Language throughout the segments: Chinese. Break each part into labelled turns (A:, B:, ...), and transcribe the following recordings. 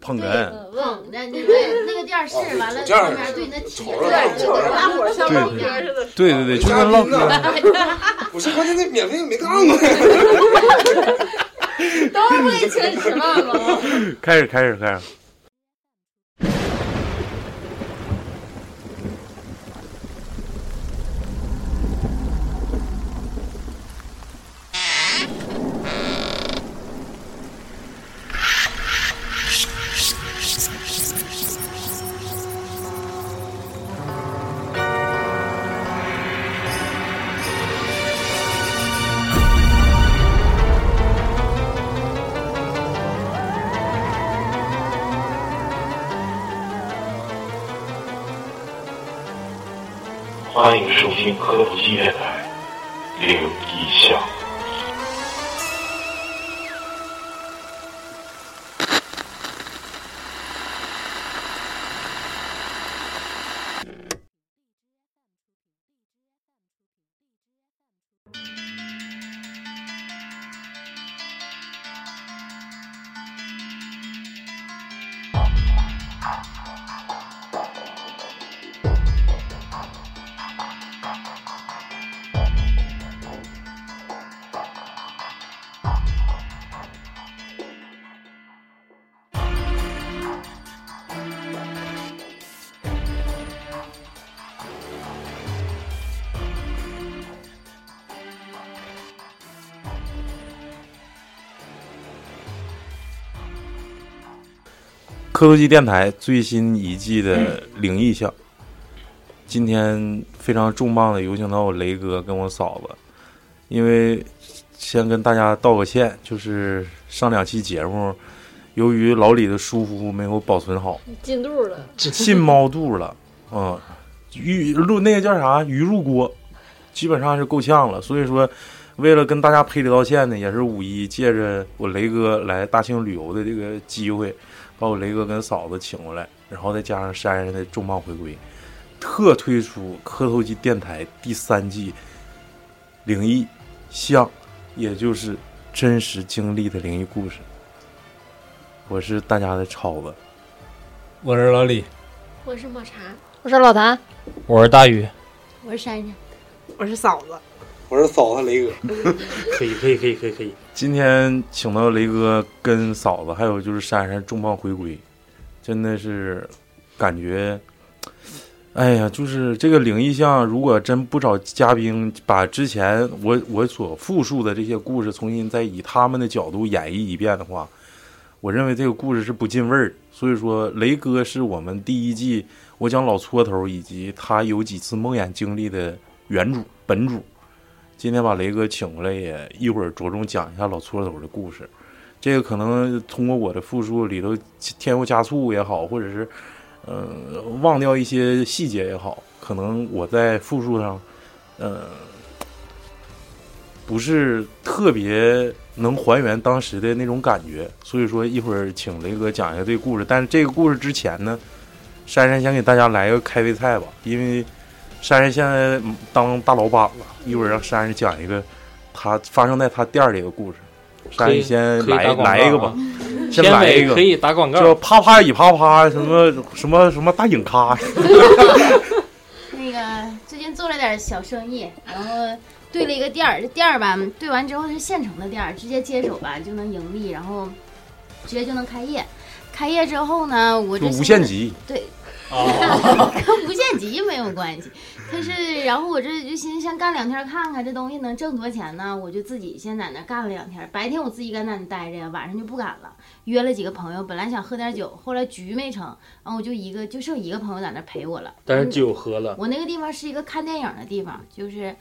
A: 碰
B: 对
A: 人，
B: 碰人， 你为那个店儿试完了，
C: 哦这样
B: 后面对你的体
C: 瞅着
B: 对
C: 瞅着
B: 拉火
D: 像
B: 像
D: 唠
B: 猫一
D: 嗑
B: 样。
D: 似的。
A: 对对对，就跟唠嗑，
C: 不是，关键那免费没干过。
B: 都是为情十万吗？
A: 开始开始开始。
E: 欢迎收听科普新电台《灵异巷》。
A: 科技电台最新一季的灵异项，今天非常重磅的有请到我雷哥跟我嫂子，因为先跟大家道个歉，就是上两期节目，由于老李的疏忽没有保存好，
D: 进肚了，
A: 进猫肚了，嗯，鱼入那个叫啥鱼入锅，基本上是够呛了，所以说。为了跟大家赔礼道歉呢，也是五一借着我雷哥来大庆旅游的这个机会，把我雷哥跟嫂子请过来，然后再加上山上的重磅回归，特推出磕头机电台第三季《灵异像》，也就是真实经历的灵异故事。我是大家的超子，
F: 我是老李，
B: 我是抹茶，
D: 我说老谭，
F: 我是大宇。
B: 我是珊珊，
D: 我是嫂子，
C: 我是嫂子雷哥，
F: 可以，可以，可以，可以，可以。
A: 今天请到雷哥跟嫂子，还有就是珊珊重磅回归，真的是感觉，哎呀，就是这个灵异项，如果真不找嘉宾，把之前我我所复述的这些故事重新再以他们的角度演绎一遍的话，我认为这个故事是不尽味儿。所以说，雷哥是我们第一季我讲老搓头以及他有几次梦魇经历的原主本主。今天把雷哥请过来，也一会儿着重讲一下老搓头的故事。这个可能通过我的复述里头添油加醋也好，或者是呃忘掉一些细节也好，可能我在复述上呃不是特别能还原当时的那种感觉。所以说一会儿请雷哥讲一下这个故事。但是这个故事之前呢，珊珊先给大家来个开胃菜吧，因为。珊珊现在当大老板了，一会儿让珊珊讲一个她发生在她店儿里的故事。珊
F: 可以
A: 珊先
F: 可以
A: 来
F: 打广告
A: 来一个吧
F: 啊，
A: 先来一个
F: 可，以打广
A: 叫
F: 告。
A: 啪啪一啪啪什 么什么什么大影咖，
B: 那个最近做了点小生意，然后对了一个店儿，这店儿吧对完之后是现成的店儿，直接接手吧就能盈利，然后直接就能开业。开业之后呢，我
A: 就
B: 这
A: 无限极。
B: 对
F: 啊，
B: 跟无限极没有关系。但是，然后我这就寻思先干两天看看这东西能挣多少钱呢，我就自己先在那干了两天。白天我自己搁那里待着呀，晚上就不敢了。约了几个朋友，本来想喝点酒，后来局没成，然后我就一个就剩一个朋友在那陪我了。
F: 但是酒喝了，
B: 我那个地方是一个看电影的地方，就是，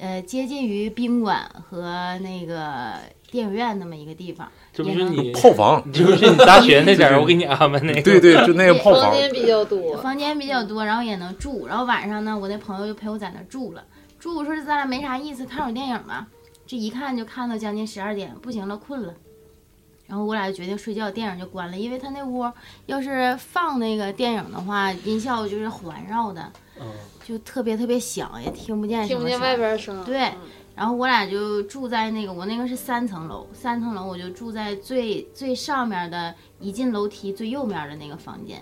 B: 呃，接近于宾馆和那个电影院那么一个地方。
F: 这不是你，
A: 炮房，
F: 就是你大学那点 儿，我给你安排那个。
A: 对对，就那个炮
D: 房
A: 房，
D: 间比较多，
B: 房间比较多，然后也能住。然后晚上呢，我那朋友就陪我在那儿住了。住我说咱俩没啥意思，看会儿电影吧。这一看就看到将近十二点，不行了，困了。然后我俩就决定睡觉，电影就关了，因为他那屋要是放那个电影的话，音效就是环绕的，
F: 嗯
B: 就特别特别响，也听不见什
D: 听不
B: 么
D: 见
B: 声
D: 外边声。嗯
B: 对然后我俩就住在那个我那个是三层楼，三层楼我就住在最最上面的，一进楼梯最右面的那个房间。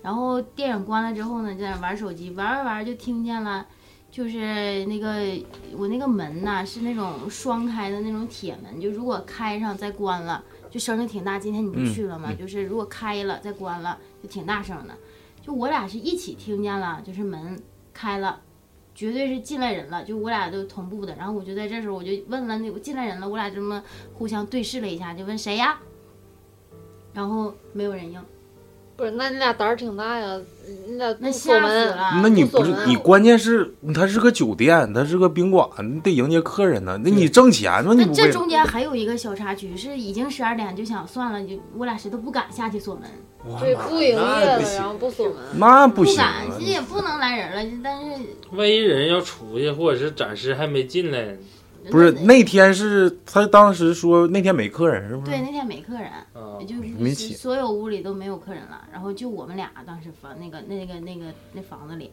B: 然后电影关了之后呢，在那玩手机，玩玩玩就听见了，就是那个我那个门呐、是那种双开的那种铁门，就如果开上再关了，就声就挺大。今天你不去了吗？就是如果开了再关了，就挺大声的。就我俩是一起听见了，就是门开了，绝对是进来人了，就我俩都同步的。然后我就在这时候我就问了那个进来人了，我俩这么互相对视了一下，就问谁呀？然后没有人应，
D: 不是，那你俩胆儿挺大呀，你俩
B: 那
D: 不
B: 吓死
D: 锁门，
B: 了。
A: 那你
D: 不锁
A: 不是
D: 门
A: 你，关键是它是个酒店，它是个宾馆，你得迎接客人呢。那你挣钱吗？你
B: 那
A: 不
B: 这
A: 会
B: 中间还有一个小插曲，是已经十二点就想算了，就我俩谁都不敢下去锁门，
D: 对，不营业
G: 那
D: 了
G: 不，行
D: 然后不锁门，
A: 那不
B: 不
A: 行
B: 敢
A: 啊，，
B: 这也不能来人了。但是
F: 万一人要出去，或者是暂时还没进 来，
A: 不是
B: 那
A: 那天是他当时说那天没客人是不是？
B: 对那天没客人，
F: 啊，
B: 就
A: 没
B: 是
A: 起
B: 所有屋里都没有客人了，然后就我们俩当时房那个那个那个那房子里，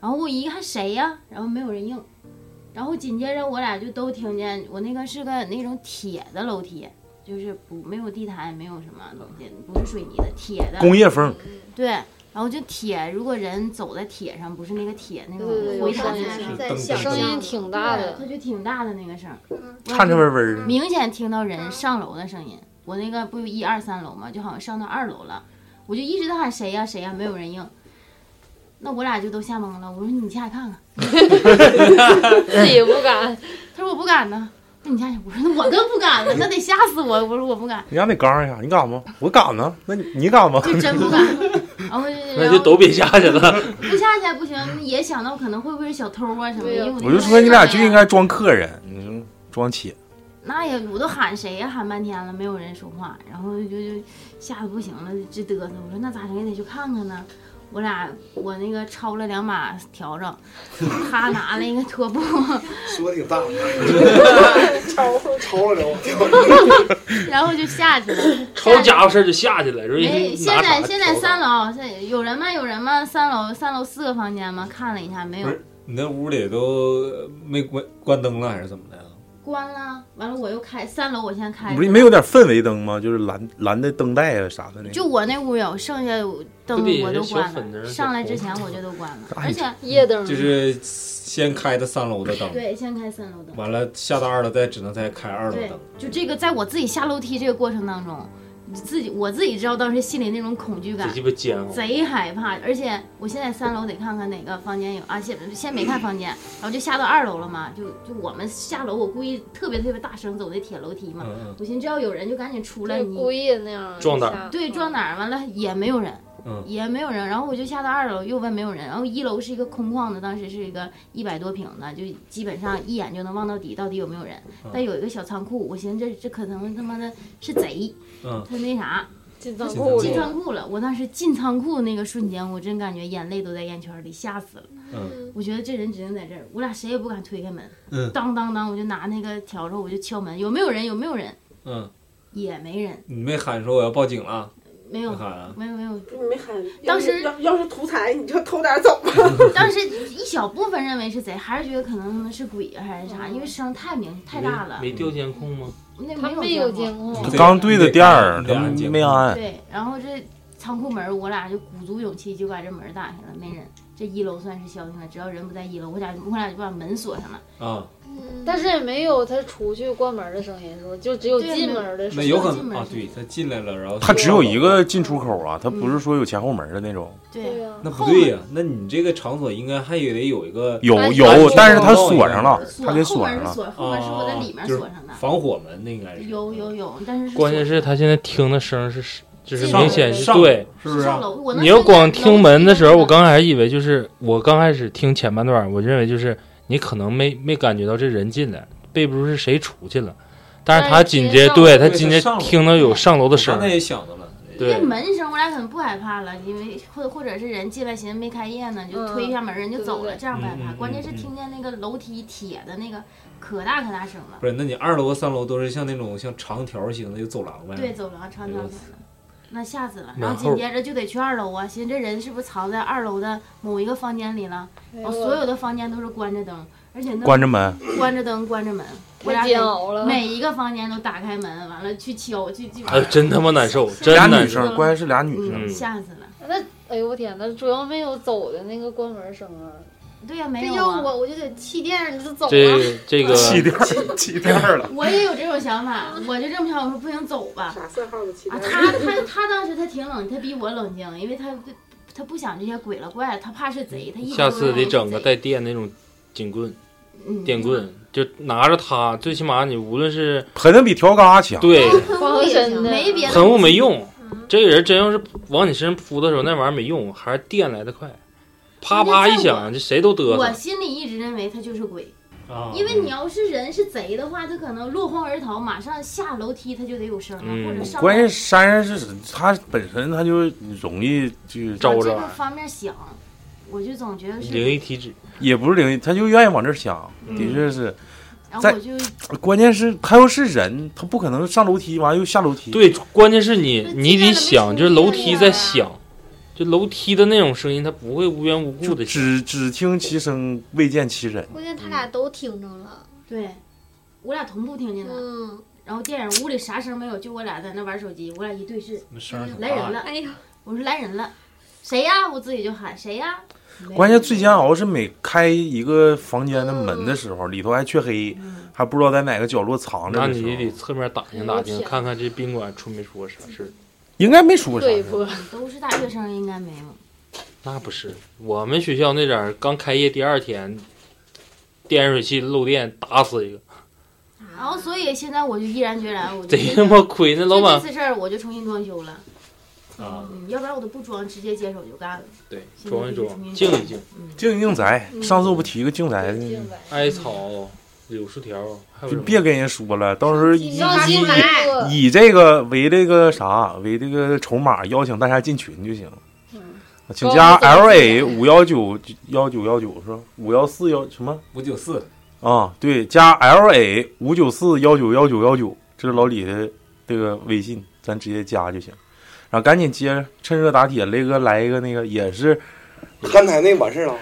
B: 然后我一看谁呀、然后没有人应，然后紧接着我俩就都听见我那个是个那种铁的楼梯，就是不没有地毯，也没有什么东西，不是水泥的，铁的
A: 工业风，
B: 对，然后就铁，如果人走在铁上，不是那个铁那种
D: 对对对
B: 回
D: 有
B: 弹
D: 声
B: 的
D: 音
B: 声
D: 是
B: 儿，
G: 噔
H: 在
G: 噔
H: 想
D: 声音
H: 象
D: 挺
B: 对
D: 大的
B: 它，就挺大的那个声儿，
D: 嗯
B: 我
A: 颤颤
B: 就
A: 巍巍的。
B: 明显听到人上楼的声音。我那个不有一二三楼嘛，就好像上到二楼了，我就一直在喊谁呀、谁呀、没有人应。那我俩就都吓懵了。我说你下去看看，
D: 自己不敢，
B: 他说我不敢呢。那你下去，我说那我更不敢了，那得吓死我。我说我不敢，
A: 你让得刚一下，你敢吗？我敢呢，那你你敢吗？
B: 就真 不敢。然后就
F: 那 就都别下去了。
B: 不下去还不行，也想到可能会不会是小偷啊什么的。
D: 对呀
B: 因为
A: 我就说你俩就应该装客人，你说装铁。
B: 那也我都喊谁呀、喊半天了，没有人说话，然后就就吓得不行了，直嘚瑟。我说那咋整也得去看看呢。我俩我那个抄了两把笤帚，他拿了一个 拖布，
C: 说挺大，
B: 啊
C: 超超了两把，
B: 然后就下去了。
F: 好家伙事儿就下去了，说
B: 哎，现在现在三
F: 楼，
B: 楼，现在有人吗？有人吗？三楼三楼四个房间吗？看了一下没有
G: 不，是你那屋里都没关关灯了还是怎么的呀？
B: 关了。完了我又开三楼，我先开
A: 不。是没有点氛围灯吗？就是蓝蓝的灯带啊啥的那个。
B: 就我那屋有，剩下灯
F: 不得
B: 我都
F: 小
B: 关
F: 粉灯
B: 了。
F: 儿
B: 上来之
F: 小
B: 前
F: 红
B: 我就都关了，
A: 哎
B: 而且
D: 夜灯
G: 就是先开的三楼的灯，
B: 嗯对，先开三楼灯。
G: 完了下到二楼再只能再开二楼
B: 对
G: 灯。，
B: 就这个，在我自己下楼梯这个过程当中，你自己我自己知道当时心里那种恐惧感
F: 这，鸡巴煎熬，
B: 贼害怕。而且我现在三楼得看看哪个房间有啊，先先没看房间，然后就下到二楼了嘛。就就我们下楼，我故意特别特别大声走那铁楼梯嘛。
G: 嗯
B: 我寻思只要有人就赶紧出来，
D: 就故
B: 你
D: 意那样
F: 壮胆
D: 吓
B: 对撞哪儿完了也没有人。
G: 嗯
B: 也没有人，然后我就下到二楼，又问没有人，然后一楼是一个空旷的，当时是一个一百多平的，就基本上一眼就能望到底，到底有没有人。但有一个小仓库，我寻思这这可能他妈的是贼，
G: 嗯
B: 他那啥
D: 进仓库
B: 进
D: 里，
B: 仓库了。我当时进仓库那个瞬间，我真感觉眼泪都在眼圈里，吓死了。
G: 嗯
B: 我觉得这人指定在这儿，我俩谁也不敢推开门。
G: 嗯
B: 当当当，我就拿那个笤帚，我就敲门，有没有人？有没有人？
G: 嗯，
B: 也没人，
G: 你没喊说我要报警了？
B: 没
G: 没
B: 有，
G: 喊啊？
B: 没有，没有，
H: 你没喊，
B: 当时
H: 要是要要是图财，你就偷点儿 走吧。
B: 当时一小部分认为是贼，还是觉得可能是鬼啊还
H: 嗯
B: 是啥，因为声太明太大了，
F: 没调监控吗？
B: 那
D: 他没有监
B: 控。
D: 控，
A: 刚对的店儿，
G: 对
A: 他
G: 安静
A: 没
F: 啊
A: 安。
B: 对，然后这仓库门，我俩就鼓足勇气就把这门打开了，没人。这一楼算是消停了，只要人不在一楼，我俩我俩就把门锁上了。
G: 啊，
B: 嗯
D: 但是也没有他出去关门的声音，是不是？就只有
B: 对
D: 进
B: 没有
D: 门的声
G: 那
D: 音。
G: 有可能啊，对他进来了，然后
A: 它只有一个进出口啊，它不是说有前后门的那种。
B: 嗯
D: 对
B: 对，啊
D: 呀，
G: 那不对呀、那你这个场所应该还得有一个
A: 有
D: 但是
A: 有，但是它
G: 它是
A: 锁上了，
B: 锁
A: 它给
B: 后
A: 锁上
B: 门是
A: 了。
B: 锁，后门是我在里面锁上的。
G: 啊防火门，那应该是
B: 有有有，但是
F: 关键
B: 是
F: 是他现在听的声儿是，就是
B: 进
G: 上
F: 明显是
G: 上
F: 对。
G: 是不是、
B: 啊上
G: 啊？
B: 楼，我能
F: 你要光听门的时候，我
B: 刚。
F: 刚开始以为就是我刚开始听前半段，我认为就是你可能没没感觉到这人进来，背不住是谁出去了，但是他紧接着
D: 但是
F: 对
D: 直接
F: 他紧接着听到有上楼的声
G: 刚才
F: 儿，
G: 也想到了，
B: 这
F: 对，
B: 门声，我俩可能不害怕了，因为或或者是人进来，寻思没开业呢，就推一下门，人就走了，
D: 嗯对对对
B: 这样不害怕。
G: 嗯嗯嗯
B: 关键是
G: 嗯
B: 听见那个楼梯铁的那个可大可大声了，
G: 不是？那你二楼和三楼都是像那种像长条形的有走廊呗？
B: 对，走廊长条
G: 哎呦
B: 形的，那吓死了。
F: 门
B: 然后
F: 后
B: 紧接着就得去二楼啊，寻思这人是不是藏在二楼的某一个房间里了？
D: 哎
B: 然
D: 呦
B: 后所有的房间都是关着灯，而且那
A: 关着门，
B: 关着灯，关着门，我俩
D: 太煎熬了。
B: 每一个房间都打开门，完了去敲，去去，
F: 哎，真他妈难受，真
A: 俩
F: 难
A: 女
F: 受。
A: 生，关键是俩女生，
B: 嗯，
F: 嗯
B: 吓死了。
D: 那哎呦我天呐，主要没有走的那个关门声啊，
B: 对呀、没
D: 这
B: 有
D: 要
B: 啊、
D: 我我就得气垫儿，你就走
I: 啊
D: 了。
F: 这这个
A: 气垫儿气垫儿了，
B: 我也有这种想法，我就这么想，我说不行，走吧。
H: 啥色号的气
B: 啊，
H: 垫？
B: 他他他当时他挺冷，他比我冷静，因为他他不想这些鬼了怪了，他怕是贼，他一直
F: 下次得整个
B: 都认为是贼
F: 带电那种警棍、
B: 嗯
F: 电棍，就拿着它，最起码你无论是
A: 肯定比调嘎强。
F: 对
B: 喷
D: 防
B: 雾也
D: 身
B: 行，
D: 的
B: 没别的
F: 喷雾没用，这个人真要是往你身上扑的时候，那玩意儿没用，还是电来的快，啪啪一响，这谁都嘚
B: 我
F: 瑟。
B: 心里一直认为他就是鬼，
G: 啊
B: 因
F: 嗯
B: 为你要是人是贼的话，他可能落荒而逃，马上下楼梯他就得有声了，
F: 嗯
B: 或者上
A: 关键山上是它本身它就容易就
F: 招
B: 往
F: 着
B: 这个方面想，我就总觉得是
F: 灵异体质，
A: 也不是灵异，它就愿意往这儿想，
F: 嗯
A: 的确是。
B: 嗯然后
A: 在
B: 我就
A: 关键是它要是人，它不可能上楼梯完又下楼梯。，
F: 对，关键是你
B: 那
F: 你
B: 尽
F: 得
B: 量的
F: 想，
B: 没啊
F: 就是
B: 出
F: 楼
B: 现
F: 梯
B: 呀
F: 在响，就楼梯的那种声音，它不会无缘无故
A: 就
F: 的响。
A: 只只听其声，未见其人。
D: 关键他俩都听着了，
B: 对。我俩同步听见的，
D: 嗯，
B: 然后电影屋里啥声没有，就我俩在那玩手机，我俩一对视，
G: 声儿挺
B: 来
F: 啊
B: 人
G: 大，
B: 了，
D: 哎呀，
B: 我说来人了，谁呀？我自己就喊谁呀？没
A: 关键
B: 人
A: 最煎熬是每开一个房间的门的时候，里头还黢黑，还不知道在哪个角落藏着
F: 那
A: 的时
F: 你得
A: 候，
F: 侧面打听
D: 嗯
F: 打
D: 我
F: 听，
D: 天
F: 看看这宾馆出没出过啥事儿。
A: 应该没出过啥事
D: 对
A: 儿。
D: 不？
B: 都是大学生，应该没有。
F: 那不是，我们学校那点儿刚开业第二天，电热水器漏电，打死一个，
D: 啊
B: 然后所以现在我就毅然决然，我就
F: 贼他妈亏！那老
B: 这
F: 板
B: 次事儿我就重新装修了，
G: 啊，
B: 嗯，要不然我都不装，直接接手就干了。
F: 对
B: 现在
F: 装一
B: 就
F: 装，
B: 是重新
F: 静
B: 装
F: 一静，
A: 静静宅，上次我不提个静宅的
D: 静
A: 吗，
D: 呗
F: 艾草、柳树条，还有什
A: 就
F: 么
A: 别跟人说了，到时候以
D: 你让心
A: 以
D: 来，
A: 以这个为这个啥，为这个筹码，邀请大家进群就行。请加 L A 五幺九幺九幺九是吧？五幺四幺什么
G: 五九四
A: 啊？对，加 L A 五九四幺九幺九幺九，这是老李的这个微信，咱直接加就行。然后赶紧接着，趁热打铁，雷哥来一个那个也是
C: 刚才那完事儿了，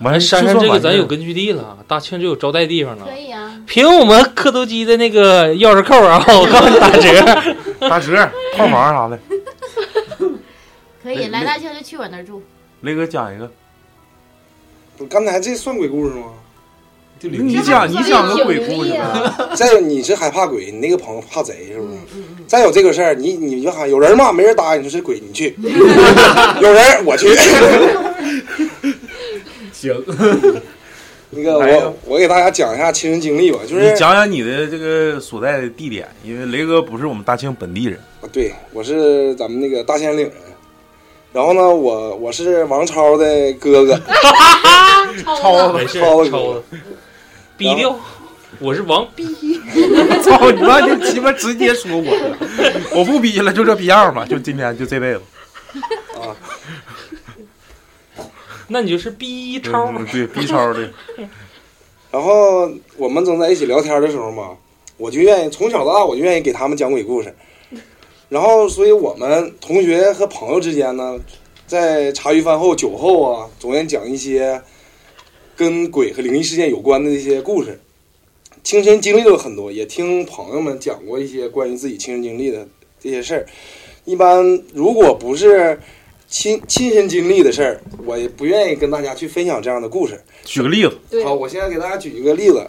A: 完事
F: 山
A: 儿
F: 上哎这
A: 算
F: 个
A: 完事
F: 咱
A: 儿
F: 有根据地了，大庆就有招待地方了
B: 可。以 啊，
F: 凭我们磕头机的那个钥匙扣啊，我告诉你打折。
A: 打折套 房啥的，
B: 可以来大庆就去我那儿住。
A: 雷哥讲一个，
C: 你刚才这算鬼故事吗？
G: 就零
A: 你
G: 一
A: 讲你讲个鬼故事
D: 挺厉
A: 吧。
D: 害
C: 再有你是害怕鬼，你那个朋友怕贼是不是
B: 啊嗯？嗯嗯，
C: 再有这个事儿，你你就喊有人吗？没人搭，你说是鬼，你 去；有人我去。
G: 行，
C: 那个
A: 来呀
C: 我我给大家讲一下亲身经历吧，就
A: 你
C: 是
A: 讲讲你的这个所在的地点，因为雷哥不是我们大庆本地人，
C: 啊对我是咱们那个大兴安岭人，然后呢，我我是王超的哥哥，
D: 超
F: 没事，
C: 超
F: 超
C: 了
F: 了，逼掉。我是王逼，
A: 操你妈！就鸡巴直接说我了，我不逼了，就这逼样吧，就今天就这辈子。
C: 啊
F: 那你就是逼超。
A: 嗯对逼超的，
C: 然后我们总在一起聊天的时候嘛，我就愿意从小到大我就愿意给他们讲鬼故事，然后所以我们同学和朋友之间呢，在茶余饭后、酒后啊，总愿意讲一些跟鬼和灵异事件有关的一些故事，亲身经历了很多，也听朋友们讲过一些关于自己亲身经历的这些事儿。一般如果不是亲亲身经历的事儿，我也不愿意跟大家去分享这样的故事。
A: 举个例子，
D: 对
C: 好，，我现在给大家举一个例子。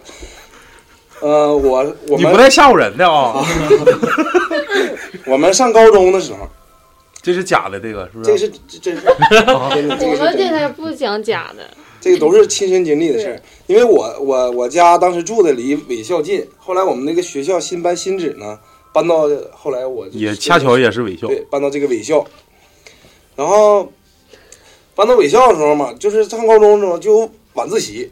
C: 呃，我我
A: 你不
C: 们
A: 带吓唬人的啊，
C: 我们上高中的时候，
A: 这是假的，这个是不
C: 这
A: 是？
C: 是这真是真的，这
D: 我
C: 个是
D: 们
C: 真
D: 这
C: 的，
D: 才不讲假的，
C: 这个都是亲身经历的事儿。因为我我我家当时住的离伪校近，后来我们那个学校新搬新址呢，搬到后来我就
A: 也恰巧也是伪校，
C: 对搬到这个伪校，然后搬到伪校的时候嘛，就是上高中的时候就有晚自习，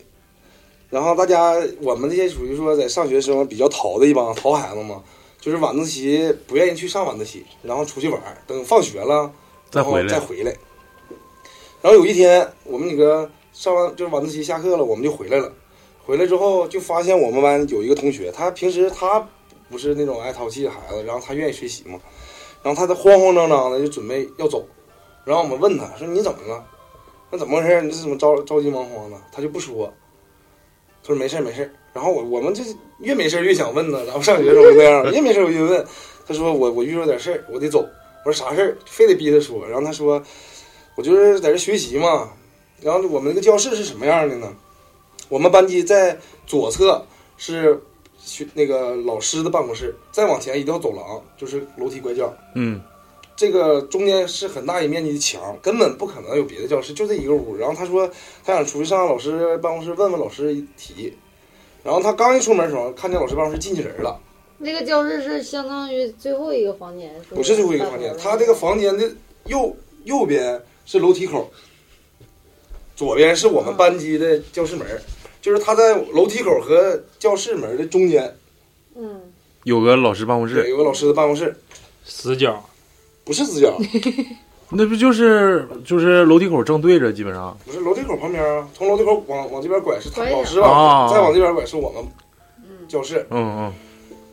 C: 然后大家我们这些属于说在上学时候比较淘的一帮淘孩子嘛，就是晚自习不愿意去上晚自习，然后出去玩儿，等放学了
A: 再回
C: 然
A: 来
C: 后再回来。然后有一天，我们几个上完就是晚自习下课了，我们就回来了。回来之后就发现我们班有一个同学，他平时他不是那种爱淘气的孩子，然后他愿意学习嘛，然后他慌慌张张的就准备要走，然后我们问他说：“你怎么了？那怎么回事？你这怎么着着急忙慌的？”他就不说，他说没事儿没事儿。然后我我们就 越没事儿越想问呢。然后上学时候就那样，越没事儿我越问。他说我我遇到点事儿，我得走。我说啥事儿？非得逼他说。然后他说我就是在这学习嘛。然后我们那个教室是什么样的呢？我们班级在左侧是学那个老师的办公室，再往前一条走廊就是楼梯拐角。
A: 嗯
C: 这个中间是很大一面积的墙，根本不可能有别的教室，就这一个屋。然后他说他想出去上老师办公室问问老师题，然后他刚一出门的时候，看见老师办公室进去人了，
D: 那个教室是相当于最后一个房间，
C: 不是最后一个房间，他这个房间的右右边是楼梯口，左边是我们班级的教室门，就是他在楼梯口和教室门的中间，
D: 嗯，
A: 有个老师办公
C: 对，
A: 室，
C: 有个老师的办公室，
F: 死角，
C: 不是死角，
A: 那不就是就是楼梯口正对着，基本上
C: 不是楼梯口旁边啊，从楼梯口往往这边拐是他
D: 拐角
C: 老师办公
A: 啊
C: 室，再往这边拐是我们教室。
A: 嗯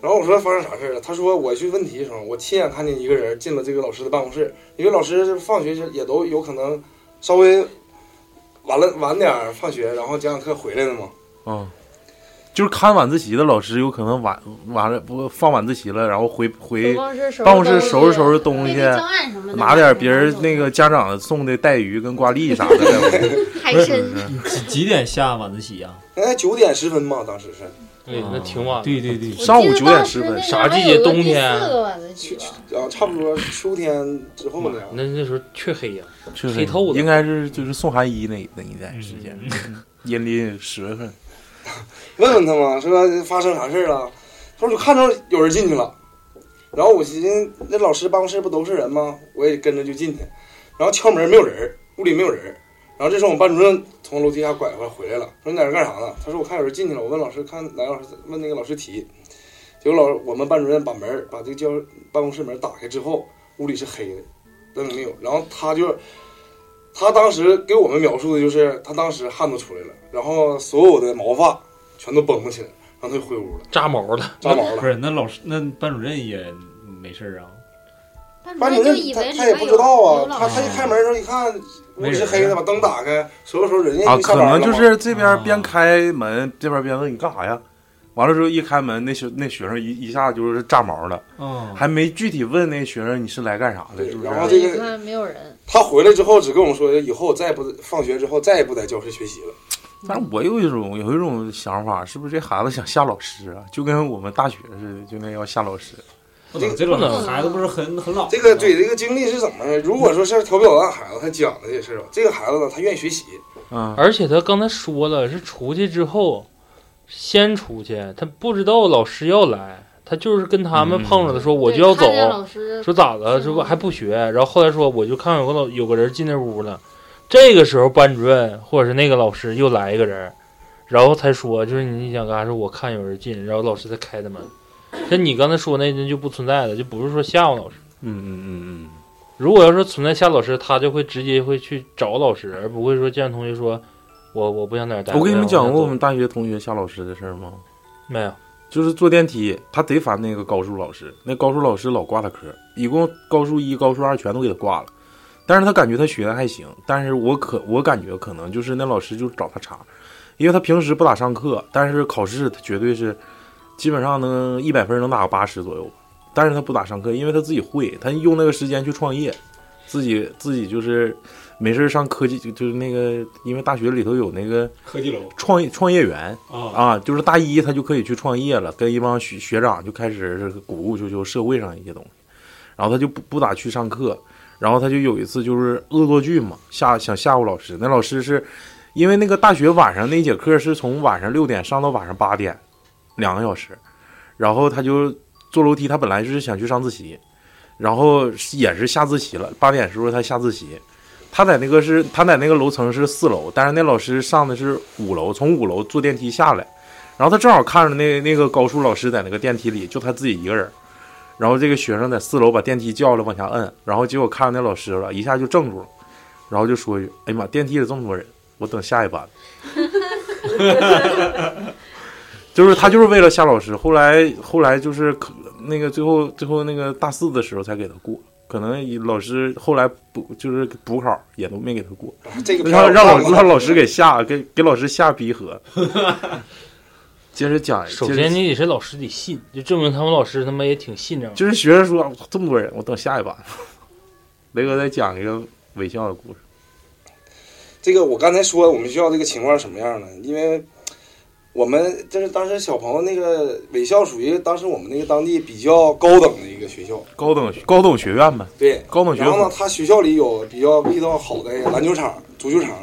C: 然后我说发生啥事儿了？他说我去问题的时候，我亲眼看见一个人进了这个老师的办公室，因为老师放学时也都有可能稍微晚了晚点儿放学，然后讲讲课回来的嘛。
A: 嗯嗯，就是看晚自习的老师有可能晚完了不放晚自习了，然后回回
D: 办公室收拾
A: 办公室
D: 东西
A: 收拾收拾东西
B: 对对，，教案什么的，
A: 拿点别人那个家长送的带鱼跟瓜粒啥的在屋里，
B: 海
A: 是
B: 参
A: 不是？
G: 几几点下晚自习啊呀？
C: 哎，九点十分嘛，当时是哦
F: 对，嗯那挺晚的。
G: 对对对，
A: 上午九点十分，
F: 啥季节冬天啊
D: 四个晚自习吧，
C: 啊，差不多秋天之后呢。
F: 那那时候黢黑呀，
A: 确实
F: 黑透嗯的
A: 应该是就是宋寒一那那一代时间，阴历十月份。
C: 问问他嘛，说发生啥事儿了？他说就看着有人进去了，然后我寻思那老师办公室不都是人吗？我也跟着就进去，然后敲门没有人儿，屋里没有人儿。然后这时候我们班主任从楼梯下拐回来回来了，说你在这干啥呢？他说我看有人进去了，我问老师看男老师问那个老师题，结果老我们班主任把门儿把这个教办公室门打开之后，屋里是黑的，灯也没有。然后他就他当时给我们描述的就是他当时汗都出来了，然后所有的毛发全都绷不起来，然后他就回屋了，
F: 扎毛了，
C: 扎毛
G: 不
C: 了。
G: 是那老师那班主任也没事儿啊，
B: 班
C: 班
B: 主
C: 主
B: 任
C: 任
B: 就以
C: 他
B: 为
C: 他也不知道啊，他他一
G: 师
C: 开门的时候一看屋里是黑的，把灯打开，所有时候人家
A: 啊，
C: 已经
A: 可
C: 下班了
A: 能
C: 嘛
A: 就是这边边开门，这边边问你干啥呀？完了之后一开门，那学那学生一一下就是炸毛了，
G: 嗯，
A: 还没具体问那学生你是来干啥的，
C: 对
A: 是不
C: 然后
A: 是？
C: 这
D: 一
C: 个
D: 看没有人，
C: 他回来之后只跟我们说，以后我再也不放学之后再也不在教室学习了。
A: 但是我有一种有一种想法，是不是这孩子想吓老师啊？就跟我们大学似的，就那要吓老师。
G: 不能这种孩子不是很很老
C: 这个对这个经历是怎么呢？如果说是调皮捣蛋孩子，他讲的这事儿啊，这个孩子呢，他愿意学习，
A: 嗯，
F: 而且他刚才说了，是出去之后先出去，他不知道老师要来，他就是跟他们碰着了，说我就要走
D: 对看，见老师
F: 说咋的，
D: 是
F: 说
A: 嗯
D: 吗
F: 还不学，然后后来说我就看有个老有个人进那屋了，这个时候班主任或者是那个老师又来一个人，然后才说就是你想干啥，说我看有人进，然后老师才开的门，像你刚才说那那就不存在了，就不是说吓唬老师。
A: 嗯嗯嗯
F: 如果要说存在吓老师，他就会直接会去找老师，而不会说见同学说，我我不想在这儿待。
A: 嗯。我跟你们
F: 想
A: 讲过我
F: 走
A: 们大学同学吓老师的事儿吗？
F: 没有？
A: 就是坐电梯，他贼烦那个高数老师，那高数老师老挂他科，一共高数一、高数二全都给他挂了。但是他感觉他学的还行，但是我可我感觉可能就是那老师就找他茬，因为他平时不咋上课，但是考试他绝对是基本上能一百分能打个八十左右吧，但是他不咋上课，因为他自己会，他用那个时间去创业，自己自己就是没事儿上科技，就就是那个因为大学里头有那个
G: 科技楼
A: 创业创业园，
G: 啊，
A: 啊，就是大一他就可以去创业了，跟一帮学学长就开始是鼓鼓秋秋社会上一些东西，然后他就不不咋去上课，然后他就有一次就是恶作剧嘛，吓想吓唬老师，那老师是因为那个大学晚上那一节课是从晚上六点上到晚上八点，两个小时，然后他就坐楼梯，他本来是想去上自习，然后也是下自习了，八点时候他下自习，他在那个是他在那个楼层是四楼，但是那老师上的是五楼，从五楼坐电梯下来，然后他正好看着那那个高数老师在那个电梯里，就他自己一个人儿。然后这个学生在四楼把电梯叫了，往下摁，然后结果看着那老师了，一下就怔住了，然后就说一句：“哎呀妈，电梯里这么多人，我等下一班。”就是他就是为了吓老师，后来后来就是可那个最后最后那个大四的时候才给他过，可能老师后来补就是补考也都没给他过，
C: 这个片儿
A: 让
C: 我看
A: 让老
C: 过
A: 让老师给吓给给老师吓逼喝。接着讲，
F: 首
A: 接着
F: 先你得是老师得信，就证明他们老师他妈也挺信这玩意
A: 就是学生说啊这么多人，我等下一把。雷哥再讲一个微笑的故事，
C: 这个我刚才说我们学校这个情况是什么样呢？因为我们这是当时小朋友那个伪校属于当时我们那个当地比较高等的一个学校，
A: 高等高等学院呗，
C: 对，
A: 高等学
C: 然后
A: 府
C: 呢，他学校里有比较比较好的篮球场、足球场，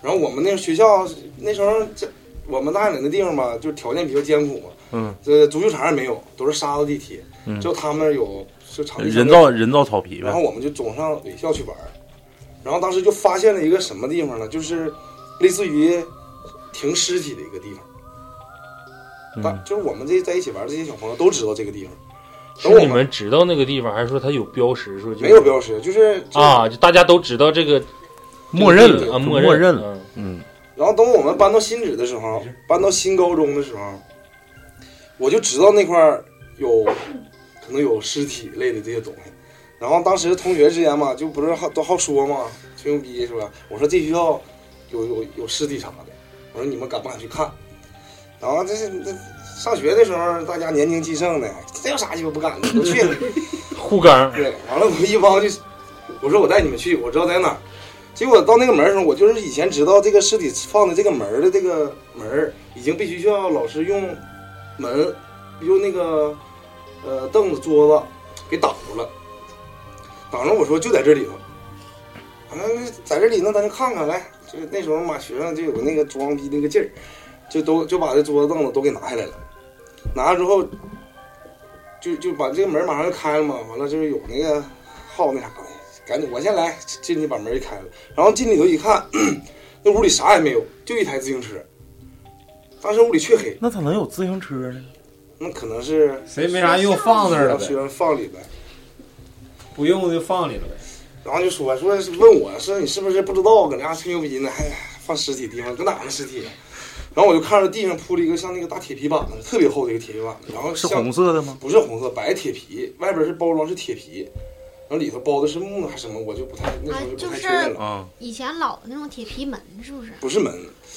C: 然后我们那个学校那时候这我们大连的地方吧，就是条件比较艰苦嘛，
A: 嗯，
C: 这足球场也没有，都是沙子地铁，
A: 嗯
C: 就他们有是场地
A: 人造人造草皮
C: 然后
A: 呗，
C: 我们就总上伪校去玩儿，然后当时就发现了一个什么地方呢？就是类似于停尸体的一个地方。但
A: 嗯，
C: 就是我们这在一起玩儿这些小朋友都知道这个地方，
F: 儿。
C: 等我
F: 是你们知道那个地方，还是说它有标识？说就
C: 没有标识，就是就
F: 啊，就大家都知道这个
A: 默认
F: 这个地
A: 了，
F: 啊，
A: 就
F: 默
A: 默认了，
F: 了。
A: 嗯，
C: 然后等我们搬到新址的时候，搬到新高中的时候，我就知道那块儿有可能有尸体类的这些东西。然后当时同学之间嘛，就不是好都好说嘛，吹牛逼是吧？我说这学校有有有尸体啥的，我说你们敢不敢去看？然后这是这上学的时候，大家年轻气盛的，这有啥鸡巴不敢的，都去了。
F: 护岗
C: 对，完了我一帮就是，我说我带你们去，我知道在哪儿。结果到那个门儿的时候，我就是以前知道这个尸体放在这个门儿的这个门儿已经必须需要老师用门用那个呃凳子桌子给挡住了，挡住我说就在这里头，啊那那在这里那咱就看看来，就那时候嘛学生就有那个装逼那个劲儿，就都就把这桌子凳子都给拿下来了，拿下之后就就把这个门马上就开了嘛，完了就是有那个号那啥的，赶紧我先来进去把门一开了，然后进里头一看， 那屋里啥也没有，就一台自行车。当时屋里黢黑，
A: 那咋能有自行车呢？
C: 那可能是
G: 谁没啥用放那儿了
C: 让
G: 呗
C: 学，生放里边，
G: 不用就放里了呗。
C: 然后就说说是问我说你是不是不知道搁那吹牛逼呢？还放尸体地方搁哪呢？尸体啊？然后我就看着地上铺了一个像那个大铁皮板子，特别厚的一个铁皮板子，然后
A: 是
C: 像
A: 红色的吗？
C: 不是红色，白铁皮，外边是包装是铁皮，然后里头包的是木啊还是什么，我就不太那时候就不太确认了。
A: 啊，
I: 以前老的那种铁皮门是不是？
C: 不是门，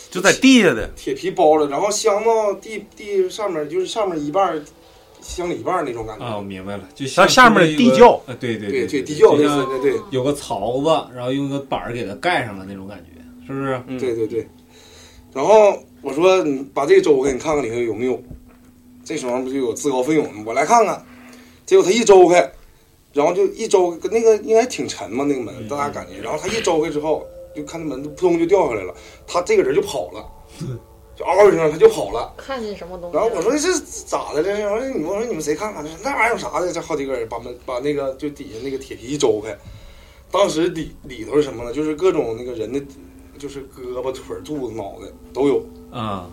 A: 就在地下的，
C: 铁皮包了，然后镶到地地上面，就是上面一半儿，镶里一半儿那种感觉。
G: 啊，我明白了，就
A: 它
G: 像
A: 下面
G: 是一个
A: 地窖
G: 啊，对对
C: 对
G: 对
C: 对，地窖类
G: 就像
C: 似的，对
G: 有个槽子，然后用个板儿给它盖上了那种感觉，是不是？
A: 嗯
C: 对对对。然后我说你把这个周开，你看看里头有没有。这时候不就有自告奋勇吗？我来看看。结果他一周开，然后就一周开那个应该挺沉嘛，那个门
G: 嗯
C: 大家感觉。然后他一周开之后，就看那门扑通就掉下来了，他这个人就跑了，就嗷一声他就跑了。
D: 看见什么东西
C: 然
D: 了？
C: 后我说这咋的了？然后你们我说你们谁看看？那玩意儿有啥的？这好几个人把门把那个就底下那个铁皮一周开，当时里里头是什么呢？就是各种那个人的，就是胳膊、腿、肚子、脑袋都有。
G: 啊，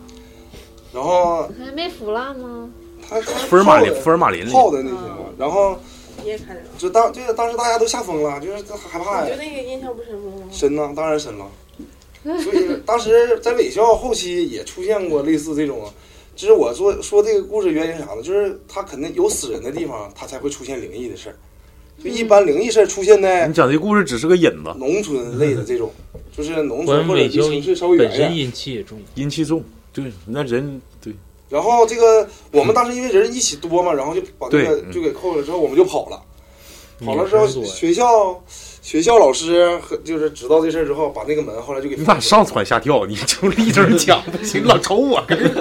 C: 然后
D: 还没腐烂吗？
C: 他他
A: 福尔马林
C: 泡的
A: 福尔马林里，
C: 泡的那些嘛，然后
H: 你也看见了，
C: 就当就是当时大家都吓疯了，就是害怕
H: 我
C: 呀
H: 对。那个印象不深吗？
C: 深呐，当然深了。所以当时在伪校后期也出现过类似这种，就是我说说这个故事原因啥呢？就是他肯定有死人的地方，他才会出现灵异的事儿。就一般灵异事儿出现在
A: 你讲这故事只是个引
F: 啊
A: 子，
C: 农村类的这 种，就是农
F: 关
C: 村或者
F: 尾
C: 离
F: 修
C: 城市稍微
F: 本
C: 远一
F: 身
C: 点。
F: 阴气也重，
A: 阴气重，对，那人对，
C: 然后这个我们当时因为人一起多嘛，然后就把这个
A: 对嗯
C: 就给扣了之后，我们就跑了。
F: 嗯
C: 跑了之后，
F: 女生多呀
C: 学校学校老师和就是知道这事儿之后，把那个门后来就 给
A: 你咋
C: 封
A: 上蹿下跳？你就一 直讲不行，老瞅我干啥？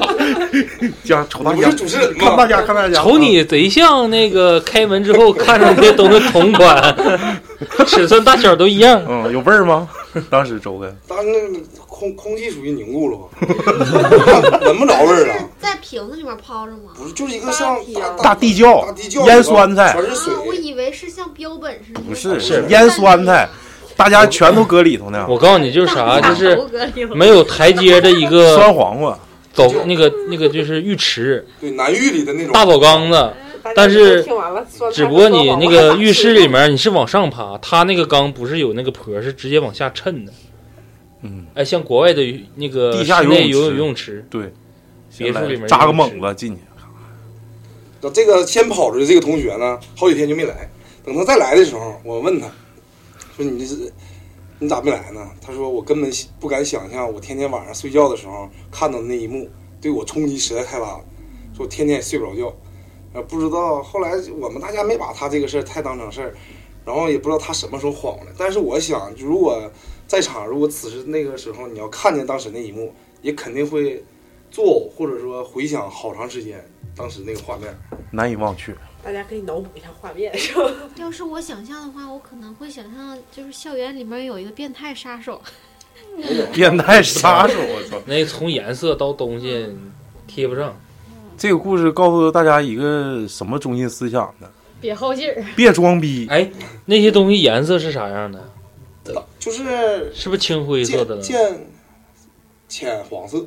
A: 讲瞅大
C: 了？你
A: 家
C: 不是，主持人
A: 看
C: 吗
A: 大？家，看大家，
F: 瞅
C: 啊
F: 你贼像那个开门之 后看着那都是同款，尺寸大小都一样。
A: 嗯，有味儿吗？当时周哥
C: 当时那个空空气属于凝固了 吧，闻不着味儿
I: 是
C: 了。
I: 在瓶子里面泡着吗？
C: 不是，就是一个像
H: 大
C: 大
H: 体
A: 大地窖
C: 大地窖
A: 腌酸菜
C: 全是
I: 啊，我
C: 水，
I: 以为是像标本似的。
A: 不是
C: 是
A: 腌酸菜，大家全都搁里头呢，
F: 我告诉你，就是啥，啊就是没有台阶的一
A: 酸
F: 个
A: 黄瓜，
F: 走那个那个就是浴池，
C: 对南域里的那种
F: 大澡缸子。但是
H: 听完了，酸菜
F: 只不过你那个浴室里面你是往上爬，它那个缸不是有那个坡，是直接往下抻的。
A: 嗯，
F: 哎，像国外的浴那个
A: 地下
F: 呃室
A: 游
F: 内
A: 泳
F: 游
A: 池
F: 泳池，
A: 对，
F: 别墅里面
A: 扎个猛子进去，
C: 这个先跑出去这个同学呢，好几天就没来。等他再来的时候，我问他，说你这是你咋没来呢？他说我根本不敢想象，我天天晚上睡觉的时候看到的那一幕，对我冲击实在太大了，说我天天也睡不着觉。呃，不知道后来我们大家没把他这个事儿太当成事儿，然后也不知道他什么时候晃了。但是我想，如果在场，如果此时那个时候你要看见当时那一幕，也肯定会作呕，或者说回想好长时间当时那个画面。
A: 难以忘却。
H: 大家可以脑补一下画 面， 是吧？
I: 要是我想象的话，我可能会想象就是校园里面有一个变态杀手，
A: 变态杀手，我操！
F: 那从颜色到东西贴不上，
A: 这个故事告诉大家一个什么中心思想呢？
D: 别好劲儿，
A: 别装逼，
F: 哎，那些东西颜色是啥样的？
C: 就是
F: 是不是青灰色
C: 见
F: 的了
C: 见浅黄色，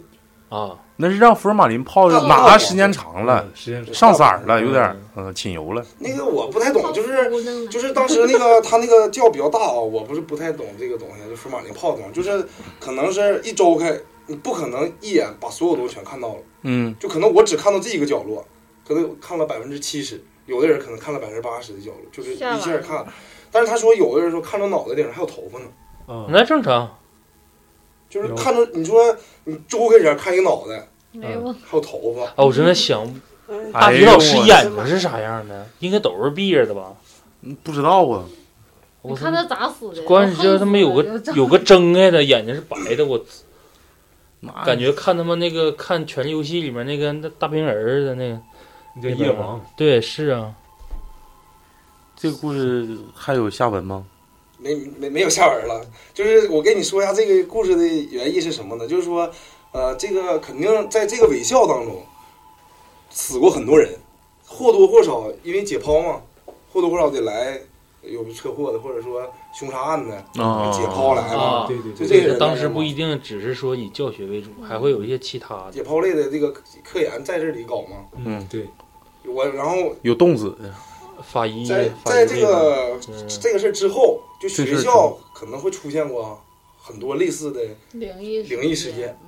F: 啊？
A: 那是让福尔马林泡着，
C: 大
A: 哪
C: 大
A: 怕
C: 黄
A: 时间长了，
G: 时间
A: 上色儿了，有点儿嗯浸油了。
C: 那个我不太懂，就是
I: 糊
D: 啊
I: 弄了
C: 就是当时那个他那个窖比较大啊、我不是不太懂这个东西，就福尔马林泡的东西，就是可能是一周开，你不可能一眼把所有东西全看到了，
A: 嗯，
C: 就可能我只看到这一个角落，可能看了百分之七十，有的人可能看了百分之八十的角落，就是一
D: 吓完
C: 下看。但是他说有的人说看着脑袋顶上还有头发呢，
G: 啊，
F: 那正常，
C: 就是
G: 有
C: 看着你说你周开人看一个脑袋
D: 没有
C: 还有头发，
F: 嗯啊，我真的想，
H: 嗯，
F: 大
A: 哎
F: 皮
A: 呦
F: 老师
A: 我
F: 眼睛是啥样的？应该都是闭着的吧？
A: 不知道啊，
F: 我
D: 看他咋死的。
F: 关键是他妈有个有个睁开的眼睛是白的，我
A: 妈
F: 感觉看他妈那个看《权力游戏》里面那个那大冰人儿的那个，
G: 你叫夜王，
F: 对，是啊，
A: 这个故事还有下文吗？
C: 没没没有下文了。就是我跟你说一下这个故事的原意是什么呢？就是说，呃，这个肯定在这个伪校当中死过很多人，或多或少因为解剖嘛，或多或少得来有车祸的，或者说凶杀案的
A: 啊
C: 解剖来了。
F: 啊
G: 对对
C: 就
G: 对，
C: 这个人
F: 当时不一定只是说以教学为主，还会有一些其他的。
C: 解剖类的这个科研在这里搞嘛。
A: 嗯
G: 嗯对，
C: 我然后
A: 有冻死的，
F: 法医
C: 在，
F: 法
C: 在
F: 医
C: 这
F: 这个，
C: 个
F: 嗯
C: 这个事儿之后，就
A: 这事
C: 学
A: 儿之
C: 校
A: 后
C: 可能会出现过很多类似的。
D: 灵异
C: 灵异事件，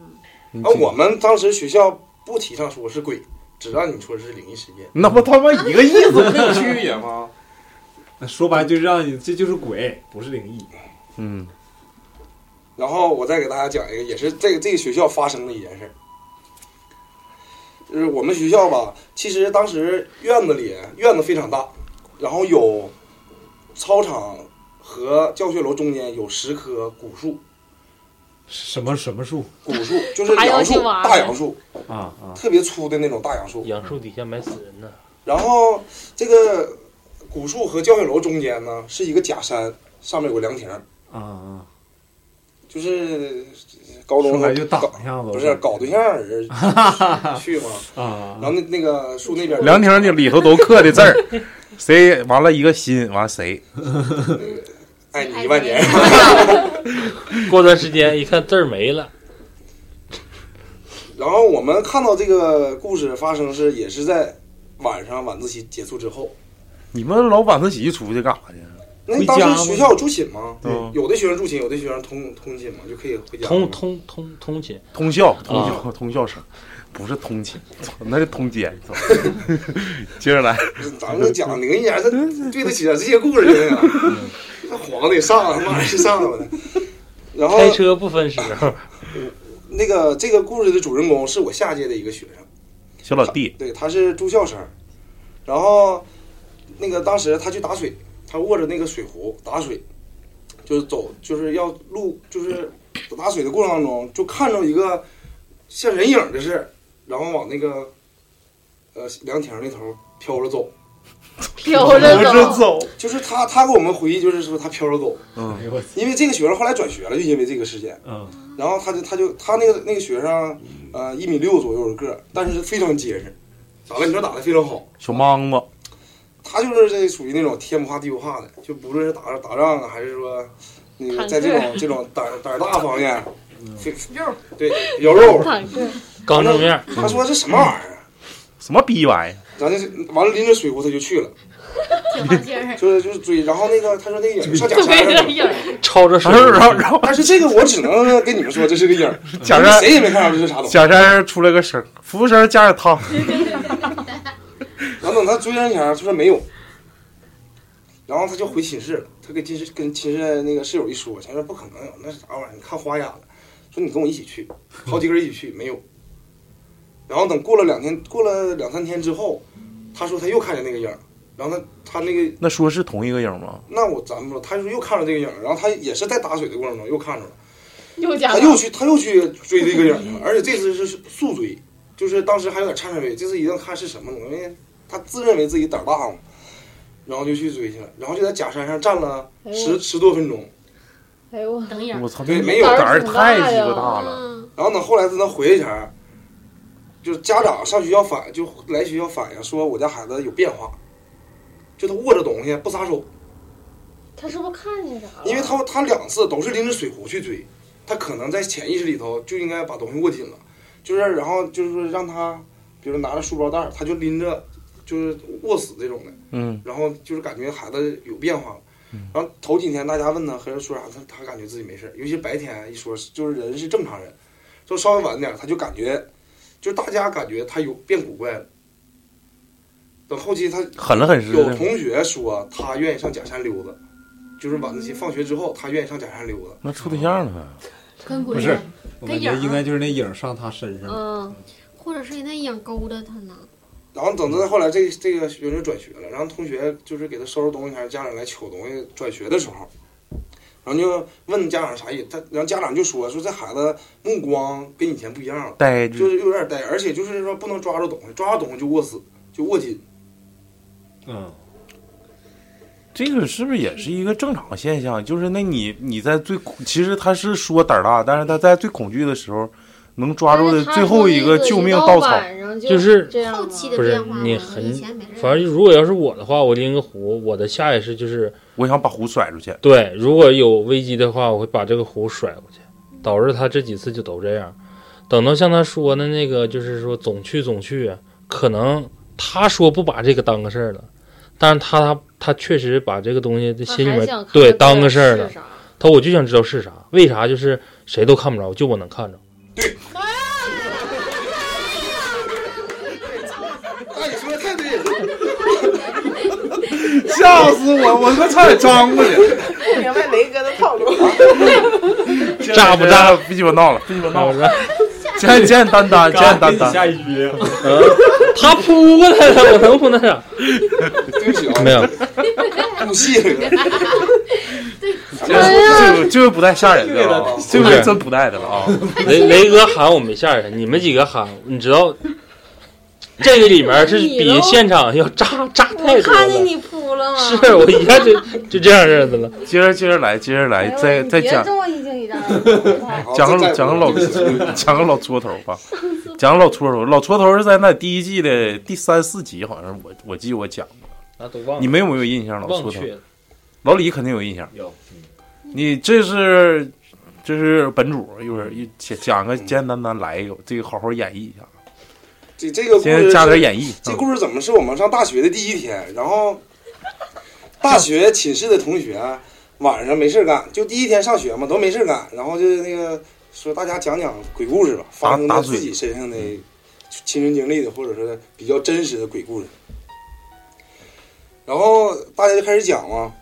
A: 你
C: 而
A: 这
C: 我们当时学校不提倡说是鬼，只让你说是灵异事件。
A: 那不他妈一个意思，没有区别吗？
G: 那说白就让你这就是鬼，不是灵异，
A: 嗯，
C: 然后我再给大家讲一个，也是这个这个学校发生的一件事儿。就是我们学校吧，其实当时院子里院子非常大，然后有操场和教学楼中间有十棵古树，
G: 什么什么树
C: 古树就是
D: 大
C: 杨
D: 杨
C: 树，
D: 树啊
C: 大杨树，
G: 啊啊，
C: 特别粗的那种大杨树。
F: 杨树底下埋死人呢，
C: 然后这个古树和教学楼中间呢是一个假山，上面有个凉亭儿，
G: 啊啊！
C: 就是高中
G: 说白就打
C: 搞
G: 一下子，
C: 不是搞对象的人 去嘛，
G: 啊
C: 然后那那个树那 边
A: 凉亭儿那里头都刻的 字儿，谁完了一个心，完了谁
C: 爱哎你一万 年，
F: 过段时间一看字儿没了，
C: 然后我们看到这个故事发生是也是在晚上晚自习结束之后，
A: 你们老晚自习出去干啥去？
C: 那
G: 回
C: 当
G: 家
C: 时
G: 吗
C: 学校有住寝吗？
G: 对
A: 嗯
C: 有的学生住寝，有的学生通通寝嘛，就可以回家。
F: 通通通通勤，
A: 通校，通校，通校生，不是通勤，操那是通奸。 操接着来，
C: 咱们讲灵异点儿，他对得起啊这些故事行 不行？那黄得上，他妈的上了呢。然后
F: 开车不分时候，
C: 那个这个故事的主人公是我下届的一个学生，
A: 小老弟，
C: 对，他是住校生。然后那个当时他去打水，他握着那个水壶打水，就是走就是要路就是打水的过程当中，就看着一个像人影的事，然后往那个呃凉亭那头飘着 走。
D: 飘着走，
A: 走，
C: 就是他，他给我们回忆，就是说他飘着走，
G: 哎
A: 嗯，
G: 呦我操，
C: 因为这个学生后来转学了，就因为这个事件。
G: 嗯
C: 然后他就他就他那个那个学生，呃，一米六左右的个儿，但是非常结实，打篮球打得非常好。
A: 小莽子，
C: 他就是这属于那种天不怕地不怕的，就不论是打打仗啊，还是说那个在这种这种胆胆大方面，非
H: 肉
C: 对有肉。
D: 坦克
F: 刚正面，
C: 他说这什么玩意儿啊？
A: 什么啊逼玩意儿？
C: 咱这完了拎着水壶他就去了，
B: 挺好劲儿。
C: 就是就是追。然后那个他说那个影儿上假山
D: 这
C: 上
D: 个
C: 了，
D: 影儿，
F: 抄着手
A: 然后，然后，然后
C: 但是这个我只能跟你们说这是个影儿，
A: 假山
C: 谁也没看出这是啥东西。
A: 假山出来个声儿，服务生加点汤，
C: 然后等他追上前儿，他说没有。然后他就回寝室了，他跟寝室跟寝室那个室友一说，他说不可能有那啥玩意儿，你看花眼了，说你跟我一起去，好几个人一起去没有。然后等过了两天，过了两三天之后，他说他又看见那个影儿，然后他他那个
A: 那说是同一个影吗？
C: 那我咱们说，他说又看着这个影儿，然后他也是在打水的过程中又看着了，
H: 又加
C: 他又去他又去追这个影儿去了，而且这次是速追，就是当时还有点颤颤巍巍，这次一定要看是什么东西，因为他自认为自己胆儿大嘛，然后就去追去了，然后就在假山上站了
D: 哎
C: 十、
D: 呦，
C: 十多分钟，
D: 哎呦，
B: 等影儿
A: 我操，
C: 对
A: 那
C: 没有
A: 胆儿
D: 胆儿
A: 太
D: 挺
A: 鸡
D: 大
A: 巴
D: 呀
A: 大了。
I: 嗯，
C: 然后等后来他能回一下，就是家长上学校反就来学校反映说我家孩子有变化，就他握着东西不撒手，
D: 他是不是看见啥了？
C: 因为他他两次都是拎着水壶去追，他可能在潜意识里头就应该把东西握紧了，就是然后就是说让他，比如拿着书包袋儿，他就拎着就是握死这种的，
A: 嗯，
C: 然后就是感觉孩子有变化了。然后头几天大家问他和人说啥，他他感觉自己没事儿，尤其白天一说就是人是正常人，就稍微晚点儿他就感觉，就是大家感觉他有变古怪了。等后期他
A: 狠了狠实
C: 有
A: 的。
C: 同学说他愿意上假山溜达，就是晚自习放学之后他愿意上假山溜达。
A: 那处对象呢？
B: 跟鬼
G: 不
B: 似
G: 是
B: 的。
G: 我感觉应该就是那影儿上他身上了，
D: 嗯，
I: 或者是给那影勾搭他呢，
C: 然后等到后来这这个学生转学了，然后同学就是给他收拾东西还是家长来取东西，转学的时候，然后就问家长啥意思，他然后家长就说说这孩子目光跟以前不一样了，
A: 呆着
C: 就是有点呆，而且就是说不能抓住东西，抓住东西就握死，就握紧。
G: 嗯，
A: 这个是不是也是一个正常现象？就是那你你在最其实他是说胆儿大，但是他在最恐惧的时候能抓住的最后一个救命稻草。
F: 就
D: 就是这样吗
I: 后期的
F: 不是
I: 变化嘛，
F: 你
I: 我
F: 很
I: 以前没认识
F: 反正如果要是我的话，我拎个壶，我的下意识就是
A: 我想把壶甩出去，
F: 对，如果有危机的话，我会把这个壶甩过去，导致他这几次就都这样。等到像他说的那个，就是说总去总去，可能他说不把这个当个事儿了，但是他他他确实把这个东西在
D: 他
F: 心里
D: 还
F: 面
D: 想看
F: 对
D: 看
F: 当个事儿
D: 是
F: 了。
D: 啥
F: 他我就想知道是啥，为啥就是谁都看不着，就我能看 着。
C: 啊，你说的太对了，
A: 吓死我！我他妈差点张过去，
H: 不明白雷哥的套 路。
A: 炸不 炸？别鸡巴闹了，别鸡巴闹了！ 简简简单 单，简简单
G: 给你
A: 单。
G: 下一句，
F: 他扑过来了，我能不那啥？
C: 对不起啊，
F: 没有，
C: 入 戏了。
A: 这个这个不带吓人的了啊，这
F: 不
A: 回
F: 是
A: 真不带的了啊！
F: 雷雷哥喊我没吓人，你们几个喊，你知道，这个里面是比现场要炸炸太多
D: 看见
F: 了。
D: 你扑了吗？
F: 是我一下就 就这样式的了。
A: 接着接着 来，接着来，再再
D: 别
A: 讲
D: 这么一惊一乍的，好不好
A: 讲个
C: 再
A: 老讲个老 讲个老搓头吧，讲个老搓头。老搓头是在那第一季的第三四集，好像是我我记得我讲过。
F: 那都忘了
A: 你们有没有印象？老
F: 忘
A: 搓头，
F: 却了。
A: 老李肯定有印象。
G: 有，
A: 你这是这是本主，一会儿一讲讲
G: 嗯
A: 个简简单单来一个，这个好好演绎一下，
C: 这这个故
A: 先
C: 事
A: 加点
C: 是
A: 演绎。啊
C: 这故事怎么是我们上大学的第一天？然后，大学寝室的同学晚上没事干，就第一天上学嘛，都没事干，然后就那个说大家讲讲鬼故事吧，发生在
A: 打嘴
C: 自己身上的亲身经历的，或者是比较真实的鬼故事。然后大家就开始讲嘛，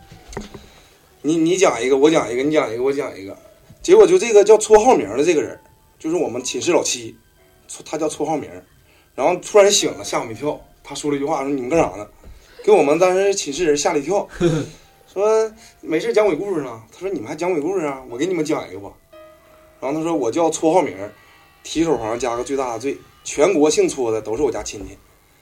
C: 你你讲一个，我讲一个，你讲一个，我讲一个。结果就这个叫绰号名的这个人，就是我们寝室老七，绰他叫绰号名。然后突然醒了，吓我们一跳。他说了一句话，说你们干啥呢？给我们当时寝室人吓了一跳，说没事讲鬼故事呢。他说你们还讲鬼故事啊？我给你们讲一个吧。然后他说我叫搓浩名，提手旁加个最大的最，全国姓搓的都是我家亲戚。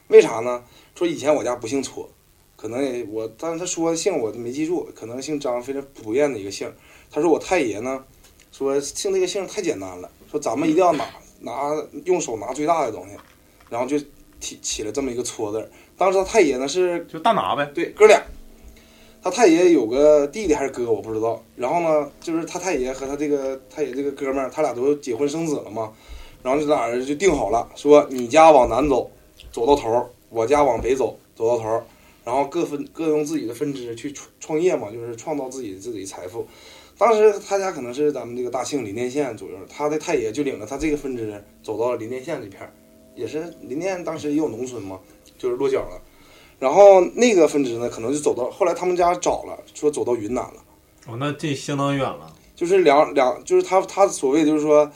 C: 为啥呢？说以前我家不姓搓，可能也我，但是他说的姓我没记住，可能姓张，非常普遍的一个姓。他说我太爷呢，说姓这个姓太简单了，说咱们一定要拿拿用手拿最大的东西。然后就起起了这么一个搓字儿。当时他太爷呢是
A: 就大拿呗，
C: 对哥俩，他太爷有个弟弟还是哥我不知道。然后呢，就是他太爷和他这个太爷这个哥们儿，他俩都结婚生子了嘛。然后这俩人就定好了，说你家往南走，走到头儿；我家往北走，走到头儿。然后各分各用自己的分支去创创业嘛，就是创造自己自己财富。当时他家可能是咱们这个大庆林甸县左右，他的太爷就领着他这个分支走到了林甸县这片儿。也是林甸当时也有农村嘛，就是落脚了。然后那个分支呢，可能就走到后来他们家找了，说走到云南了，
G: 哦，那这相当远了。
C: 就是两两，就是他他所谓就是说，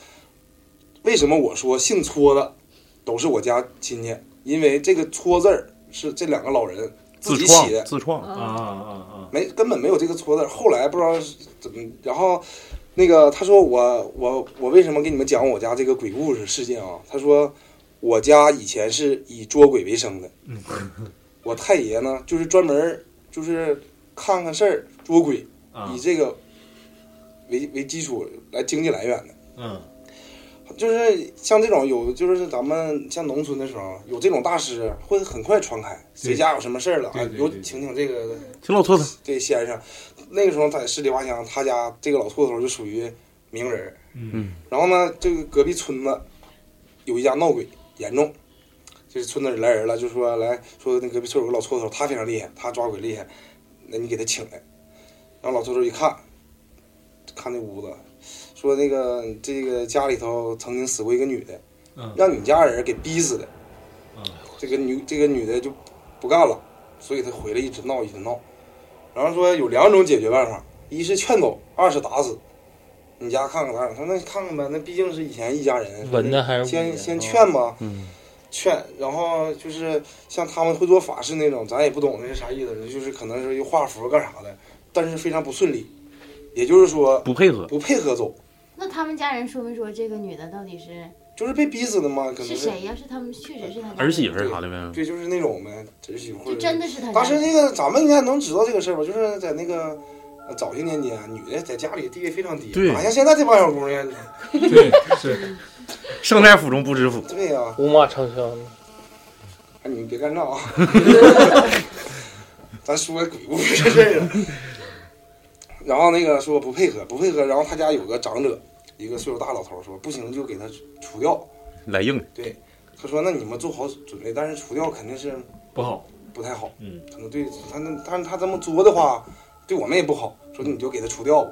C: 为什么我说姓搓的都是我家亲戚？因为这个搓字儿是这两个老人自
A: 自
C: 己
A: 创
C: 写的，
A: 自创，
G: 啊啊啊！
C: 没根本没有这个错字儿。后来不知道是怎么，然后那个他说我我我为什么给你们讲我家这个鬼故事事件啊？他说我家以前是以捉鬼为生的，我太爷呢就是专门儿就是看看事儿捉鬼，
G: 啊啊
C: 以！这个为为基础来经济来源的。
G: 嗯，
C: 就是像这种有，就是咱们像农村的时候，有这种大师会很快传开，谁家有什么事儿了啊
G: 对？对
C: 有
G: 对
C: 请请这个
A: 请老搓搓。
C: 这先生，那个时候在十里八乡，他家这个老兔头就属于名人。
G: 嗯，
C: 然后呢，这个隔壁村子有一家闹鬼严重，就是村子里来人了，就说来说那隔壁村有个老兔头，他非常厉害，他抓鬼厉害，那你给他请来。然后老兔头一看，看那屋子，说那个这个家里头曾经死过一个女的，
G: 嗯
C: 让你家人给逼死的。
G: 嗯
C: 这个女这个女的就不干了，所以她回来一直闹一直闹，然后说有两种解决办法，一是劝走，二是打死。你家看看咋整？他说那看看呗，那毕竟是以前一家人，
F: 文的还是武
C: 先
F: 的
C: 先
F: 啊
C: 劝吧，
A: 嗯，
C: 劝，然后就是像他们会做法事那种，咱也不懂那是啥意思，就是可能是又画符干啥的，但是非常不顺利，也就是说
A: 不配合，
C: 不配合走，
B: 那他们家人说没说这个女的到底是
C: 就是被逼死的嘛，啊可能
B: 是谁呀？是他们确实是他家
A: 儿媳
B: 人
A: 妇儿啥的呗。
C: 对，就是那种呗，儿媳妇或
B: 就
C: 者
B: 真的是他家
C: 当时
B: 人。
C: 那个咱们应该能知道这个事儿吧？就是在那个呃早些年间，女的在家里地位非常低，啊
A: 对
C: 哪像现在这帮小姑 娘？
G: 对，是
A: 生在府中不知府，
C: 对呀、
F: 五马长枪，
C: 哎你们别干 仗啊！咱说鬼故事这事儿啊。然后那个说不配合，不配合。然后他家有个长者，一个岁数大老头儿说不行就给他除掉。
A: 来硬的，
C: 对，他说那你们做好准备，但是除掉肯定是
G: 不好。
C: 不太好，
G: 嗯，
C: 可能对他那，但是他这么作的话，对我们也不好。说你就给他除掉吧。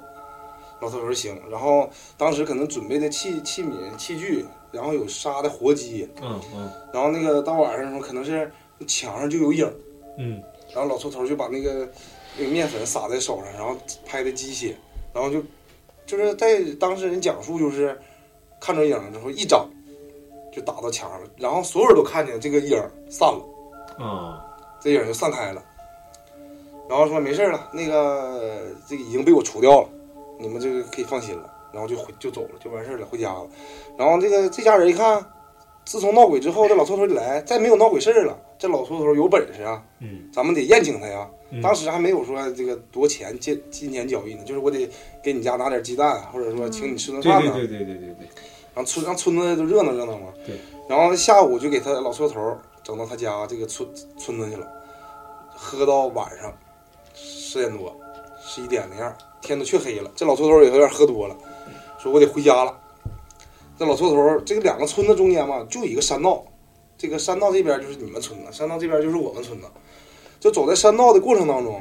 C: 老头说行，然后当时可能准备的器器皿、器具，然后有杀的活鸡，
G: 嗯嗯
C: 然后那个到晚上的时候，可能是墙上就有影儿，
G: 嗯，
C: 然后老秃头就把那个那个面粉撒在手上，然后拍的鸡血，然后就就是在当事人讲述，就是看着影儿之后一掌就打到墙上了，然后所有人都看见这个影儿散了。
G: 啊
C: 这影儿就散开了，然后说没事儿了，那个这个已经被我除掉了，你们这个可以放心了，然后就回就走了，就完事儿了，回家了。然后这个这家人一看，自从闹鬼之后，这老秃头一来，再没有闹鬼事儿了。这老秃头有本事啊，
G: 嗯，
C: 咱们得宴请他呀。
G: 嗯
C: 当时还没有说这个多钱金金钱交易呢，就是我得给你家拿点鸡蛋，啊或者说请你吃顿
G: 嗯对
C: 饭
G: 对
C: 呢。
G: 对对对对对，
C: 然后村让村子都热闹热闹嘛。
G: 对。
C: 然后下午就给他老车头儿整到他家这个村村子去了，喝到晚上十点多、十一点那样，天都黢黑了。这老车头儿也有点喝多了，说我得回家了。这老车头儿这个两个村子中间嘛，就一个山道，这个山道这边就是你们村子，山道这边就是我们村子。就走在山道的过程当中，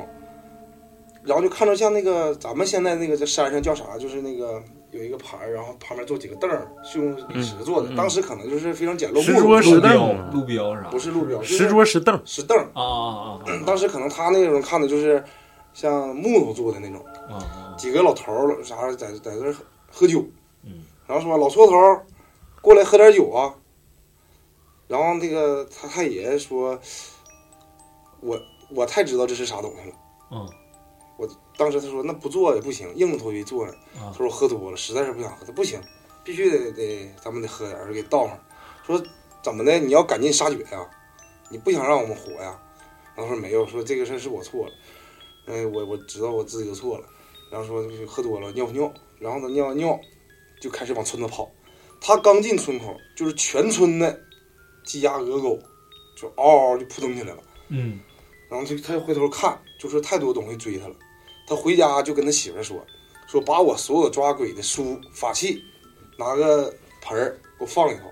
C: 然后就看着像那个咱们现在那个在山上叫啥，就是那个有一个牌儿，然后旁边坐几个凳儿，是用李石做的。
F: 嗯嗯
C: 当时可能就是非常简陋，
A: 石
C: 木头做
A: 桌石
C: 的
G: 路
A: 凳
G: 标
A: 儿
G: 路标啥？
C: 不是路标，就是
A: 石桌石凳，
C: 石凳儿。
G: 啊啊啊
C: 嗯当时可能他那种看的就是像木头做的那种，
G: 啊啊啊！
C: 几个老头儿啥在在这儿喝喝酒，
G: 嗯，
C: 然后说老搓头儿过来喝点酒啊，然后那个他太爷说，我我太知道这是啥东西了，
G: 嗯，
C: 我当时他说那不做也不行，硬着头皮坐着，
G: 啊
C: 他说我喝多了，实在是不想喝，他说不行，必须得得咱们得喝点儿给倒上，说怎么的你要赶尽杀绝呀、你不想让我们活呀、然后说没有，说这个事儿是我错了，嗯，我我知道我自己的错了，然后说就是喝多了尿尿，然后呢尿完尿就开始往村子跑。他刚进村口，就是全村的鸡鸭鹅狗就嗷嗷就扑腾起来了，
G: 嗯
C: 然后就他回头看，就是太多东西追他了。他回家就跟他媳妇儿说，说把我所有抓鬼的书法器，拿个盆儿给我放里头，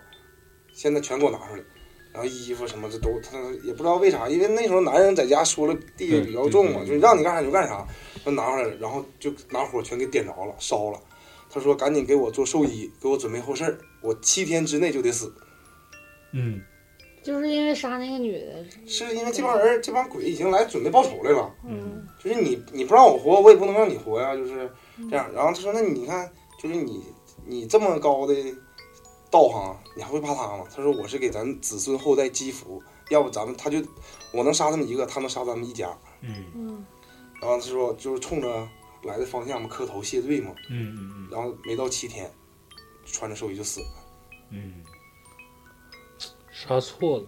C: 现在全给我拿出来。然后衣服什么的都，他也不知道为啥，因为那时候男人在家说了地位比较重嘛，
G: 嗯对对对
C: 就是让你干啥你就干啥，就拿出来了，然后就拿火全给点着了，烧了。他说赶紧给我做寿衣，给我准备后事儿，我七天之内就得死。
G: 嗯
D: 就是因为杀那个女的，
C: 是因为这帮人这帮鬼已经来准备报仇来了，
D: 嗯，
C: 就是你你不让我活，我也不能让你活呀，就是这样。然后他说：“那你看，就是你你这么高的道行，啊你还会怕他吗？”他说：“我是给咱子孙后代积福，要不咱们他就我能杀他们一个，他能杀咱们一家。”
G: 嗯
D: 嗯，
C: 然后他说：“就是冲着来的方向嘛，磕头谢罪嘛。
G: 嗯嗯”
C: 然后没到七天，穿着寿衣就死了。
G: 嗯
F: 杀错了，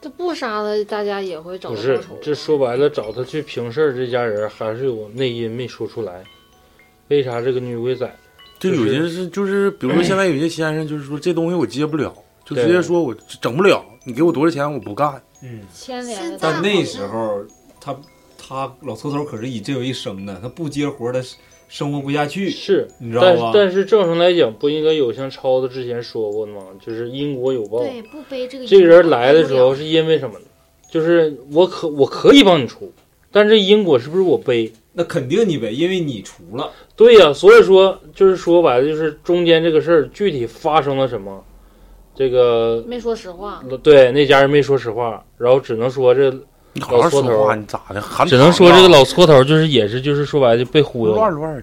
D: 这不杀了大家也会找
F: 不
D: 到
F: 是
D: 报仇。
F: 这说白了，找他去平事儿，这家人还是有内因没说出来。为啥这个女鬼仔？
A: 就有些是就是，比如说现在有些先生就是说这东西我接不了，就直接说我整不了，你给我多少钱我不干。
G: 嗯。
D: 牵连的
I: 现在
D: 大
G: 但那时候他他老头头可是以这为生的，他不接活儿他生活不下去，
F: 是，
G: 你知道
F: 但
G: 吧？
F: 但是正常来讲，不应该有像超子之前说过的吗？就是因果有报。
I: 对，不背这个。
F: 这个人来的时候，是因为什么呢？就是我可我可以帮你出，但是因果是不是我背？
G: 那肯定你呗，因为你除了
F: 对呀、所以说就是说白了，就是中间这个事儿具体发生了什么，这个
D: 没说实话，
F: 对那家人没说实话，然后只能说这
A: 你好好说话，你咋的？含
F: 只能说这个老搓头就是也是就是说白了就被忽悠
A: 乱
F: 了，
A: 乱的。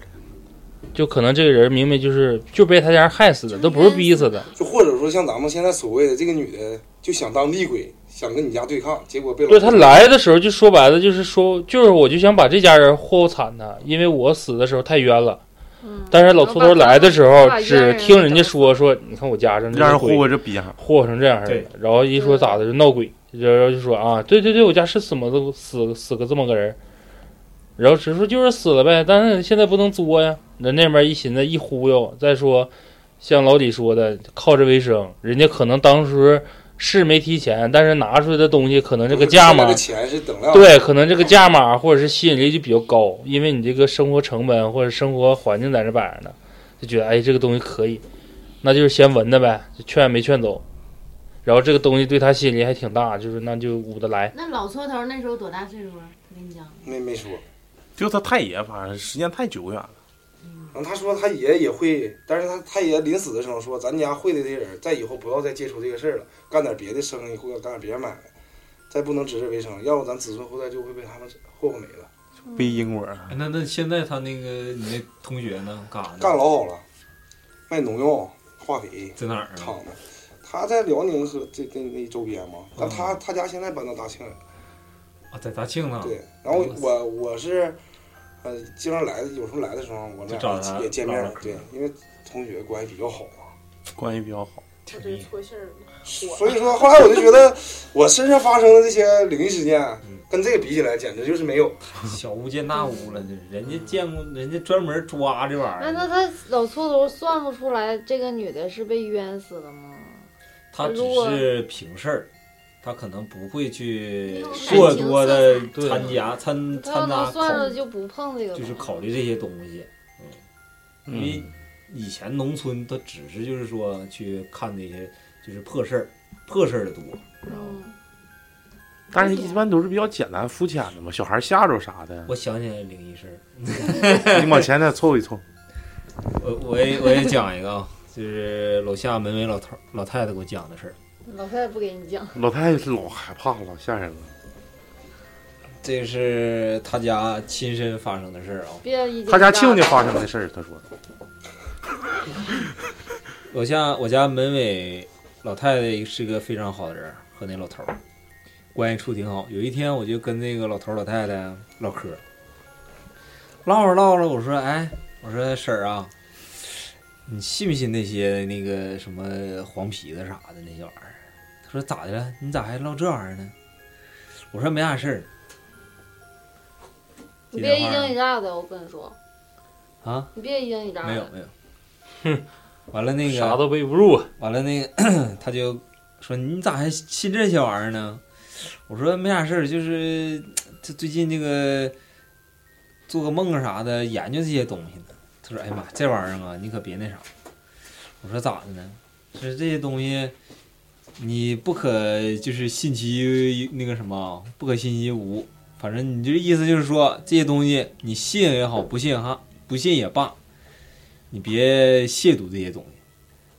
F: 就可能这个人明明就是就被他家人害死的，都不是逼死的。
C: 就或者说像咱们现在所谓的这个女的，就想当厉鬼，想跟你家对抗，结果被老
F: 对他
C: 头
F: 来的时候就说白了就是说就是我就想把这家人祸惨他，因为我死的时候太冤了。
D: 嗯，
F: 但是老秃头来的时候
D: 把，
F: 只听人家说说，你看我家上
A: 让人
F: 祸
A: 唬着逼样，
F: 祸成这样似的，然后一说咋的就闹鬼，然后就说啊，对对对，我家是死么子死死个这么个人，然后只是说就是死了呗，但是现在不能作呀。人那边一寻思一忽悠，再说像老李说的，靠这为生，人家可能当时是没提钱，但是拿出来的东西可能这个价
C: 那
F: 码
C: 个钱啊是等量的，
F: 对，可能这个价码或者是吸引力就比较高，因为你这个生活成本或者生活环境在这摆着呢，就觉得哎这个东西可以，那就是先闻的呗，就劝也没劝走，然后这个东西对他吸引力还挺大，就是那就捂得来。
B: 那老搓头那时候多大岁数啊？我跟你讲，
F: 嗯
C: 没没说。
A: 就他太爷，反正时间太久远了。
C: 然后他说他爷也会，但是他他爷临死的时候说，咱家会的这人，在以后不要再接触这个事儿了，干点别的生意或者干点别的买卖，再不能指日为生，要不咱子孙后代就会被他们霍霍没了。
A: 背英国啊，
G: 哎那那现在他那个你那同学呢？干啥呢？
C: 干老好了，卖农药、化肥
G: 在哪儿啊？
C: 厂子，他在辽宁和这这那周边嘛，但他他家现在搬到大庆了。
G: 嗯啊，在大庆呢。
C: 对，然后
G: 哇塞
C: 我我是，呃，经常来的，有时候来的时候，我
G: 就找他
C: 俩也见面
G: 唠
C: 儿
G: 唠，嗑
C: 对，因为同学关系比较好嘛。
A: 关系比较好。
H: 我这出事儿了。
C: 所以说，后来我就觉得我身上发生的这 些灵异事件，
G: 啊
C: 跟这个比起来，简直就是没有。
G: 嗯小巫见大巫了，这人家见过，人家专门抓这玩意
D: 哎，
G: 儿。
D: 那他老搓头算不出来这个女的是被冤死的吗？
G: 他只
D: 如果
G: 是平事儿，他可能不会去
I: 没有
G: 过
I: 感情
G: 多
I: 色
G: 的
I: 彩
F: 对
G: 参加参
D: 他
G: 参加
D: 要能
G: 考
D: 算了，就不碰这个吧，
C: 嗯
G: 就是考虑这些东西。嗯
A: 嗯
G: 因为以前农村他只是就是说去看那些就是破事儿，破事儿的多，知道吧？
D: 嗯，
A: 但是一般都是比较简单肤浅的嘛，小孩吓着啥的，
G: 我想起来灵异事 儿，
A: 你往前再凑一凑。
G: 我我也我也讲一个啊，就是楼下门卫老头儿老太太给我讲的事儿。
D: 老太太不给你讲，
A: 老太太是老害怕了，吓人了。
G: 这是他家亲身发生的事儿啊。
D: 别一
A: 他家亲家发生的事儿，他说
G: 我家 我家门卫老太太是个非常好的人，和那老头儿关系处挺好。有一天我就跟那个老头儿老太太唠嗑，唠着唠着，我说：“哎，我说婶儿啊，你信不信那些那个什么黄皮子啥的那些玩意儿？”他说：“咋的了？你咋还唠这玩意儿呢？”我说：“没啥事儿。”
D: 你别一惊一乍的，我跟你说，
G: 啊，
D: 你别一惊一乍的，
G: 没有 没有。哼，完了那个
F: 啥都背不住啊！
G: 完了那个 他就说你咋还信这些玩意儿呢？我说没啥事儿，就是这最近这个做个梦啥的，研究这些东西呢。他说哎呀
F: 嗯
G: 妈，这玩意儿啊，你可别那啥。我说咋的呢？就是这些东西，你不可就是信其那个什么，不可信其无。反正你这意思就是说，这些东西你信也好，不信哈，不信也罢，你别亵渎这些东西。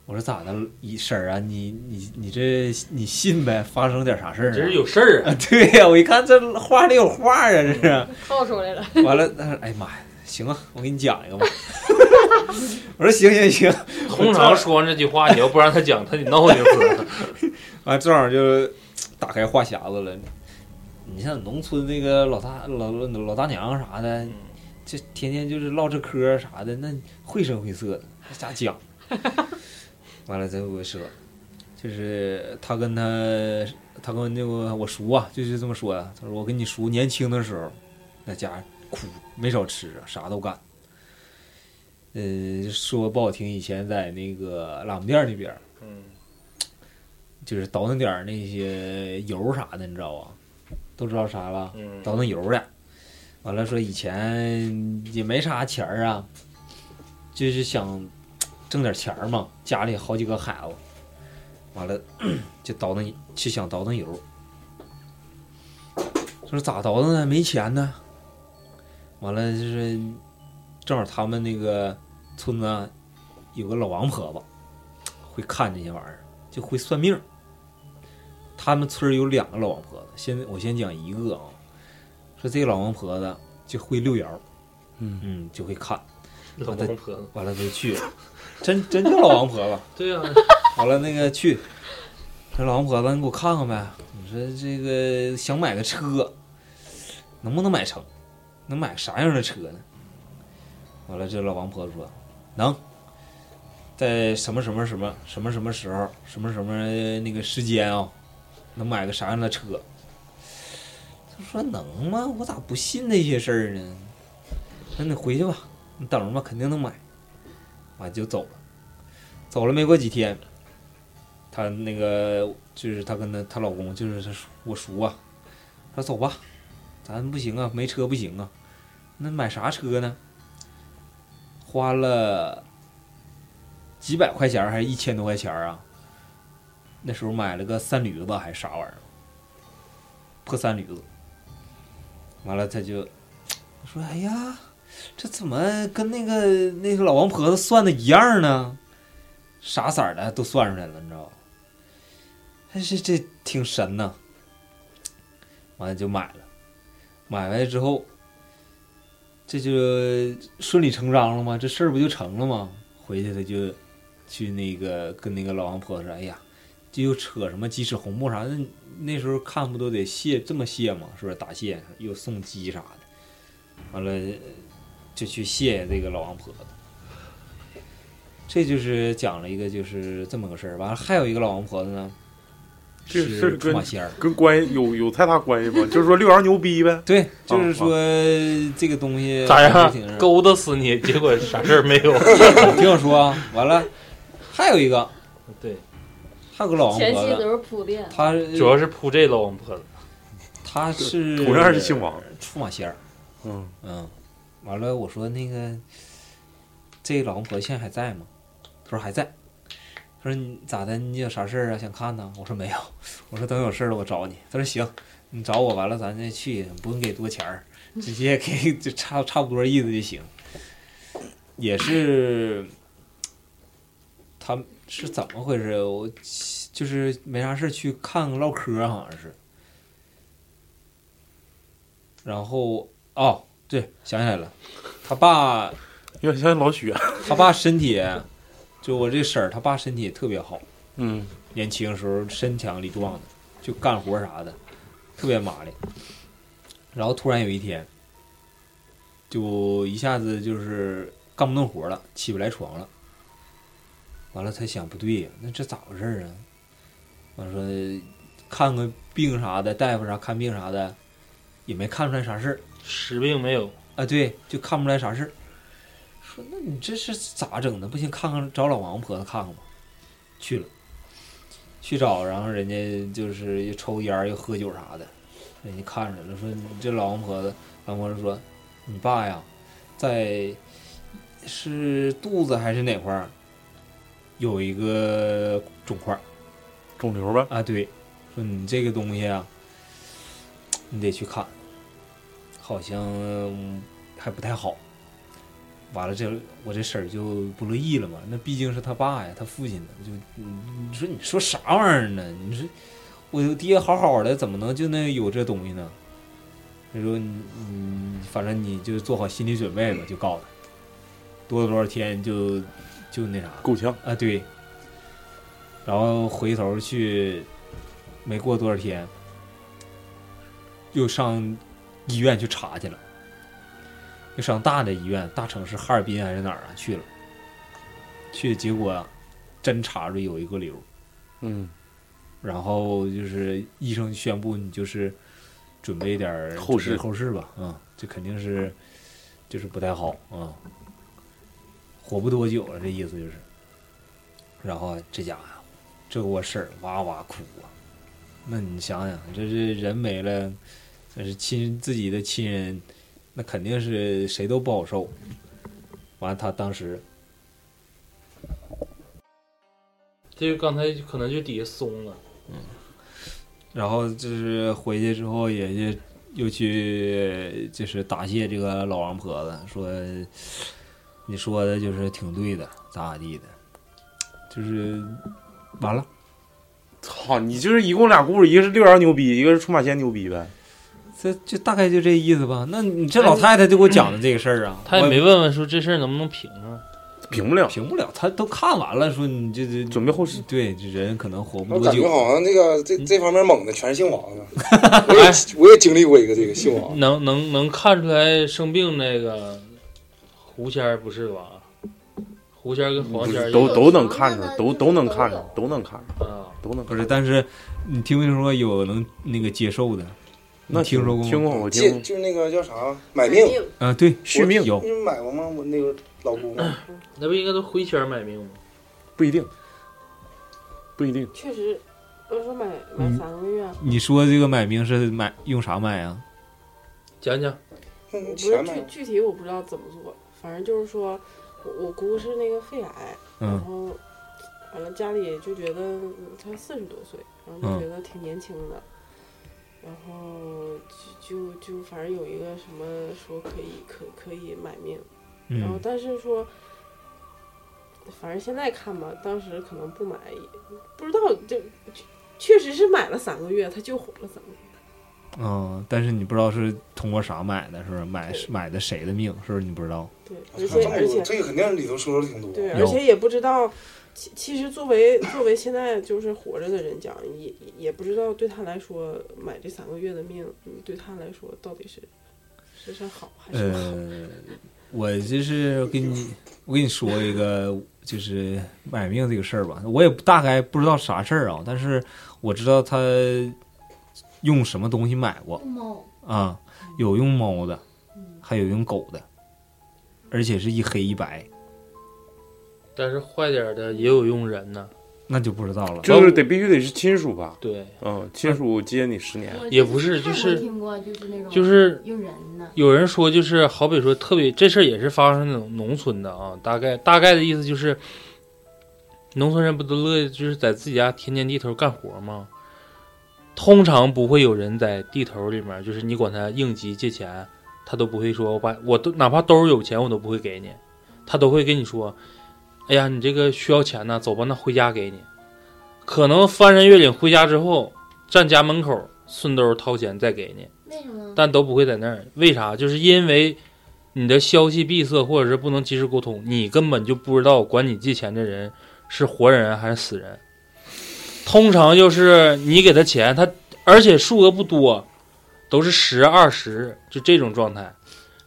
G: 我说咋的，一婶儿啊，你你你这你信呗？发生点啥事儿、啊？
F: 这是有事儿啊！
G: 对呀、我一看这话里有话啊，这是。
D: 套出来了。
G: 完了，他说：“哎呀妈呀，行啊，我给你讲一个吧。” 我说：“行行行。
F: 通常说完这句话，你要不让他讲，他得闹你死。
G: 完，啊正好就打开话匣子了。你像农村那个老大老老大娘啥的，就天天就是唠这嗑儿啥的，那绘声绘色的，还瞎讲。完了之后我说，就是他跟他他跟那个我叔啊，就是这么说呀、他说我跟你叔年轻的时候，那家伙苦没少吃啊，啥都干。呃，说不好听，以前在那个拉姆店儿那边儿，
F: 嗯，
G: 就是倒腾点儿那些油啥的，你知道啊？都知道啥了？
F: 嗯
G: 倒腾油的。完了说以前也没啥钱儿啊，就是想挣点钱儿嘛，家里好几个孩子，完了就倒腾就想倒腾油。说咋倒腾呢？没钱呢。完了就是正好他们那个村子啊有个老王婆子，会看这些玩意儿，就会算命儿。他们村儿有两个老王婆子，先我先讲一个啊，说这个老王婆子就会六爻，
A: 嗯
G: 嗯，就会看，
F: 老公婆子，
G: 完了就去了，真真叫老王婆子。
F: 对呀、
G: 完了那个去，说老王婆子，你给我看看呗。你说这个想买个车，能不能买成？能买个啥样的车呢？完了，这老王婆子说能，在什么什么什么什么什么时候什么什么那个时间啊、能买个啥样的车？他说能吗？我咋不信那些事儿呢？那你回去吧，你等着吧，肯定能买。完就走了。走了没过几天，她那个就是她跟她她老公就是她叔我叔啊，说走吧，咱不行啊，没车不行啊，那买啥车呢？花了几百块钱儿还是一千多块钱儿啊？那时候买了个三驴子还是啥玩意儿，破三驴子。完了他就说：“哎呀，这怎么跟那个那个老王婆子算的一样呢？”啥色儿的都算出来了，你知道吧？但是这挺神呐。完了就买了，买来之后，这就顺理成章了吗？这事儿不就成了吗？回去他就去那个跟那个老王婆说：“哎呀，这又扯什么鸡翅红木啥的，那那时候看不都得卸这么卸吗？是不是打蟹又送鸡啥的？完了就去谢这个老王婆子。”这就是讲了一个就是这么个事儿。完了，还有一个老王婆子呢，
A: 这事儿
G: 是
A: 跟
G: 出马仙儿。
A: 跟关系有有太大关系吗？就是说六爻牛逼呗，啊
G: 对，就是说这个东西
F: 咋
G: 还是挺
F: 样？勾搭死你，结 果啥事儿没有。
G: 听我说啊，完了，还有一个，
F: 对，
G: 还有个老王
D: 前
G: 婆
D: 期
G: 子，
D: 都是铺垫，
G: 他
A: 呃
F: 主要是扑这老王婆子，
G: 他是
A: 同样是姓王，
G: 出马仙儿。
A: 嗯，
G: 嗯，完了，我说那个这老王婆现在还在吗？他说还在。他说你咋的？你有啥事儿啊？想看呢？我说没有。 我说等有事儿了我找你。他说行，你找我完了咱再去，不用给多钱儿，直接给 就差差不多意思就行。也是，他们是怎么回事？我就是没啥事儿去看个唠嗑儿，好像是。然后哦，对，想起来了，他爸
A: 有点像老许啊，
G: 他爸身体，就我这婶儿，他爸身体也特别好，
A: 嗯，
G: 年轻时候身强力壮的，就干活啥的，特别麻利。然后突然有一天，就一下子就是干不动活了，起不来床了。完了，他想不对呀，那这咋回事儿啊？完了说看个病啥的，大夫啥看病啥的，也没看出来啥事儿。
F: 实病没有。
G: 啊，对，就看不出来啥事儿。说那你这是咋整的？不行，看看找老王婆子看看吧。去了，去找，然后人家就是又抽烟儿又喝酒啥的，人家看着了，说你这老王婆子，老王婆子说你爸呀，在是肚子还是哪块儿有一个肿块儿
A: 肿瘤呗，
G: 啊？对，说你这个东西啊，嗯你得去看，好像还不太好。完了这我这婶儿就不乐意了嘛，那毕竟是他爸呀，他父亲呢，就嗯你说你说啥玩意儿呢？你说我爹好好的，怎么能就那有这东西呢？他说你嗯，反正你就做好心理准备吧，就告诉他多多少天就就那啥
A: 够呛。
G: 啊，对。然后回头去，没过多少天，又上医院去查去了，又上大的医院，大城市哈尔滨还是哪儿啊去了，去结果啊真查出有一个瘤，
A: 嗯，
G: 然后就是医生宣布你就是准备点儿
A: 后事
G: 准备后事吧，嗯，这肯定是就是不太好啊、嗯活不多久了，这意思就是。然后这家伙，这我婶儿哇哇哭啊。那你想想，这是人没了，这是亲自己的亲人，那肯定是谁都不好受。完了，他当时
F: 这就刚才可能就底下松了，
G: 嗯然后就是回去之后，也就又去就是答谢这个老王婆子，说你说的就是挺对的，咋咋地的，就是完了。
A: 操，你就是一共俩故事，一个是六爻牛逼，一个是出马仙牛逼呗。
G: 这就大概就这意思吧。那你这老太太就给我讲的这个事儿 啊，
F: 哎他也没问问说这事儿能不能平啊？
A: 平不了，
G: 评不了，她都看完了，说你这这
A: 准备后事。
G: 对这人可能活不
C: 我
G: 多
C: 感觉
G: 久。
C: 好像那
A: 嗯
C: 个这这方面猛的全是姓王的， 我
A: 哎
C: 也我也经历过一个这个姓王，
F: 能能能看出来生病那个胡仙儿不是吧？胡仙儿跟
A: 不
F: 黄仙儿
A: 是
F: 一
A: 都都能看
D: 那
A: 着，
D: 那
A: 都
D: 就
A: 都能
D: 都
A: 看
D: 有
A: 着，都能看着，
F: 啊，
A: 都能看着
G: 不是，但是你听没听说有能那个接受的？
A: 那
G: 你听说过吗
A: 听过， 我听
C: 借
A: 过。
C: 就是那个叫啥买命，
G: 啊，对，
A: 续命
G: 有
C: 你们买过吗？我那个老姑
H: 嗯
C: 嘛，
F: 那不应该都回仙儿买命吗？
A: 不一定，不一定。
H: 确实，我说买买
G: 嗯
H: 三个月，
G: 你说这个买命是买用啥买啊？
F: 讲讲，
H: 我不
C: 嗯
H: 是
C: 钱买
H: 具具体我不知道怎么做，反正就是说，我我姑是那个肺癌，然
G: 嗯
H: 后完了家里就觉得嗯她四十多岁，然后
G: 嗯
H: 就觉得挺年轻的，然后就就就反正有一个什么说可以可可以买命，然后
G: 嗯，
H: 但是说，反正现在看吧，当时可能不买，也不知道就确确实是买了三个月，他就活了三个月。
G: 嗯，但是你不知道是通过啥买的，是不是？买
H: 对
G: 买的谁的命？是不是你不知道？
C: 啊
H: 对，而且
C: 这
H: 而
C: 么
H: 且
C: 这个肯定里头说的挺多，
H: 对，而
G: 有
H: 且也不知道，其其实作为作为现在就是活着的人讲，也也不知道对他来说买这三个月的命，嗯对他来说到底是是是好还是不好？
G: 呃，我就是跟你，我跟你说一个，就是买命这个事儿吧。我也大概不知道啥事儿啊，但是我知道他用什么东西买过
B: 猫
G: 啊，有用猫的，还有用狗的，而且是一黑一白，
F: 但是坏点儿的也有用人呢，
G: 那就不知道了。
A: 就是得必须得是亲属吧？
F: 对，
A: 嗯，亲属接你十年，
B: 我
F: 也不是
B: 看
F: 就
B: 过
F: 是
B: 听过就是那种
F: 就是
B: 用人的，
F: 有人说，就是好比说，特别这事儿也是发生在农农村的啊。大概大概的意思就是，农村人不都乐意就是在自己家田间地头干活吗？通常不会有人在地头里面，就是你管他应急借钱，他都不会说我把我都哪怕兜儿有钱我都不会给你，他都会跟你说，哎呀，你这个需要钱呐，走吧，那回家给你。可能翻山越岭回家之后，站家门口顺兜儿掏钱再给你。
B: 为什么？
F: 但都不会在那儿。为啥？就是因为你的消息闭塞，或者是不能及时沟通，你根本就不知道管你借钱的人是活人还是死人。通常就是你给他钱，他而且数额不多，都是十二十，就这种状态。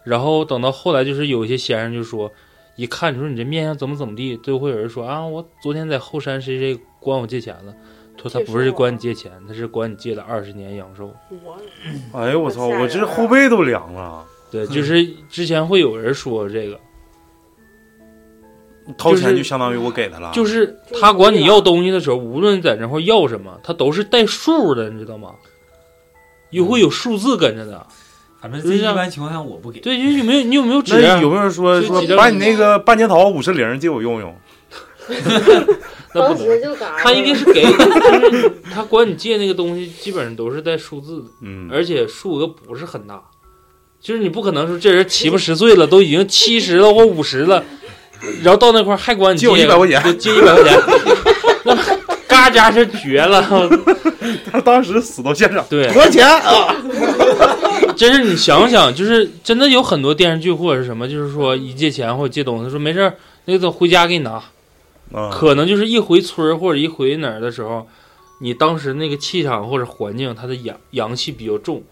F: 然后等到后来，就是有一些先生就说，一看你说你这面相怎么怎么地，都会有人说啊，我昨天在后山谁谁管我借钱了，说他不是管你借钱，他是管你借了二十年阳寿。
H: 我
A: 哎呦我操，
H: 吓人
A: 我这后背都凉了。
F: 对，就是之前会有人说这个，
A: 掏钱就相当于我给他了，
F: 就是他管你要东西的时候，无论在那块要什么，他都是带数的，你知道吗？又会有数字跟着的。
G: 反正
F: 这一般
G: 情况下我不给。
F: 对，你有没有你有没有纸？
A: 那有没有人说
F: 就
A: 说
F: 几张
A: 把你那个半截桃五十铃借我用用？
F: 那不能，
D: 当时就嘎了。
F: 他应该是给你，就是你他管你借那个东西，基本上都是带数字的，
A: 嗯，
F: 而且数额不是很大。就是你不可能说这人七八十岁了，都已经七十了或五十了，然后到那块儿还管你
A: 借我100块钱
F: 就借一百块钱，那嘎家是绝了。
A: 他当时死到现场，
F: 对，
A: 多少钱 啊？
F: 真是你想想，就是真的有很多电视剧或者是什么，就是说一借钱或者借东西，说没事儿，那个回家给你拿。
A: 啊，
F: 可能就是一回村儿或者一回哪儿的时候，你当时那个气场或者环境，它的阳阳气比较重，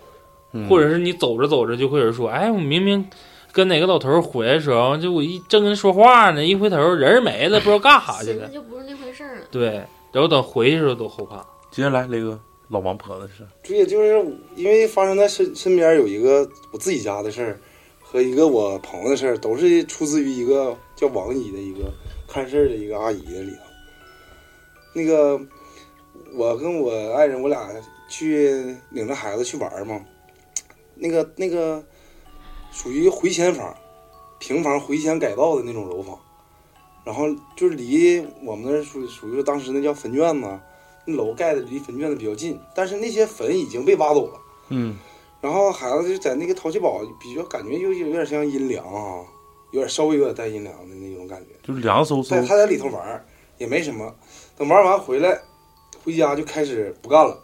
A: 嗯
F: 或者是你走着走着就会有人说，哎，我明明跟哪个老头儿回来的时候，就我一正跟他说话呢，一回头人儿没了，不知道干啥去
I: 寻
F: 了
I: 思。就不是那回事儿了。
F: 对，然后等回去的时候都后怕。
A: 接下来雷哥老王婆子是
C: 对，就是因为发生在身身边有一个我自己家的事儿，和一个我朋友的事儿，都是出自于一个叫王姨的一个看事儿的一个阿姨的里头。那个我跟我爱人，我俩去领着孩子去玩儿嘛，那个那个属于回迁房，平房回迁改造的那种楼房，然后就是离我们那儿属属于说当时那叫坟圈嘛，那楼盖的离坟圈子比较近，但是那些坟已经被挖走了。
A: 嗯，
C: 然后孩子就在那个淘气堡，比较感觉又有点像阴凉啊，有点稍微有点带阴凉的那种感觉。
A: 就是凉飕
C: 在
A: 飕，
C: 他在里头玩儿也没什么，等玩完回来，回家就开始不干了，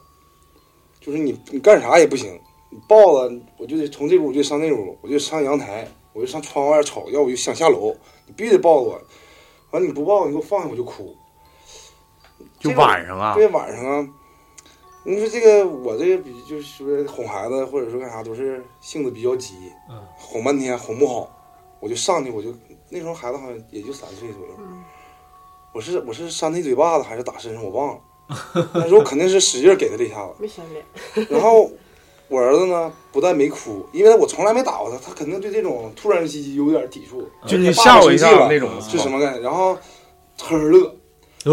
C: 就是你你干啥也不行，你抱了我就得从这屋就上那屋，我就上阳台，我就上窗外瞅，要不就想下楼，你必须得抱着我，完了你不抱你给我放下我就哭。
A: 就
C: 这种
A: 晚上啊，
C: 对，晚上啊，你说这个我这个比就是说哄孩子或者说干啥都是性子比较急，
F: 嗯
C: 哄半天哄不好，我就上去我就那时候孩子好像也就三岁左右，
G: 嗯
C: 我是我是扇他一嘴巴子还是打身上我忘了，但是我肯定是使劲儿给他这一下子，
H: 没删脸，
C: 然后我儿子呢不但没哭，因为我从来没打过他，他肯定对这种突然袭击有点抵触，
A: 嗯就你吓我一跳那种，啊
C: 是什么概念？然后呵呵乐，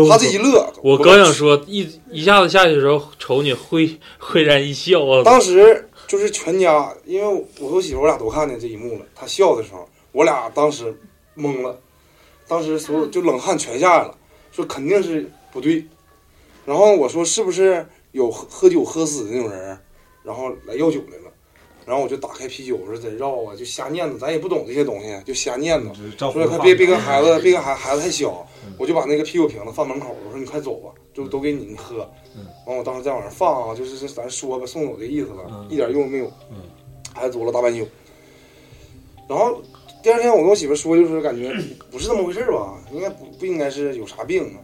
C: 他这一乐，
F: 哦我刚想说，一一下子下去的时候，瞅你会会然一笑啊，
C: 当时就是全家，因为我和我媳妇儿我俩都看见这一幕了。她笑的时候，我俩当时懵了，当时所有就冷汗全下来了，说肯定是不对。然后我说是不是有喝喝酒喝死的那种人儿，然后来要酒来了。然后我就打开啤酒，我说在绕啊，就瞎念叨，咱也不懂这些东西，就瞎念叨。
G: 嗯照
C: 说快别别跟孩
G: 嗯
C: 子，别跟孩孩子太小，我就把那个啤酒瓶子放门口，我说你快走吧，就都给你你喝。完，我当时在往上放啊，就是咱说吧，送走的意思了
G: 嗯，
C: 一点用没有
G: 嗯。
C: 孩子走了大半宿，然后第二天我跟我媳妇说，就是感觉不是这么回事儿吧，应该不不应该是有啥病啊。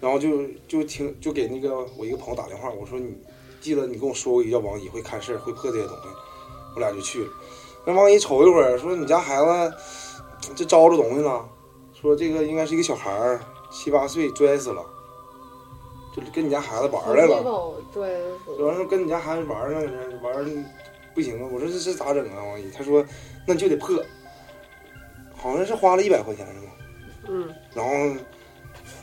C: 然后就就听就给那个我一个朋友打电话，我说你记得你跟我说过一个叫王姨会看事儿，会破这些东西，我俩就去了。那王姨瞅一会儿说你家孩子这招着东西了，说这个应该是一个小孩儿，七八岁摔死了，就跟你家孩子玩儿来了。
D: 宝拽
C: 完了跟你家孩子玩儿呢，玩儿不行啊！我说这这咋整啊？王姨，他说那就得破，好像是花了一百块钱是吗？
H: 嗯，
C: 然后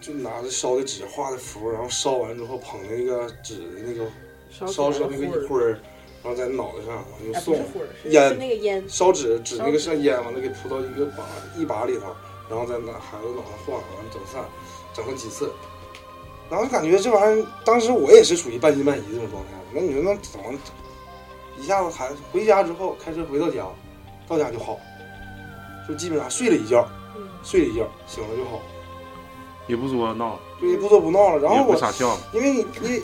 C: 就拿着烧的纸画的符，然后烧完之后捧那个纸的那个
H: 烧
C: 烧
H: 纸
C: 成那个
H: 灰儿
C: 一会儿，然后在脑袋上往
H: 哎
C: 就
H: 不
C: 送
H: 是灰儿，是
C: 烟
H: 是那个烟，
C: 烧纸纸那个像烟，完了给铺到一个把一把里头，然后再拿孩子脑上晃，完了整散，整了几次，然后就感觉这玩意儿，当时我也是属于半信半疑这种状态。那你说那怎么一下子孩子回家之后开车回到家，到家就好，就基本上睡了一觉，
H: 嗯
C: 睡了一觉醒了就好，
A: 也不说闹，
C: 就不作不闹了。然
A: 也
C: 后
A: 不
C: 我
A: 傻笑，
C: 因为你你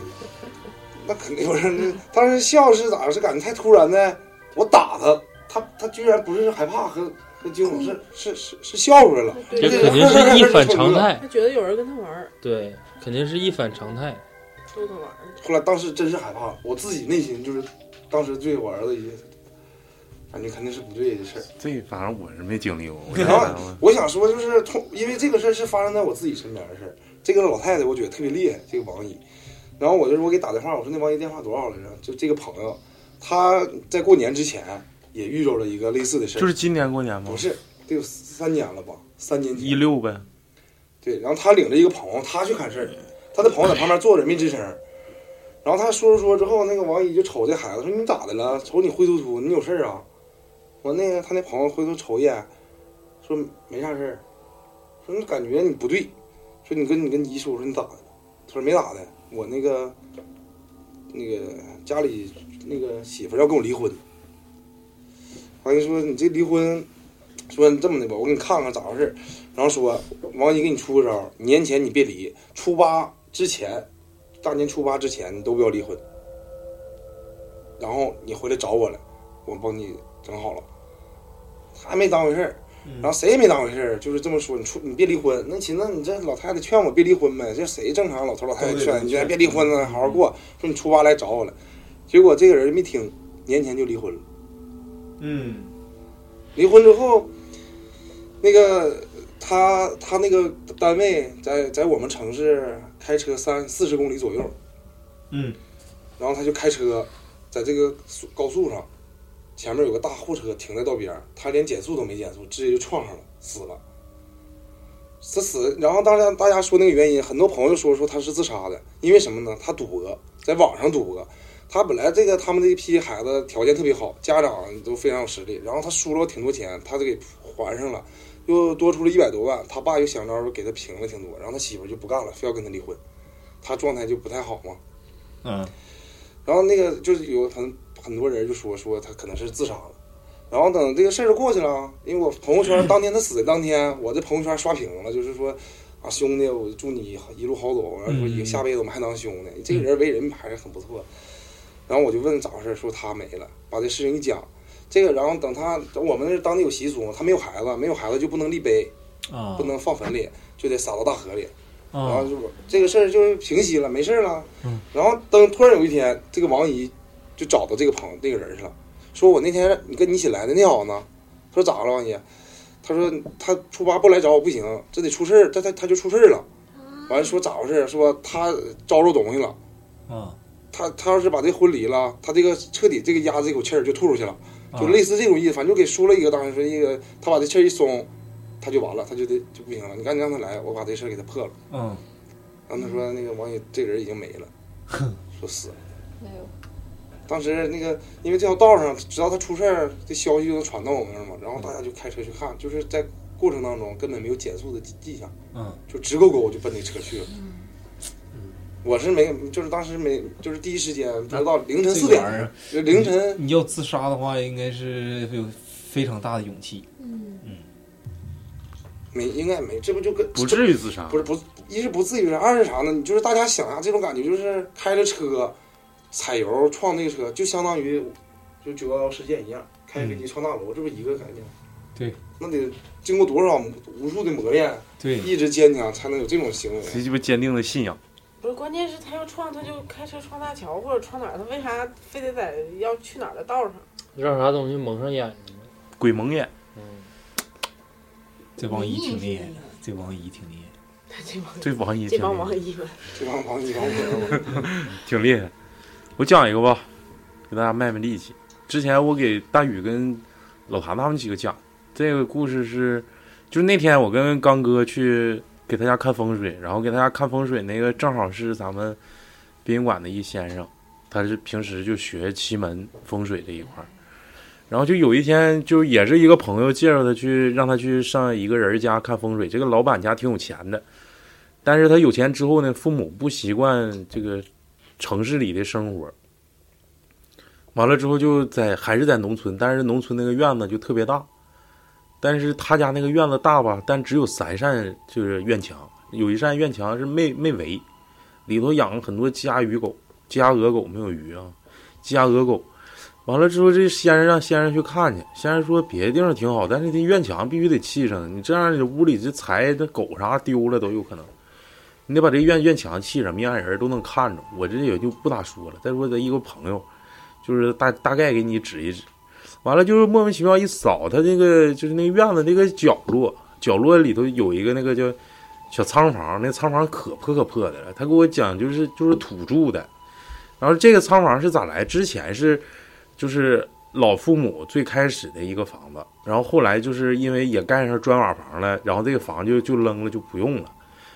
C: 那肯定有人，当时笑是咋是感觉太突然呢？我打他，他他居然不是害怕和和惊恐，是是是是笑出来了。
H: 对
F: 这
C: 个
F: 肯定是一反常态，
H: 他觉得有人跟他玩儿，
F: 对，肯定是一反常态。
H: 逗他玩儿，
C: 后来当时真是害怕了，我自己内心就是当时对我儿子也感觉肯定是不对的事儿。
A: 这反正我是没经历过，我
C: 然后我想说，就是通，因为这个事儿是发生在我自己身边的事儿。这个老太太我觉得特别厉害，这个王姨。然后我就是我给打电话，我说那王姨电话多少来着？就这个朋友，她在过年之前也遇着了一个类似的事儿，
A: 就是今年过年吗
C: 不？是得有三年了吧？三年前
A: 一六呗，
C: 对，然后他领着一个朋友，他去看事儿，他的朋友在旁边坐着没吱声儿。然后他说着说着之后，那个王姨就瞅这孩子说：“你咋的了？瞅你灰秃秃，你有事儿啊？”完那个他那朋友回头瞅一眼，说没啥事儿，说你感觉你不对，说你跟你跟姨说说你咋的了？他说没咋的，我那个那个家里那个媳妇儿要跟我离婚。完了说你这离婚，说这么的吧，我给你看看咋回事儿。然后说王姨给你出个招儿，年前你别离，初八之前，大年初八之前你都不要离婚。然后你回来找我来，我帮你整好了。他没当回事儿，
G: 嗯
C: 然后谁也没当回事儿，就是这么说。你出你别离婚，那寻思你这老太太劝我别离婚呗，这谁正常老头老太太
G: 对对
C: 劝
G: 对嗯
C: 你劝别离婚了，好好过。说你初八来找我来，结果这个人没听，年前就离婚了。
G: 嗯，
C: 离婚之后，那个他他那个单位在在我们城市开车三四十公里左右，
G: 嗯，
C: 然后他就开车在这个速高速上，前面有个大货车停在道边儿，他连减速都没减速，直接就撞上了，死了。他死，然后当然大家说那个原因，很多朋友说说他是自杀的，因为什么呢？他赌博，在网上赌博。他本来这个他们这一批孩子条件特别好，家长都非常有实力，然后他输了挺多钱，他就给还上了，又多出了一百多万，他爸又想招给他平了挺多，然后他媳妇儿就不干了，非要跟他离婚，他状态就不太好嘛。
G: 嗯，
C: 然后那个就是有很很多人就说说他可能是自杀了，然后等这个事儿过去了，因为我朋友圈当天他死的当天，我这朋友圈刷屏了，就是说啊兄弟，我祝你一路好走，然后说以
G: 嗯
C: 下辈子我们还当兄弟，这个人为人还是很不错。然后我就问咋回事，说他没了，把这事情一讲，这个然后等他等我们那当地有习俗嘛，他没有孩子，没有孩子就不能立碑，
G: 啊，
C: 不能放坟里，就得撒到大河里。然后
G: 啊，
C: 就我这个事儿就平息了，没事儿了。
A: 嗯
C: 然后等突然有一天，这个王姨就找到这个朋友那个人去了，说我那天你跟你一起来的那好呢，他说咋了王姨？他说他初八不来找我不行，这得出事儿，他他他就出事儿了。完了说咋回事？说他招着东西了，
G: 啊，
C: 他他要是把这婚离了，他这个彻底这个压这口气儿就吐出去了，就类似这种意思，反正就给说了一个，当时说一个他把这气儿一松，他就完了，他就得就不行了。你赶紧让他来，我把这事儿给他破了。
G: 嗯，
C: 然后他说那个王宇这个人已经没了，说死了。
D: 哎呦，
C: 当时那个因为这条道上，只要他出事儿，这消息就能传到我们那儿嘛，然后大家就开车去看，就是在过程当中根本没有减速的迹迹象，
G: 嗯，
C: 就直勾勾就奔那车去了。嗯我是没，就是当时没，就是第一时间不知道凌晨
G: 这
C: 四
G: 个
C: 点
G: 玩意儿，，
C: 就凌晨
G: 你要自杀的话，应该是有非常大的勇气。
I: 嗯，
C: 没应该没，这不就跟
A: 不至于自杀，
C: 不是不一是不至于，二是啥呢？你就是大家想一下这种感觉，就是开着车踩油撞那个车，就相当于就九幺幺事件一样，开
A: 嗯
C: 飞机撞大楼，这不一个概念？
G: 对，
C: 那得经过多少无数的磨练，
G: 对，
C: 意志坚强才能有这种行为。
A: 谁鸡巴坚定的信仰？
H: 不是，关键是他要撞，他就开车撞大桥或者撞哪儿，他为啥非得在要去哪儿的道上？
F: 让啥东西蒙上眼睛了。
A: 鬼蒙眼，
F: 嗯，
G: 这王姨挺厉 害的，这王姨挺厉害。
H: 这帮
A: 这王姨
H: 这
A: 挺
H: 帮
A: 厉害
H: 王一们，
C: 这帮王一帮朋友，
A: 挺厉害。我讲一个吧，给大家卖卖力气。之前我给大宇跟老谭他们几个讲这个故事是，就是那天我跟刚哥去给他家看风水，然后给他家看风水那个正好是咱们殡仪馆的一先生，他是平时就学奇门风水这一块儿。然后就有一天，就也是一个朋友介绍他去，让他去上一个人家看风水。这个老板家挺有钱的，但是他有钱之后呢，父母不习惯这个城市里的生活。完了之后就在还是在农村，但是农村那个院子就特别大，但是他家那个院子大吧，但只有三扇就是院墙，有一扇院墙是没没围，里头养了很多鸡鸭鱼狗，鸡鸭鹅狗没有鱼啊，鸡鸭鹅狗。完了之后，这先生让先生去看去，先生说别的地方挺好，但是这院墙必须得砌上，你这样你屋里这财这狗啥丢了都有可能。你得把这院院墙砌上，明眼人都能看着。我这也就不咋说了。再说咱一个朋友，就是大大概给你指一指，完了就是莫名其妙一扫，他那个就是那个院子那个角落，角落里头有一个那个叫小仓房，那仓房可破可破的了。他给我讲就是就是土著的，然后这个仓房是咋来？之前是就是老父母最开始的一个房子，然后后来就是因为也盖上砖瓦房了，然后这个房就就扔了就不用了。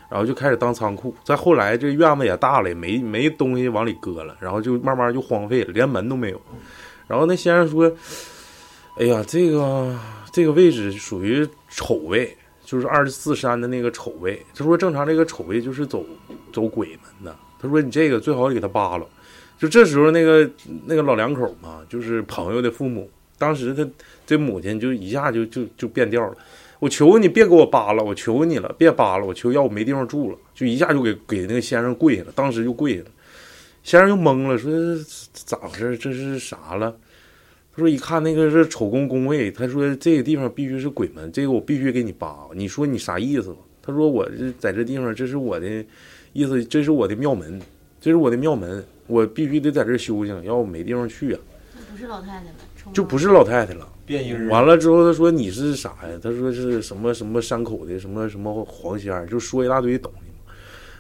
A: 然后就开始当仓库。再后来这院子也大了，也没没东西往里搁了，然后就慢慢就荒废了，连门都没有。然后那先生说：“哎呀，这个这个位置属于丑位，就是二十四山的那个丑位。他说正常这个丑位就是走走鬼门的。他说你这个最好给他扒了。就这时候那个那个老两口嘛，就是朋友的父母。当时他这母亲就一下就就就变调了。我求你别给我扒拉，我求你了，别扒拉，我求要我没地方住了，就一下就给给那个先生跪下了，当时就跪下了。先生就懵了，说咋回事？这是啥了？他说一看那个是丑公宫位，他说这个地方必须是鬼门，这个我必须给你扒。你说你啥意思吧？他说我这在这地方，这是我的意思，这是我的庙门，这是我的庙门，我必须得在这儿修行，要我没地方去啊，
B: 不是老太太了，冲
A: 就
B: 浪
A: 不是老太太了。
G: 变音儿
A: 完了之后，他说你是啥呀？他说是什么什么山口的什么什么黄仙儿，就说一大堆东西嘛。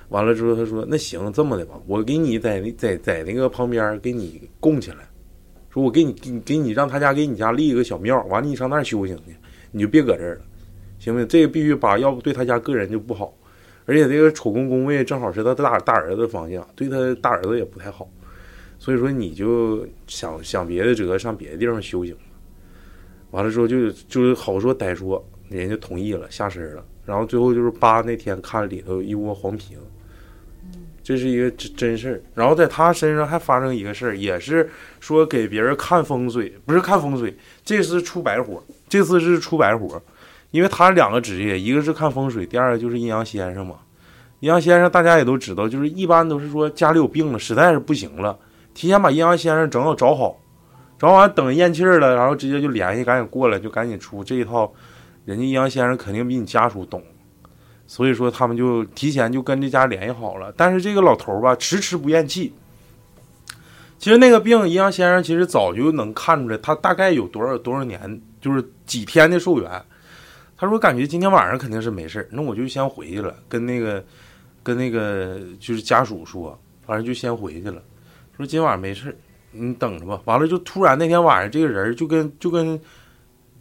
A: 完了之后，他说那行这么的吧，我给你在那在在那个旁边儿给你供起来，说我给你给你给你让他家给你家立一个小庙，完了你上那儿修行去，你就别搁这儿了，行不行？这个必须把，要不对他家个人就不好。而且这个丑公公位正好是他大大儿子方向，对他大儿子也不太好，所以说你就想想别的辙，上别的地方修行。完了之后就就是好说歹说，人家同意了下身了。然后最后就是八那天看里头一窝黄皮子，这是一个真真事儿。然后在他身上还发生一个事儿，也是说给别人看风水，不是看风水，这次出白活，这次是出白活，因为他两个职业，一个是看风水，第二个就是阴阳先生嘛。阴阳先生大家也都知道，就是一般都是说家里有病了，实在是不行了，提前把阴阳先生整好找好，然后完等咽气儿了，然后直接就联系，赶紧过来，就赶紧出这一套。人家阴阳先生肯定比你家属懂，所以说他们就提前就跟这家联系好了。但是这个老头儿吧，迟迟不咽气。其实那个病，阴阳先生其实早就能看出来，他大概有多少多少年，就是几天的寿元。他说感觉今天晚上肯定是没事儿，那我就先回去了，跟那个跟那个就是家属说，反正就先回去了，说今晚上没事儿。你嗯等着吧。完了就突然那天晚上，这个人儿就跟就跟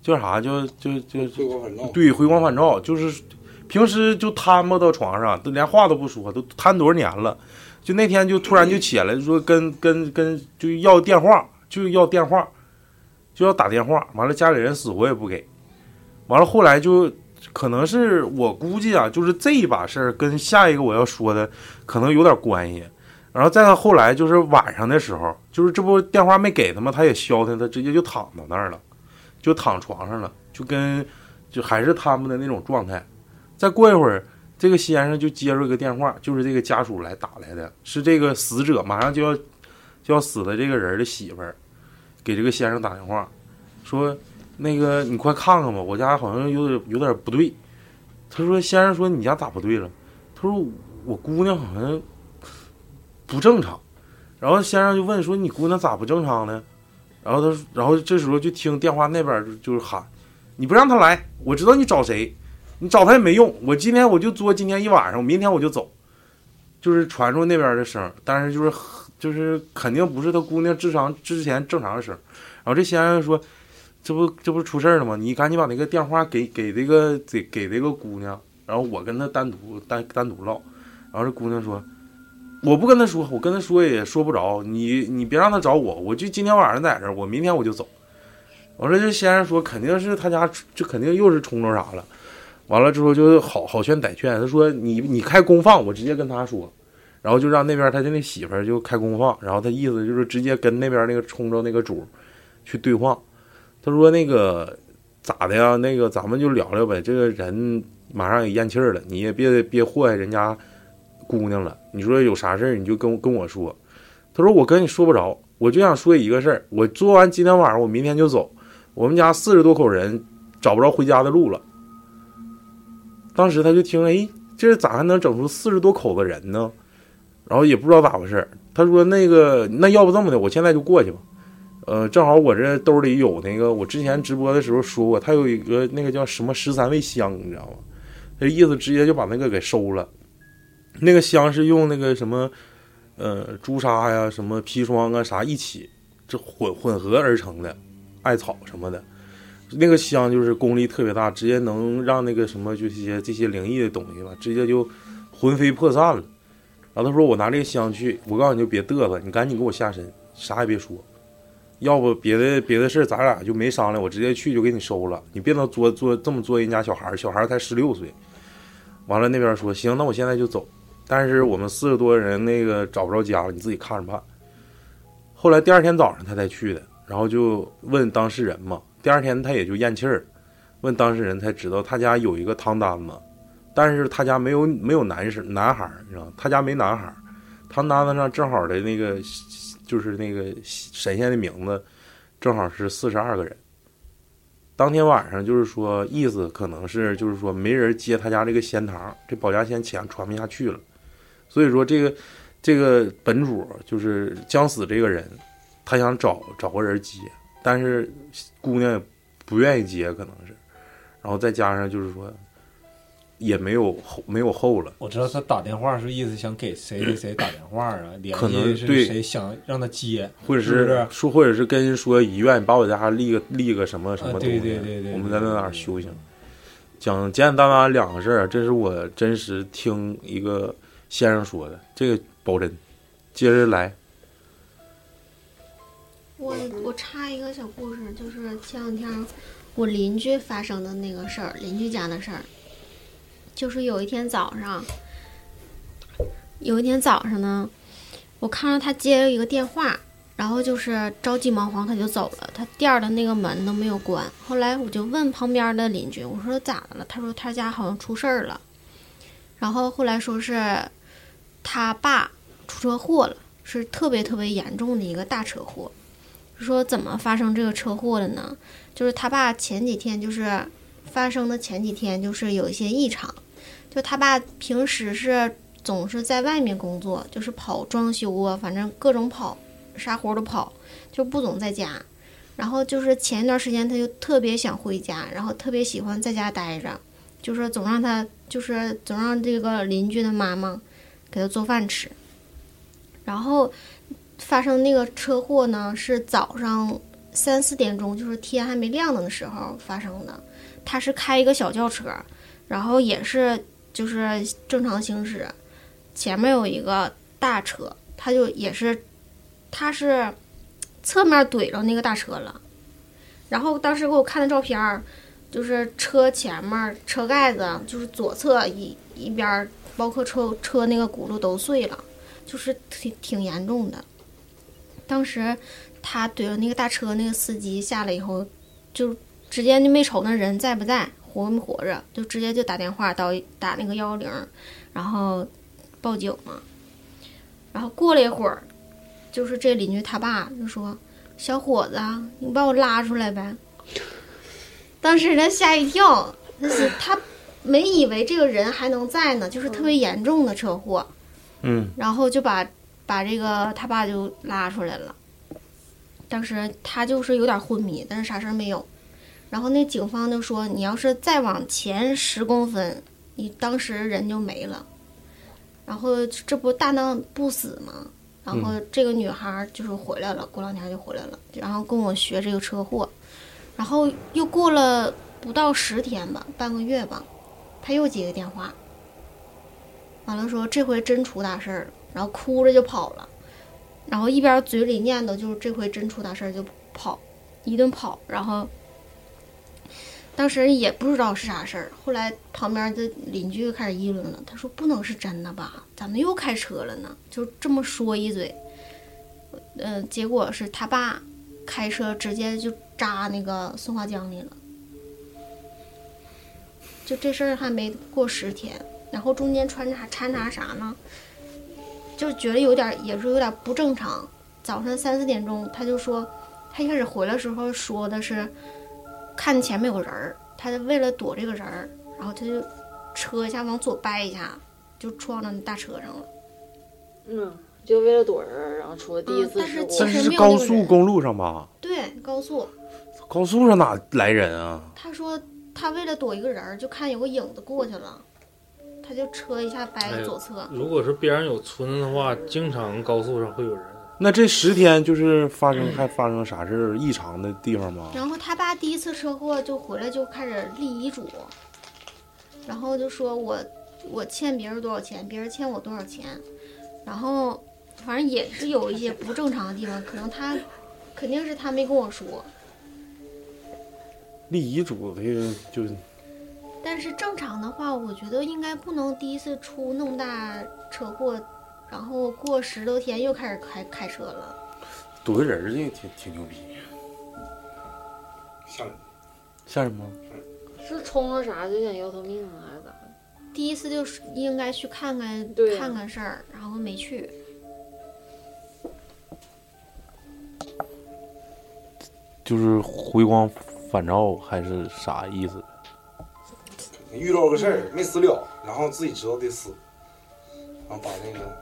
A: 叫啥叫就就
C: 回光返照。
A: 对回光返照，就是平时就瘫吧到床上，都连话都不说，都瘫多少年了。就那天就突然就起来，就说跟跟跟就要电话，就要电话，就要打电话。完了家里人死活也不给。完了后来就可能是我估计啊，就是这一把事儿跟下一个我要说的可能有点关系。然后再到后来就是晚上的时候，就是这不电话没给他吗？他也消停，他直接就躺到那儿了，就躺床上了，就跟就还是他们的那种状态。再过一会儿，这个先生就接着一个电话，就是这个家属来打来的，是这个死者马上就要就要死的这个人的媳妇儿给这个先生打电话，说那个你快看看吧，我家好像有点有点不对。他说先生说你家咋不对了？他说我姑娘好像不正常。然后先生就问说：“你姑娘咋不正常呢？”然后他说，然后这时候就听电话那边儿就就是喊：“你不让她来，我知道你找谁，你找她也没用。我今天我就作今天一晚上，我明天我就走。”就是传出那边儿的声儿，但是就是很就是肯定不是他姑娘智商之前正常的声儿。然后这先生说：“这不这不出事儿了吗？你赶紧把那个电话给给这个给给这个姑娘，然后我跟她单独单单独唠。”然后这姑娘说：“我不跟他说，我跟他说也说不着。你你别让他找我，我就今天晚上在这儿，我明天我就走。我说这先生说肯定是他家这肯定又是冲着啥了。完了之后就好好劝歹劝，他说你你开公放，我直接跟他说，然后就让那边他的那媳妇儿就开公放，然后他意思就是直接跟那边那个冲着那个主去对话。他说那个咋的呀？那个咱们就聊聊呗，这个人马上也咽气儿了，你也别别祸害人家姑娘了，你说有啥事儿你就跟我跟我说。他说我跟你说不着，我就想说一个事儿，我做完今天晚上，我明天就走。我们家四十多口人找不着回家的路了。当时他就听，哎，这咋还能整出四十多口子人呢？然后也不知道咋回事儿。他说那个，那要不这么的，我现在就过去吧。呃，正好我这兜里有那个，我之前直播的时候说过，他有一个那个叫什么十三味香，你知道吗？这意思直接就把那个给收了。那个香是用那个什么，呃，朱砂呀、什么砒霜啊啥一起，这混混合而成的，艾草什么的。那个香就是功力特别大，直接能让那个什么，就是一些这些灵异的东西吧，直接就魂飞魄散了。然后他说：“我拿这个香去，我告诉你就别嘚瑟，你赶紧给我下身，啥也别说，要不别的别的事儿咱俩就没商量，我直接去就给你收了，你别能作作这么作人家小孩儿，小孩儿才十六岁。”完了那边说：“行，那我现在就走。”但是我们四十多人那个找不着家了，你自己看着办。后来第二天早上他才去的，然后就问当事人嘛。第二天他也就咽气儿，问当事人才知道他家有一个汤丹子，但是他家没有没有男生男孩儿，你知道吗，他家没男孩儿，汤丹子上正好的那个就是那个神仙的名字，正好是四十二个人。当天晚上就是说，意思可能是就是说没人接他家这个仙堂，这保家仙钱传不下去了，所以说这个这个本主就是将死这个人，他想找找个人接，但是姑娘也不愿意接，可能是，然后再加上就是说也没有后没有后了，
G: 我知道他打电话是意思想给谁谁谁打电话啊，联
A: 可能
G: 系
A: 对
G: 是谁想让他接，
A: 或者
G: 是不是
A: 说或者是跟人说遗愿，把我家立个立个什么什么
G: 啊
A: 东西，
G: 对对对对，
A: 我们
G: 对
A: 在那
G: 对
A: 哪儿
G: 对
A: 修行。讲简简单单两个事儿，这是我真实听一个先生说的，这个保真。接着来，
I: 我
H: 嗯
I: 我插一个小故事，就是前两天我邻居发生的那个事儿，邻居家的事儿，就是有一天早上，有一天早上呢，我看到他接了一个电话，然后就是着急忙慌他就走了，他店儿的那个门都没有关。后来我就问旁边的邻居，我说咋的了？他说他家好像出事儿了，然后后来说是他爸出车祸了。是特别特别严重的一个大车祸，说怎么发生这个车祸的呢？就是他爸前几天就是发生的前几天就是有一些异常，就他爸平时是总是在外面工作，就是跑装修啊，反正各种跑，啥活儿都跑，就不总在家。然后就是前一段时间他就特别想回家，然后特别喜欢在家待着，就是总让他就是总让这个邻居的妈妈给他做饭吃。然后发生那个车祸呢，是早上三四点钟，就是天还没亮的时候发生的。他是开一个小轿车，然后也是就是正常行驶，前面有一个大车，他就也是，他是侧面怼着那个大车了。然后当时给我看的照片儿，就是车前面车盖子就是左侧一一边儿，包括车车那个轱辘都碎了。就是挺挺严重的。当时他怼着那个大车，那个司机下来以后，就直接就没瞅那人在不在，活没活着，就直接就打电话到打那个幺幺零，然后报警嘛。然后过了一会儿，就是这邻居他爸就说：“小伙子，啊你把我拉出来呗。”当时他吓一跳，那是他没以为这个人还能在呢，就是特别严重的车祸。
A: 嗯，
I: 然后就把把这个他爸就拉出来了。当时他就是有点昏迷，但是啥事儿没有。然后那警方就说，你要是再往前十公分，你当时人就没了。然后这不大难不死吗？然后这个女孩儿就是回来了，过两天就回来了，然后跟我学这个车祸。然后又过了不到十天吧，半个月吧，他又接个电话，完了说这回真出大事儿了，然后哭着就跑了，然后一边嘴里念叨就是这回真出大事儿就跑，一顿跑，然后当时也不知道是啥事儿，后来旁边的邻居就开始议论了，他说不能是真的吧，咋们又开车了呢？就这么说一嘴，嗯、结果是他爸开车直接就扎那个松花江里了。就这事儿还没过十天，然后中间穿插掺杂啥呢？就觉得有点儿也是有点儿不正常。早上三四点钟，他就说，他一开始回来的时候说的是，看前面有个人儿，他就为了躲这个人儿，然后他就车一下往左掰一下，就撞到那大车上了。
D: 嗯，就为了躲人儿，然后出了第
I: 嗯
D: 一次
I: 但是
D: 事故。
A: 这
I: 其实
A: 是
I: 没有那
A: 高
I: 个
A: 速
I: 人
A: 公路上吧？
I: 对，高速，
A: 高速上哪来人啊？
I: 他说他为了躲一个人儿，就看有个影子过去了，他就车一下掰
F: 哎
I: 了
F: 呦
I: 左侧。
F: 如果是边上有村子的话，经常高速上会有人。
A: 那这十天就是发生还发生啥事儿异常的地方吗？
I: 然后他爸第一次车祸就回来就开始立遗嘱，然后就说我我欠别人多少钱，别人欠我多少钱，然后反正也是有一些不正常的地方，可能他肯定是他没跟我说，
A: 立遗嘱的就
I: 但是正常的话，我觉得应该不能第一次出那么大车祸，然后过十多天又开始开开车了。
A: 躲个人儿这挺挺牛逼。
C: 吓人。
A: 吓人吗？
D: 是冲着啥就想要他命啊，还是咋的？
I: 第一次就是应该去看看
D: 对
I: 看看事儿，然后没去。
A: 就是回光返照还是啥意思？
C: 遇到个事儿没死了，然后自己知道得死，然后把那个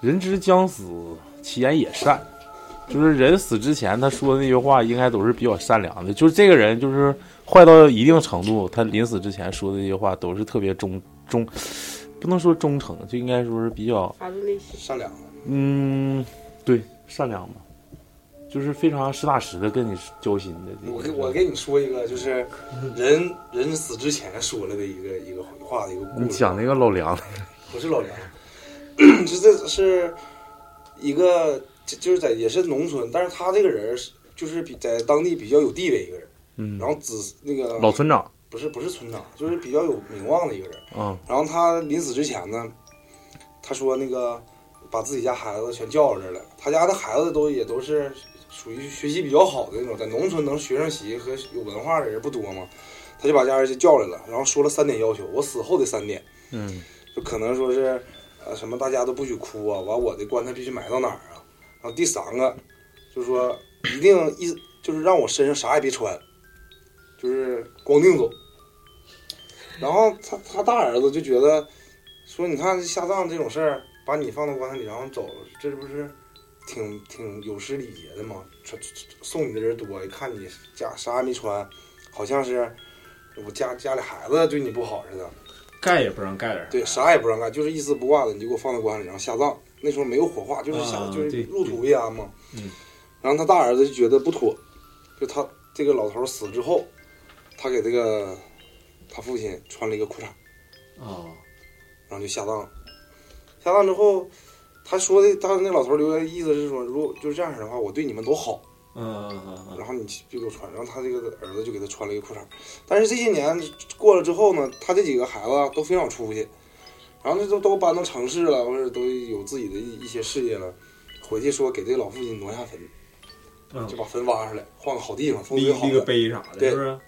A: 人之将死，其言也善。就是人死之前他说的那句话，应该都是比较善良的。就是这个人，就是坏到一定程度，他临死之前说的那些话都是特别忠忠，不能说忠诚，就应该说是比较
H: 发自内心。
C: 善良的，
A: 嗯，对，善良吧，就是非常实打实的跟你交心的。
C: 我给我跟你说一个，就是人人死之前说了的一个一个话的一个故事。
A: 你讲那个老梁，
C: 不是老梁， 就这是一个就就是在也是农村，但是他这个人是就是比在当地比较有地位一个人，
A: 嗯
C: 然，后只那个
A: 老村长，
C: 不是不是村长，就是比较有名望的一个人。
A: 嗯
C: 然后他临死之前呢，他说那个把自己家孩子全叫到这儿来了，他家的孩子都也都是属于学习比较好的那种，在农村能学上习和有文化的人不多嘛，他就把家人就叫来了，然后说了三点要求，我死后的三点。
A: 嗯，
C: 就可能说是，呃，什么大家都不许哭啊，完我的棺材必须埋到哪儿啊，然后第三个，就是说一定一就是让我身上啥也别穿，就是光腚走。然后他他大儿子就觉得，说你看下葬这种事儿，把你放到棺材里然后走，这不是挺挺有失礼节的吗？穿送你的人多，一看你家啥也没穿，好像是我家家里孩子对你不好似的。
G: 盖也不让盖点儿。
C: 对，啥也不让干，就是一丝不挂的，你就给我放在棺材里，然后下葬。那时候没有火化，就是想、
G: 啊
C: 就是
G: 对
C: 入土为安嘛。
G: 嗯。
C: 然后他大儿子就觉得不妥，就他这个老头死之后，他给这个他父亲穿了一个裤衩，
G: 啊，
C: 然后就下葬了。下葬之后，他说的，当时那老头留下意思是说，如果就是这样式的话，我对你们都好。
G: 嗯嗯嗯
C: 然后你就给我穿，然后他这个儿子就给他穿了一个裤衩。但是这些年过了之后呢，他这几个孩子啊都非常出息，然后那都都搬到城市了，或者都有自己的一一些事业了，回去说给这个老父亲挪下坟，
G: 嗯
C: 就，把坟挖出来，换个好地方，风
G: 立
C: 水好
G: 立个
C: 的。
G: 碑啥的，
C: 对
G: 是不是？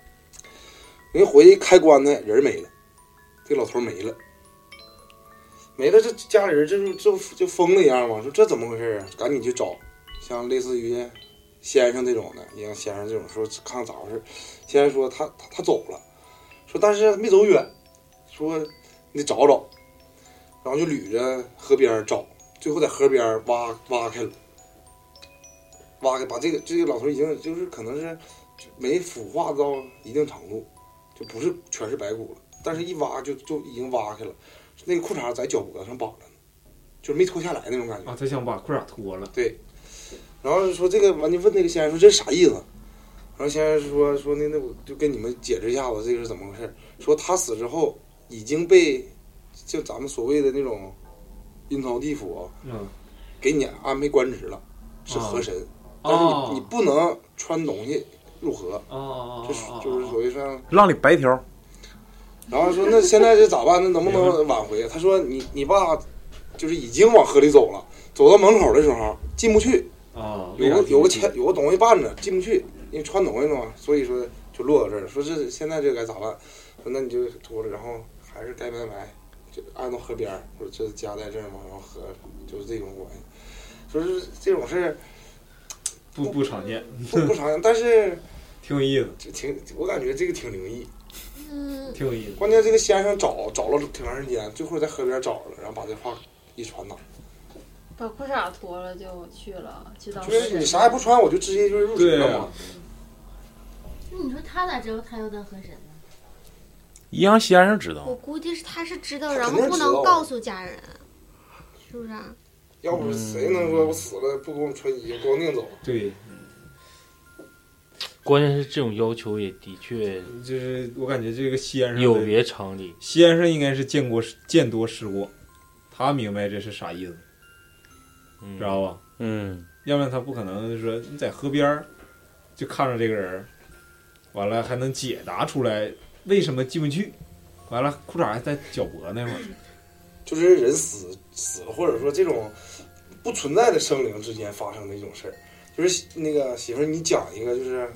C: 人回去开棺材，人没了，这老头没了，没了，这家里人这就就就疯了一样嘛，说这怎么回事啊？赶紧去找，像类似于先生这种的，你像先生这种说看咋回事，先生说他他他走了，说但是没走远，说你得找找，然后就捋着河边儿找，最后在河边儿挖挖开了，挖开把这个这个老头已经就是可能是就没腐化到一定程度，就不是全是白骨了，但是一挖就就已经挖开了，那个裤衩在脚脖上绑着呢，就是没脱下来那种感觉。
G: 啊，他想把裤衩脱了。
C: 然后说这个完就问那个先生说这是啥意思？然后先生说说那那我就跟你们解释一下子这个是怎么回事。说他死之后已经被就咱们所谓的那种阴曹地府啊
G: 嗯，
C: 给你安排官职了，是河神，但是你、
G: 哦
C: 你不能穿东西入河，
G: 哦哦
C: 就是就是所谓上。
A: 让你白条，
C: 然后说那现在这咋办？那能不能挽回？他说你你爸就是已经往河里走了，走到门口的时候进不去，
G: 啊，为啥
C: 有个有个
G: 进不去
C: 钱有个东西绊着进不去，因为穿东西了嘛，所以说就落到这儿。说这现在这该咋办？说那你就脱了，然后还是该埋埋，就按到河边儿，说这家在这儿嘛，然后河就是这种关系。说是这种事儿
G: 不不常见，
C: 不不常见，但是
G: 挺有意思，
C: 就挺我感觉这个挺灵异。
I: 嗯，
G: 挺有意思。
C: 关键这个先生找找了挺长时间，最后在河边找着了，然后把这话一传达，
D: 把裤衩脱了就去了，去当
C: 就是你
D: 时
C: 啥也不穿，我就直接就是入职了
G: 对
C: 嘛
G: 啊。
B: 那你说他咋知道他要当河神呢？
A: 一样先生知道
I: 我，估计是他是知道，
C: 他
I: 然
C: 肯
I: 后
C: 定
I: 不
C: 知
I: 能
C: 道
I: 告
C: 啊
I: 诉家人，是不是啊？
C: 要不
A: 嗯
C: 谁能说我死了不给我穿衣服，光腚走？
G: 对，
F: 关键是这种要求也的确
G: 就是我感觉这个先生
F: 有
G: 的
F: 别常理。
G: 先生应该是见过见多识广，他明白这是啥意思，
F: 嗯
G: 知道吧？
A: 嗯，
G: 要不然他不可能就说你在河边儿就看着这个人儿，完了还能解答出来为什么进不去，完了裤衩还在脚脖那块儿，
C: 就是人死死了，或者说这种不存在的生灵之间发生的一种事儿。就是那个媳妇儿，你讲一个，就是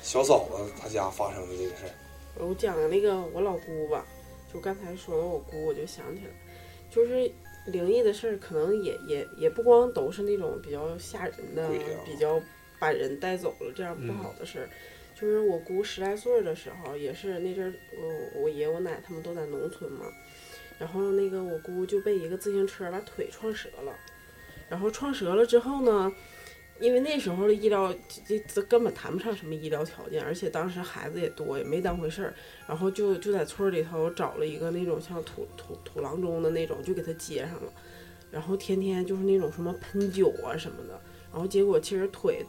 C: 小嫂子她家发生的这个事儿。
H: 我讲那个我老姑吧，就刚才说到我姑，我就想起来，就是灵异的事儿，可能也也也不光都是那种比较吓人的、
C: 鬼啊
H: 比较把人带走了这样不好的事儿。就是我姑十来岁儿的时候，也是那阵儿，呃我我爷我奶他们都在农村嘛，然后那个我姑就被一个自行车把腿撞折了，然后撞折了之后呢。因为那时候的医疗，这这根本谈不上什么医疗条件，而且当时孩子也多，也没当回事儿。然后就就在村儿里头找了一个那种像土土土郎中的那种，就给他接上了，然后天天就是那种什么喷酒啊什么的，然后结果其实腿，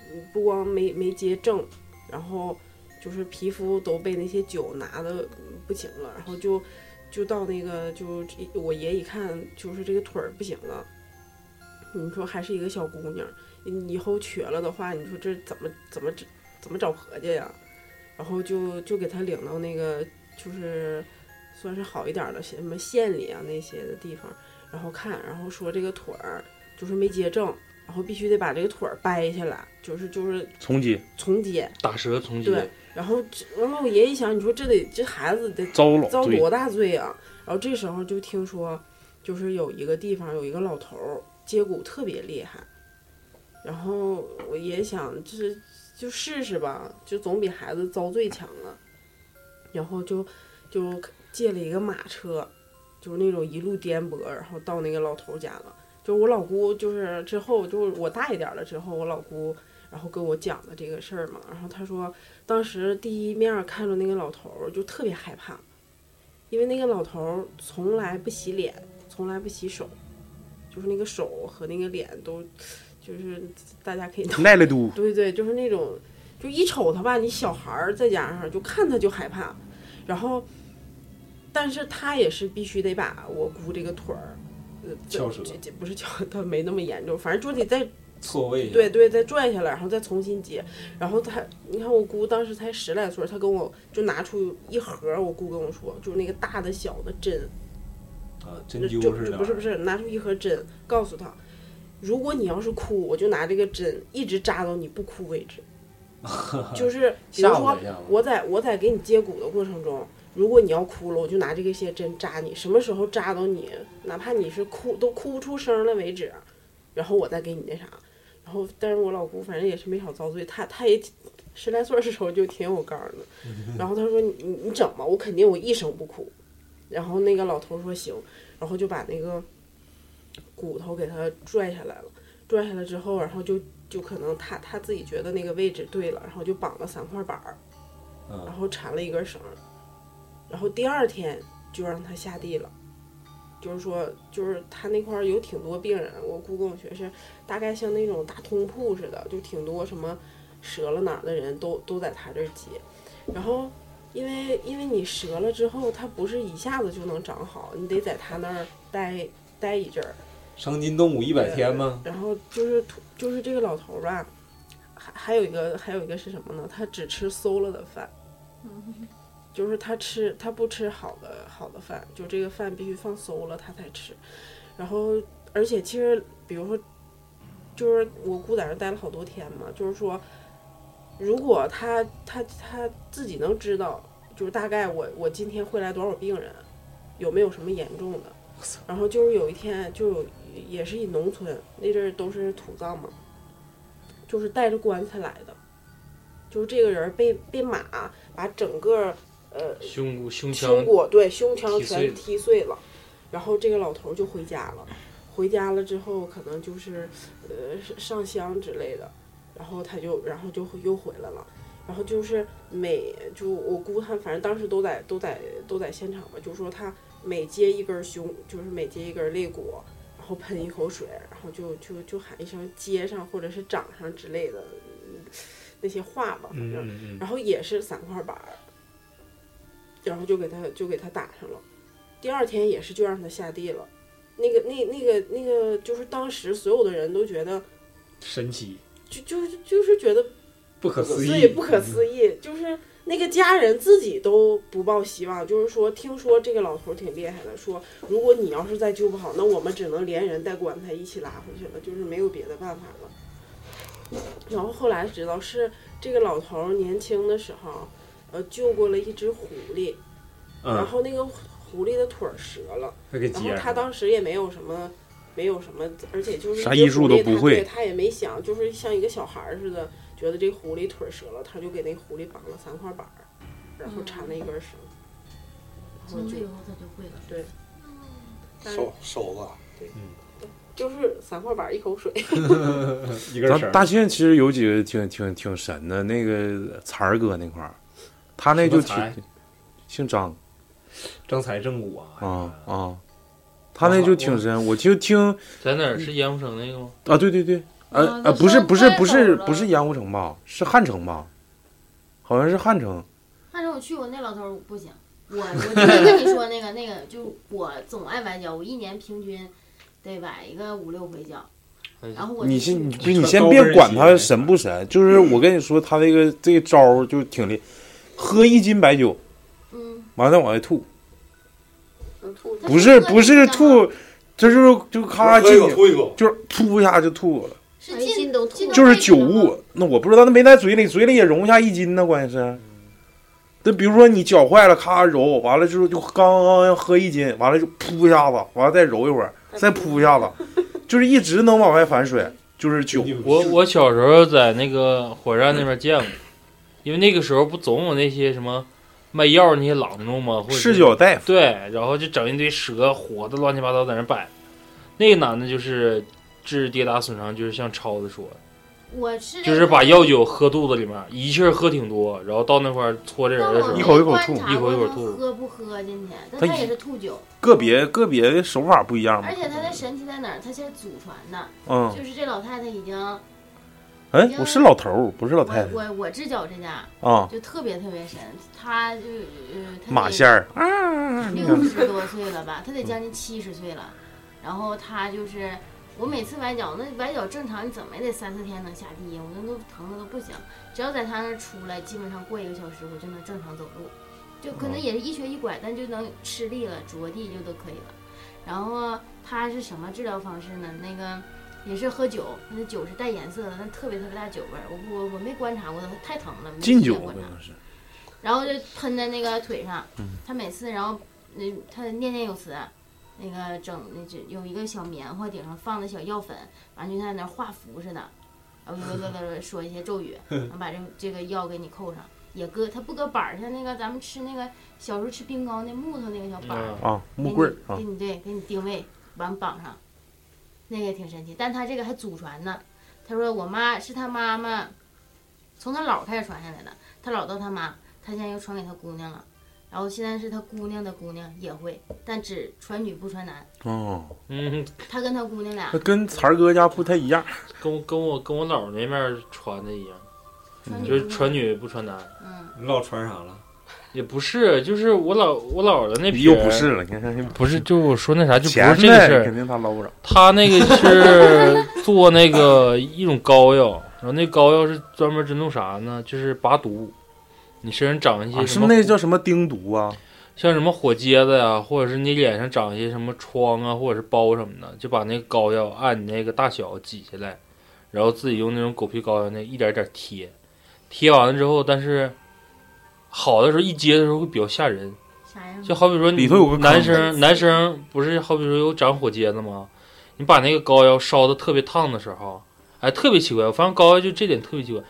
H: 嗯不光没没接正，然后就是皮肤都被那些酒拿的不行了，然后就就到那个就我爷一看就是这个腿儿不行了，你说还是一个小姑娘，你以后瘸了的话，你说这怎么怎么怎怎么找婆家呀？然后就就给他领到那个就是算是好一点的什么县里啊那些的地方，然后看，然后说这个腿儿就是没接正，然后必须得把这个腿儿掰下来，就是就是
A: 重接
H: 重接。
F: 打折从
H: 对
F: 接，，
H: 然后这然后我爷一想，你说这得这孩子得
A: 遭老
H: 遭
A: 罪，
H: 多大罪啊？然后这时候就听说，就是有一个地方有一个老头儿接骨特别厉害，然后我也想就是就试试吧，就总比孩子遭罪强啊。然后就就借了一个马车，就是那种一路颠簸，然后到那个老头儿家了。就我老姑，就是之后就是我大一点儿了之后，我老姑然后跟我讲的这个事儿嘛，然后她说当时第一面看着那个老头儿就特别害怕，因为那个老头儿从来不洗脸，从来不洗手，就是那个手和那个脸都，就是大家可以
A: 耐了都
H: 对对，就是那种，就一瞅他吧，你小孩儿再加上就看他就害怕，然后，但是他也是必须得把我姑这个腿儿，呃，
G: 翘折
H: 这这不是翘，他没那么严重，反正就得再
G: 错位。
H: 对，对，再拽下来，然后再重新接。然后他，你看我姑当时才十来岁儿，她跟我就拿出一盒儿，我姑跟我说，就是那个大的小的针，
G: 啊，真
H: 就
G: 揪
H: 就
G: 似的。
H: 不是不是，拿出一盒针，告诉她，如果你要是哭，我就拿这个针一直扎到你不哭为 止。就是比如
G: 吓
H: 说
G: 我一下子，
H: 我在我在给你接骨的过程中，如果你要哭了，我就拿这个些针扎你，什么时候扎到你，哪怕你是哭都哭不出声了为止，然后我再给你那啥。然后，但是我老姑反正也是没少遭罪，她她也挺十来岁儿的时候就挺有刚儿的。
C: 嗯
H: 然后她说你你你整吧，我肯定我一声不哭。然后那个老头儿说行，然后就把那个骨头给他拽下来了，拽下来之后，然后就就可能他他自己觉得那个位置对了，然后就绑了三块板儿，然
G: 嗯，
H: 后缠了一根绳儿，然后第二天就让他下地了。就是说，就是他那块儿有挺多病人，我姑跟我学是大概像那种大通铺似的，就挺多什么折了哪儿的人都都在他这儿接。然后，因为因为你折了之后，它不是一下子就能长好，你得在他那儿待待一阵儿，
G: 伤筋动骨一百天吗？
H: 然后就是土就是这个老头儿吧，还还有一个还有一个是什么呢？他只吃馊了的饭，
I: 嗯
H: 就是他吃他不吃好的好的饭，就这个饭必须放馊了他才吃。然后而且其实比如说，就是我姑在那儿待了好多天嘛，就是说，如果他他他自己能知道，就是大概我我今天会来多少病人，有没有什么严重的。然后就是有一天，就有也是一农村那阵儿都是土葬嘛，就是带着棺材来的，就是这个人被被马把整个呃
F: 胸骨胸
H: 胸
F: 腔
H: 骨对胸腔
F: 踢碎
H: 全
F: 了
H: 踢碎了，然后这个老头儿就回家了，回家了之后可能就是呃是上香之类的，然后他就然后就回又回来了。然后就是每就我姑他们反正当时都在都在都在现场嘛，就说他每接一根胸，就是每接一根肋骨，然后喷一口水，然后就就就喊一声接上或者是掌上之类的嗯那些话吧，反
A: 嗯
H: 正
A: 嗯嗯，
H: 然后也是三块板儿，然后就给他就给他打上了。第二天也是就让他下地了。那个那那个那个，就是当时所有的人都觉得，
G: 神奇，
H: 就就就是觉得
G: 不可思
H: 对
G: 议，嗯
H: 不可思议，就是那个家人自己都不抱希望，就是说听说这个老头儿挺厉害的，说如果你要是再救不好，那我们只能连人带棺材一起拉回去了，就是没有别的办法了。然后后来知道是这个老头儿年轻的时候，呃，救过了一只狐狸，然
G: 嗯，
H: 后那个狐狸的腿儿折了，
G: 会给
H: 然
G: 接
H: 后他
G: 上。
H: 当时也没有什么，没有什么，而且就是
A: 啥
H: 一只
A: 医术
H: 狐
A: 都
H: 狸
A: 不
H: 他
A: 会
H: 对他也没想，就是像一个小孩儿似的，觉得这狐狸腿儿折了，他就给那狐狸绑了三块板儿，然后缠了一根绳，然后
B: 从
H: 就
B: 此嗯以后他就会了。
H: 但
C: 手手子，
H: 就是三块板儿一口水，
G: 一根绳
A: 嗯咱
G: 儿，
A: 大庆其实有几个挺挺挺神的，那个才儿哥那块儿，他那就
G: 什么才
A: 挺姓张
G: 正财正骨啊
A: 啊啊，他那就挺神，我就听
F: 在哪儿是盐湖城那个吗？
A: 啊，对对对，呃
D: 啊
A: 呃，
D: 就
A: 不是
D: 山
A: 不是
D: 山
A: 不是
D: 口了
A: 不是盐湖城吧，是汉城吧，好像是汉城，
B: 但是我去过那老头儿不行，我我就跟你说那个那个，就我总爱崴脚，我一年平均得崴一个五六回脚。然后我
A: 你
B: 就
A: 先
B: 去
A: 你
B: 了
A: 不是你
G: 穿
A: 先
G: 高
A: 别
G: 跟儿
A: 管
G: 鞋
A: 他神不神，就是我跟你说他这个这个招儿就挺厉，喝一斤白酒
B: 嗯，
A: 完了再往外吐，
H: 嗯，兔子
B: 他
A: 不是
B: 喝
A: 不是
B: 进去了吗，
A: 吐，就是就咔咔
C: 喝一
A: 进
C: 口
A: 去，
C: 吐一口，
A: 就是吐一下就吐了，
B: 是
I: 一
B: 进
I: 斤都吐
B: 进
I: 了，
A: 就是
B: 胃里
A: 酒
B: 了吗
A: 雾。那我不知道，那没在嘴里，嘴里也容不下一斤呢，关键
C: 嗯
A: 是。那比如说你脚坏了，咔揉，完了之后就刚刚要喝一斤，完了就噗一下子，完了再揉一会儿，
B: 嗯
A: 再噗一下 子，就是一直能往外反水，就是酒。
F: 我我小时候在那个火车站那边见过，因为那个时候不总有那些什么卖药那些郎中吗？或者
A: 赤脚大夫，
F: 对，然后就整一堆蛇活的乱七八糟在那摆。那个男的就是治跌打损伤，就是像超子说，
B: 我是那
F: 就是
B: 个
F: 把药酒喝肚子里面，一气儿喝挺多，然后到那块儿搓这人
B: 但
F: 的时
B: 我
F: 候，
A: 一口一口
B: 观
A: 吐
B: 察
F: 一口一
B: 过
F: 口
B: 他
F: 吐
B: 喝不喝进去？但
A: 他
B: 他
A: 一
B: 也是吐酒，
A: 个别个别的手法不一样嘛
B: 而。且他的神奇在哪儿？他是祖传的，
A: 嗯，
B: 就是这老太太已经，
A: 哎，我是老头儿，不是老太
B: 我
A: 太
B: 我我治脚这家
A: 啊。
B: 就特别特别神，她就呃，她
A: 马
B: 得
A: 仙儿，
B: 六十多岁了吧，她得将近七十岁了，然后她就是。我每次崴脚，那崴脚正常，你怎么也得三四天能下地，我那都疼的都不行。只要在她那儿出来，基本上过一个小时我就能正常走路，就
A: 哦
B: 可能也是一瘸一拐，但就能吃力了、着地就都可以了。然后她是什么治疗方式呢？那个也是喝酒，那酒是带颜色的，但特别特别大酒味儿。我不我我没观察过，太疼了，没
A: 敬酒
B: 见过
A: 可
B: 它
A: 能是。嗯
B: 然后就喷在那个腿上。他每次，然后那他念念有词，那个整那就有一个小棉花顶上放的小药粉，完就在那儿画符似的，然后啰啰啰啰说一些咒语， 然后把这这个药给你扣上。也搁他不搁板儿，像那个咱们吃那个小时候吃冰糕那木头那个小板儿，
A: 啊，木棍儿啊
B: 给，你对，给你定位，完绑上，那个也挺神奇。但他这个还祖传呢，他说我妈是他妈妈从他姥儿开始传下来的，他姥儿到他妈，他现在又传给他姑娘了，然后现在是他姑娘的姑娘也会，但只传女不传男。
A: 哦，
F: 嗯，
B: 他跟他姑娘俩
A: 那跟才儿哥家不太一样。
F: 跟我跟我跟我姥儿那面传的一样，
B: 传女
F: 就是
B: 不
F: 传，女不传男，
B: 嗯，
G: 你老穿啥了？
F: 也不是，就是我老我姥儿的那批
A: 又
F: 人
A: 不是了，你看看，
F: 不是，就我说那啥，就
A: 钱
F: 不是这个事
A: 呗
F: 儿
A: 肯。定他捞不着。
F: 他那个是做那个一种膏药，然后那膏药是专门针对啥呢？就是拔毒。你身上长一
A: 啊，
F: 些
A: 是
F: 什
A: 不
F: 么，
A: 是那叫什么冰毒啊？
F: 像什么火疖子呀，或者是你脸上长一些什么疮啊，或者是包什么的，就把那个膏药按你那个大小挤下来，然后自己用那种狗皮膏药那一点一点贴，贴完了之后，但是好的时候一揭的时候会比较吓人，
B: 啥呀？
F: 就好比说你
A: 里头有个坑
F: 男生，男生不是好比说有长火疖子吗？你把那个膏药烧的特别烫的时候，哎，特别奇怪。我发现膏药就这点特别奇怪，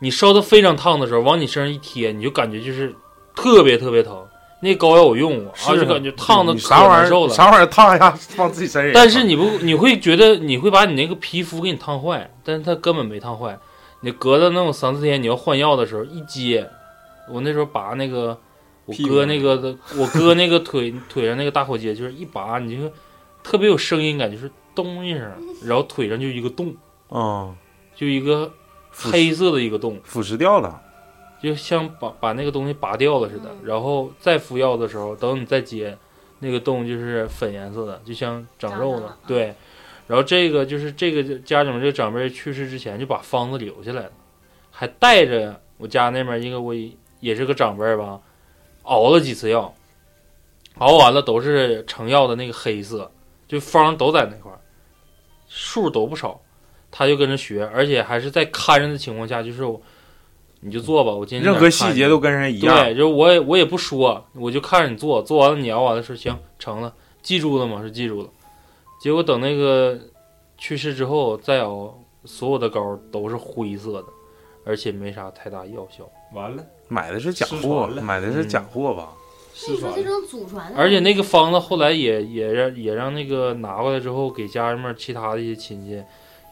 F: 你烧的非常烫的时候，往你身上一贴，你就感觉就是特别特别疼。那膏药我用过，啊，
A: 是
F: 就感觉烫的
A: 你
F: 可
A: 啥玩
F: 难
A: 意
F: 受
A: 儿？
F: 了。
A: 啥玩意儿烫一下放自己身上？
F: 但是你不，你会觉得你会把你那个皮肤给你烫坏，但是它根本没烫坏。你隔了能有三四天，你要换药的时候一接，我那时候拔那个我
G: 屁股
F: 哥 那个的，我哥那个腿腿上那个大火疖，就是一拔你就特别有声音感，就是咚一声，然后腿上就一个洞，
A: 啊，
F: 就一个
A: 腐
F: 黑色的一个洞，
A: 腐蚀掉了。
F: 就像把把那个东西拔掉了似的。
B: 嗯
F: 然后再服药的时候，等你再接，那个洞就是粉颜色的，就像长肉
B: 长
F: 了
B: 了。嗯
F: 对，然后这个就是这个家里面这个长辈去世之前就把方子留下来了，还带着我家那边一个我一也是个长辈吧，熬了几次药，熬完了都是成药的那个黑色，就方都在那块儿，数都不少。他就跟着学，而且还是在看着的情况下，就是我你就做吧，我今天
A: 任何细节
F: 都。
A: 都跟人一样
F: 对，。就是我也我也不说，我就看着你做，做完了你摇完了说行成了，记住了吗？是记住了。结果等那个去世之后再摇，所有的膏都是灰色的，而且没啥太大药效。嗯
G: 完了，
A: 买的是假
G: 失
A: 货
G: 传，了
A: 买的是假货吧？
B: 所以说这种祖传的，啊
F: 而且那个方子后来也也让也让那个拿过来之后给家人们其他的一些亲戚，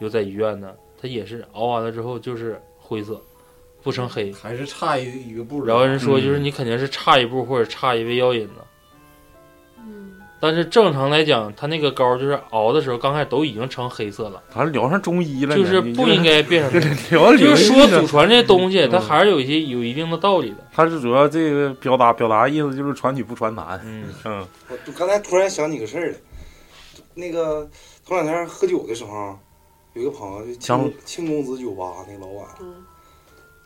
F: 又在医院呢，他也是熬完了之后就是灰色，不成黑。
G: 还是 差一一个步。
F: 然后人说就是
A: 嗯
F: 你肯定是差一步或者差一味药引子。
B: 嗯，
F: 但是正常来讲，它那个膏就是熬的时候，刚开始都已经成黑色了，
A: 咱聊上中医了，
F: 就是
A: 你
F: 不应。该变
A: 你
F: 成。
A: 这聊
F: 就
A: 灵
F: 是
A: 异
F: 说
A: 的
F: 祖传这东西，
A: 嗯
F: 它还是有一些有一定的道理的。
A: 他是主要这个表达表达意思就是传女不传男。
F: 嗯，
A: 嗯，
C: 我就刚才突然想起个事儿来，那个头两天喝酒的时候，有一个朋友就
A: 强
C: 庆庆公子酒吧那个老板，
H: 嗯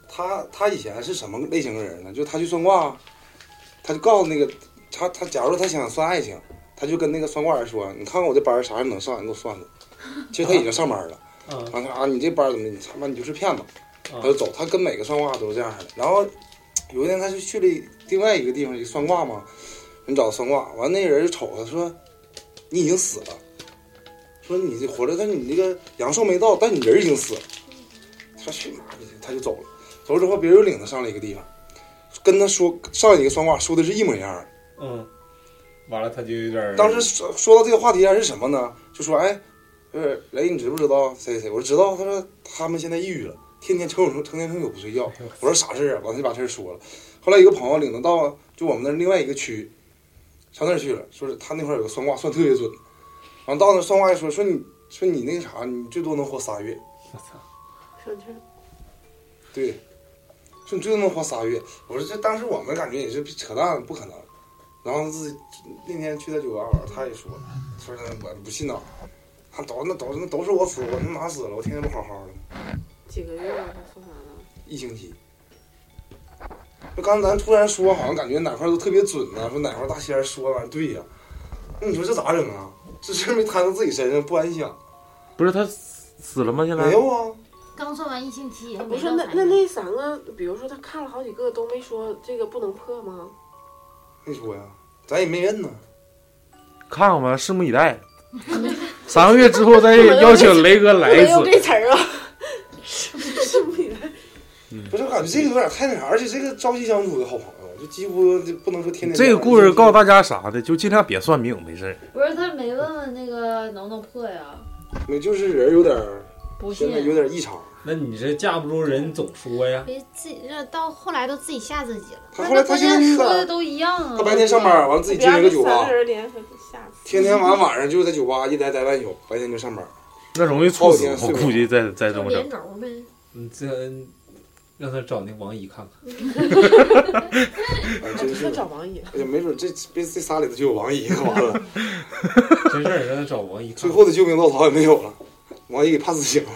C: 他他以前是什么类型的人呢？就他去算卦，他就告诉那个他他，假如他想算爱情，他就跟那个算卦人说：“你看看我这班儿啥时候能上，你给我算算。”其实他已经上班了。
G: 嗯
C: 完了啊，你这班儿怎么？你他妈你就是骗子！
G: 嗯
C: 他就走，他跟每个算卦都是这样的。然后有一天，他就去了另外一个地方去算卦嘛，人找他算卦，完那人就瞅他说：“你已经死了。”说你这活着，但是你这个阳寿没到，但你人已经死了。他说去妈的，他就走了。走了之后，别人又领他上了一个地方，跟他说上一个算卦说的是一模一样的。
G: 嗯，完了他就有点儿
C: 当时说说到这个话题还是什么呢？就说哎，呃，雷，你知不知道谁谁谁？我说知道。他说他们现在抑郁了，天天成宿成天成宿不睡觉。
G: 哎
C: 我说啥事儿啊？完他就把事儿说了。后来一个朋友领他到就我们那儿另外一个区，上那儿去了，说是他那块儿有个算卦算特别准，完到那儿算卦一说说你说你那个啥，你最多能活仨月。
G: 我操，
H: 上天儿
C: 对，说你最多能活仨月。我说这当时我们感觉也是扯淡，不可能。然后他自己那天去他酒吧玩，他也说，说是我不信呐，他都那都那都是我死，我他妈死了，我天天不好好的，
H: 几个月了，他算完了，
C: 一星期。就刚才咱突然说，好像感觉哪块都特别准呢、说哪块大仙儿说完对呀、那你说这咋整啊？这事儿没摊到自己身上，不敢想。
A: 不是他死死了吗？现在
C: 没有啊，
B: 刚算完一星期，
H: 不是
B: 没
H: 那
B: 到三
H: 那
B: 天
H: 那三个，比如说他看了好几个都没说这个不能破吗？
C: 没说呀，咱也没认呢。
A: 看看吧，拭目 以待。三个月之后再邀请哎雷哥来一
H: 没有
A: 次。
H: 这词儿啊，是不是？
C: 不是，我感觉这个有点太那啥，而且这个朝夕相处的好朋友，就几乎就不能说天天。
A: 这个故事告诉大家啥的，就尽量别算命，没事儿。
D: 不是他没问问那个能不能破呀？
C: 没，就是人有点儿，
D: 不
C: 现
D: 信
C: 在，有点异常。
G: 那你这架不住人总说呀，
I: 别自己这到后来都自己吓自己了。
C: 他后来他
D: 不
C: 现
D: 是
C: 在
D: 说的
C: 在，
D: 都一样啊。
C: 他白天上班，完了自己
H: 不
C: 进
H: 要这
C: 了个酒
H: 三
C: 吧
H: 个，人联合，吓死！
C: 天天完晚上就在酒吧一待待半宿，白天就上班。
A: 那容易猝死，我估计再再这
I: 就
A: 么
I: 连
A: 整。
I: 轴呗，
G: 你这让他找那王姨看看。
C: 哎，
H: 我
C: 真是
H: 就，找王
B: 嗯
H: 爷，
C: 哎呀，没准这别这仨里头就有王姨完了，
G: 真事儿，让他找王姨看
C: 最
G: 看。
C: 后的救命稻草也没有了，王姨给判死刑了。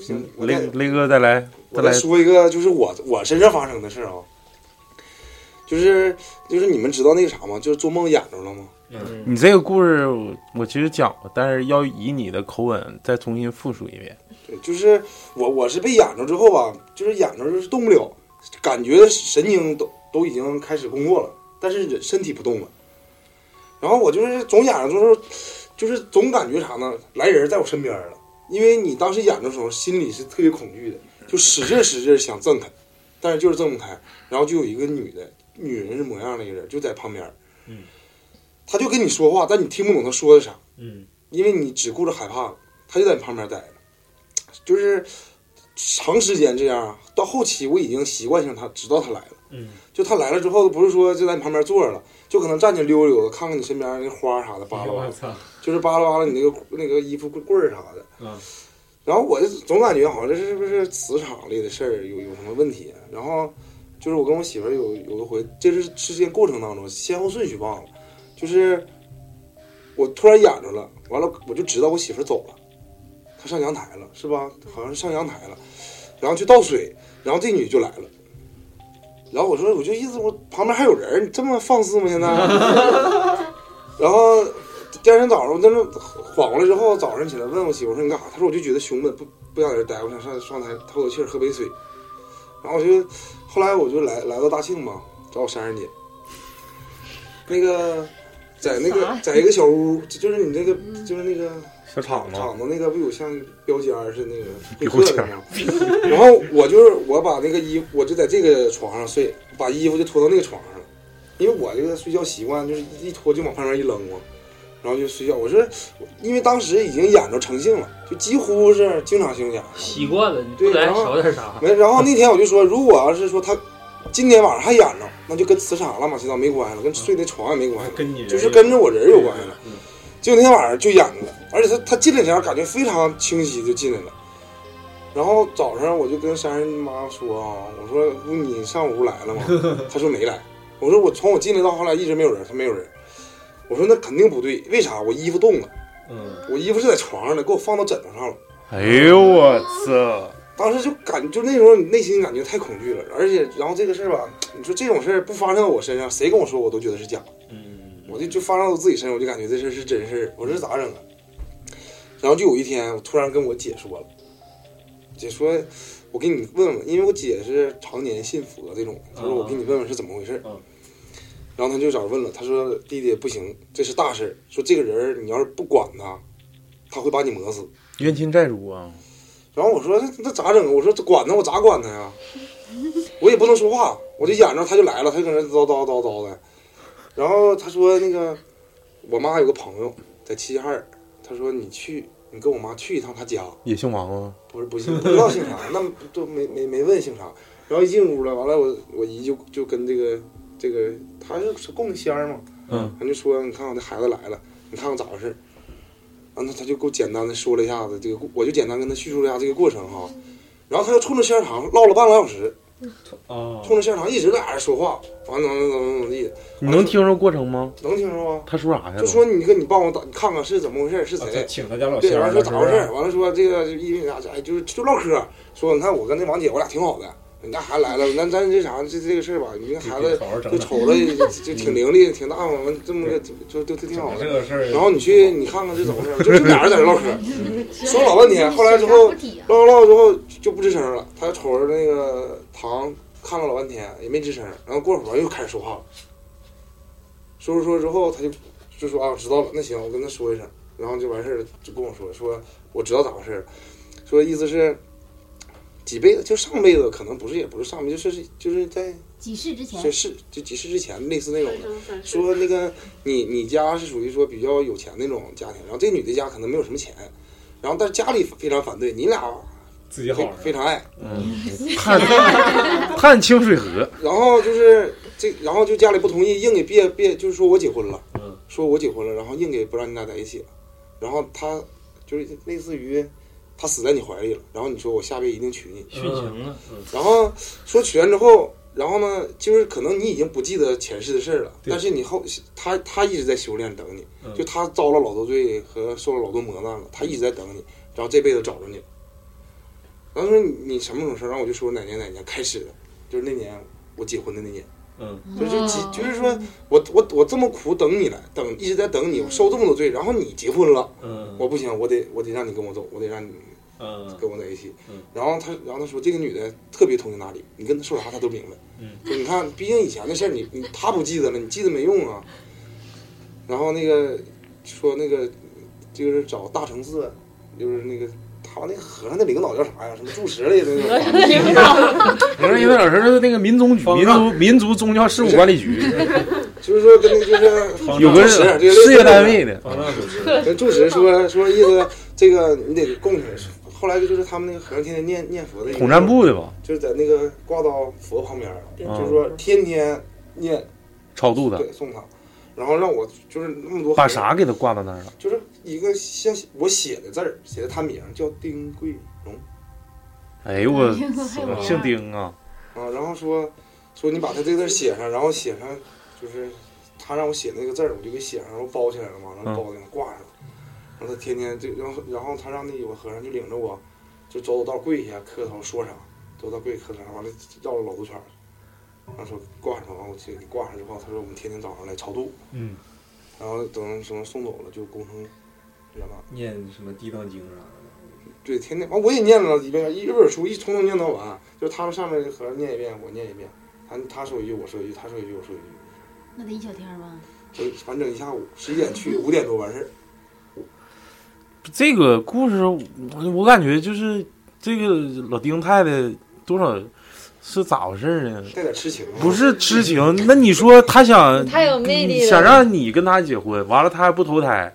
C: 行，我再
A: 雷雷哥再来，
C: 我
A: 来
C: 再。说一个，就是我我身上发生的事儿啊，就是就是你们知道那个啥吗？就是做梦演着了吗？
G: 嗯，
A: 你这个故事我我其实讲过，但是要以你的口吻再重新复述一遍。
C: 对，就是我我是被演着之后吧，就是演着就是动不了，感觉神经都都已经开始工作了，但是人身体不动了。然后我就是总演着的时候，就是总感觉啥呢？来人在我身边了，因为你当时演着的时候心里是特别恐惧的，就使劲使劲想挣开，但是就是挣不开。然后就有一个女的，女人是模样那个人就在旁边，
G: 嗯，
C: 她就跟你说话，但你听不懂她说的啥，
G: 嗯，
C: 因为你只顾着害怕了，他就在你旁边待着，就是长时间这样，到后期我已经习惯性他知道他来了，
G: 嗯，
C: 就他来了之后，不是说就在你旁边坐着了，就可能站起溜溜的，看看你身边那花啥的扒拉扒
G: 我
C: 拉，
G: 操，
C: 就是扒拉扒拉你那个那个衣服棍棍儿啥的，
G: 嗯，
C: 然后我就总感觉好像这是不是磁场类的事儿有有什么问题、啊然后就是我跟我媳妇儿有有一回，这是事件过程当中先后顺序忘了，就是我突然演着了，完了我就知道我媳妇儿走了，她上阳台了是吧？好像是上阳台了，然后去倒水，然后这女就来了。然后我说，我 就意思我旁边还有人，你这么放肆吗？现在？然后第二天早上，我在那缓过来之后，早上起来问我媳妇儿说你干啥？她说我就觉得胸闷，不不想在这待，我想上上台透透气儿，喝杯水。然后我就后来我就来来到大庆嘛，找我珊珊姐。那个在那个在一个小屋，哦就就是你那个
F: 嗯
C: 就是那个
A: 小厂子，
C: 厂子那个不有像标间儿似的那个会客的吗？然后我就是我把那个衣服，我就在这个床上睡，把衣服就脱到那个床上了，因为我这个睡觉习惯就是一脱就往旁边一扔我，然后就睡觉。我是因为当时已经演着成性了，就几乎是经常性演。
F: 习惯了，你不
C: 对
F: 来
C: 然后
F: 少点啥？
C: 没，然后那天我就说，如果要是说他今天晚上还演着，那就跟磁场乱七八糟没关系了，跟睡那床也没关系了。
G: 跟你
C: 就是跟着我人有关系了
G: 嗯。
C: 结果那天晚上就演了，而且他他进来前感觉非常清晰就进来了。然后早上我就跟珊珊妈说啊，我说姑你上我屋来了吗？ 她说没来。我说我从我进来到后来一直没有人，她没有人。我说那肯定不对，为啥？我衣服冻了，
G: 嗯，
C: 我衣服是在床上的，给我放到枕头上了。
A: 哎呦我操！
C: 当时就感就那时候你内心感觉太恐惧了，而且然后这个事儿吧，你说这种事儿不发生在我身上，谁跟我说我都觉得是假的。我就就发生到我自己身上，我就感觉这事儿是真事儿，我这咋整啊？然后就有一天，我突然跟我姐说了，姐说，哎我给你问问，因为我姐是常年信佛这种，她说
G: 嗯
C: 我给你问问是怎么回事儿
G: 嗯。
C: 然后她就找问了，她说弟弟不行，这是大事儿，说这个人儿你要是不管他，他会把你磨死。
A: 冤亲债主啊！
C: 然后我说那那咋整啊？我说这管他，我咋管他呀？我也不能说话，我就演着他就来了，他就搁那叨叨叨叨的。然后他说那个我妈有个朋友在齐齐哈尔，他说你去，你跟我妈去一趟他家，
A: 也姓王啊？
C: 不是不姓不知道姓啥，那么都没没没问姓啥。然后一进屋了，完了我我姨就就跟这个这个他是是供的仙儿嘛，
A: 嗯，
C: 他就说：“你看我这孩子来了，你看看咋回事儿。”完了，他就给我简单的说了一下子这个过，我就简单跟他叙述了一下这个过程哈。然后他又冲着仙人堂唠了半个来小时，
G: 啊，
C: 冲着仙人堂一直在那说话，完了怎么怎么怎么地，
A: 你能听着过程吗？
C: 能听着吗？
A: 他说啥呀？
C: 就说你跟你帮我打，你看看是怎么回事儿，是
G: 啊
C: 谁？
G: 请他家老
C: 对，
G: 仙
C: 完了
G: 儿
C: 说咋
G: 了，
C: 回事
G: 是
C: 儿？完了说这个就因为啥？哎，就是就唠嗑儿，说你看我跟那王姐，我俩挺好的。你家孩子来了，咱咱这啥这这个事儿吧，你这
G: 不是
C: 孩子
G: 好好整
C: 就
G: 整，
C: 瞅着就就挺伶俐，挺大方，完这么个就就就就挺
G: 整
C: 好
G: 整
C: 的
G: 这。个事儿，
C: 然后你去你看看是怎么回事，就就俩人在这唠嗑， 说了老半天。后来之
B: 啥
C: 后
B: 不提啊
C: 唠着唠着之后就不吱声了，他瞅着那个糖看了老半天也没吱声，然后过会儿又开始说话了，说着说着之后他就就说啊我知道了，那行我跟他说一声，然后就完事儿了，就跟我说说我知道咋回事了，说意思是几辈子就上辈子可能不是也不是上辈子就是就是在
B: 几世之前
C: 这，世就几世之前类似那种的。
H: 嗯
C: 说那个你你家是属于说比较有钱那种家庭，然后这女的家可能没有什么钱，然后但是家里非常反对，你俩
G: 自己好
C: 非
G: 好
C: 非常 爱，
A: 看嗯看清水河，
C: 然后就是这，然后就家里不同意，硬给别别，就是说我结婚了，
G: 嗯
C: 说我结婚了，然后硬给不让你俩在一起了，然后他就是类似于他死在你怀里了，然后你说我下辈子一定娶你，
F: 殉
G: 嗯
F: 情了，
C: 然后说娶完之后，然后呢，就是可能你已经不记得前世的事儿了，
G: 对
C: 但是你后他他一直在修炼等你，
G: 嗯
C: 就他遭了老多罪和受了老多磨难了，他一直在等你，然后这辈子找着你了。然后说你你什么时候事儿，然后我就说哪年哪年开始的，就是那年我结婚的那年，
G: 嗯
C: 就是就几就是说我我我这么苦等你来，等一直在等你，我受这么多罪，然后你结婚了，
G: 嗯，
C: 我不行，我得我得让你跟我走，我得让你
G: 嗯
C: 跟我在一起
G: 嗯。
C: 然后他，然后他说这个女的特别通情达理，你跟她说啥她都明白。
G: 嗯
C: 就你看，毕竟以前的事儿你你她不记得了，你记得没用啊。然后那个说那个就是找大成寺，就是那个他那个和尚的领导叫啥呀？什么住持类的那种。
A: 我说有点儿是那个民宗局、
G: 方
A: 民
G: 丈
A: 族民族宗教事务 管理 局，
C: 就是说跟那个就是
A: 啊
G: 方丈
A: 有个
C: 主持这个
A: 事业单位的，
G: 方丈主持，
C: 跟住持说说意思，这个你得供他。后来就是他们那个和尚天天念念佛的一个
A: 统战部的吧，
C: 就是在那个挂到佛旁边儿，
H: 对
C: 就是说天天念
A: 超度的，
C: 对，送他，然后让我就是那么多
A: 把
C: 盒
A: 啥给他挂到那儿了？
C: 就是一个像我写的字儿，写的他名儿叫丁桂荣
A: 哎呦我
B: 哎呦
A: 姓丁啊，
C: 啊，然后说说你把他这字儿写上，然后写上就是他让我写那个字儿，我就给写上，然后包起来了嘛，然后包起来挂上了，然后他天天就然后然后他让那有个和尚就领着我，就走到跪下磕头说啥，走到跪磕头，完了绕了老多圈儿，然后说挂上吧，完我去给挂上之后，他说我们天天早上来超度，
G: 嗯，
C: 他然后等什么送走了就工程圆满。
G: 念什么地藏经啊啥的，
C: 对，天天啊，我也念了一遍，一本书一从头念到完，就他们上面和尚念一遍，我念一遍，他他说一句我说一句，他说一句我说一句。
B: 那得一小天儿
A: 嗯
B: 吧？
C: 就完整一下午，十一点去，五点多完事儿。
A: 这个故事，我我感觉就是这个老丁太太多少是咋回事儿呢？
C: 带点痴情啊，
A: 不是痴情，那你说他想
D: 太有魅力了。
A: 想让你跟他结婚，完了他还不投胎，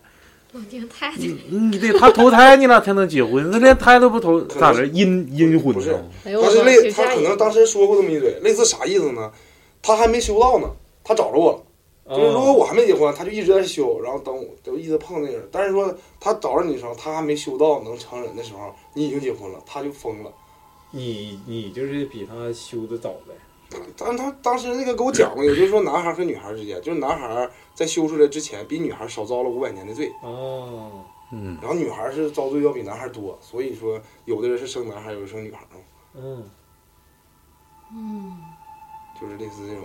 I: 老丁太太，
C: 嗯
A: 你你得他投胎你俩才能结 婚，他连胎都不投，咋的阴阴婚
C: 不是
A: 呢？
D: 哎呦我
C: 当时
D: 操
C: 类
D: 挺
C: 他
D: 吓
C: 可
D: 人
C: 能当时说过这么一嘴，类似啥意思呢？他还没修到呢，他找着我了。就是如果我还没结婚，他就一直在修，然后等我就一直碰那人。但是说他找着你的时候，他还没修到能成人的时候，你已经结婚了，他就疯了。
G: 你你就是比他修的早呗。
C: 但他当时那个给我讲过，也就是说男孩和女孩之间，就是男孩在修出来之前比女孩少遭了五百年的罪，
G: 哦，
A: 嗯，
C: 然后女孩是遭罪要比男孩多，所以说有的人是生男孩，有的生女孩嘛，
G: 嗯，
B: 嗯，
C: 就是类似这种。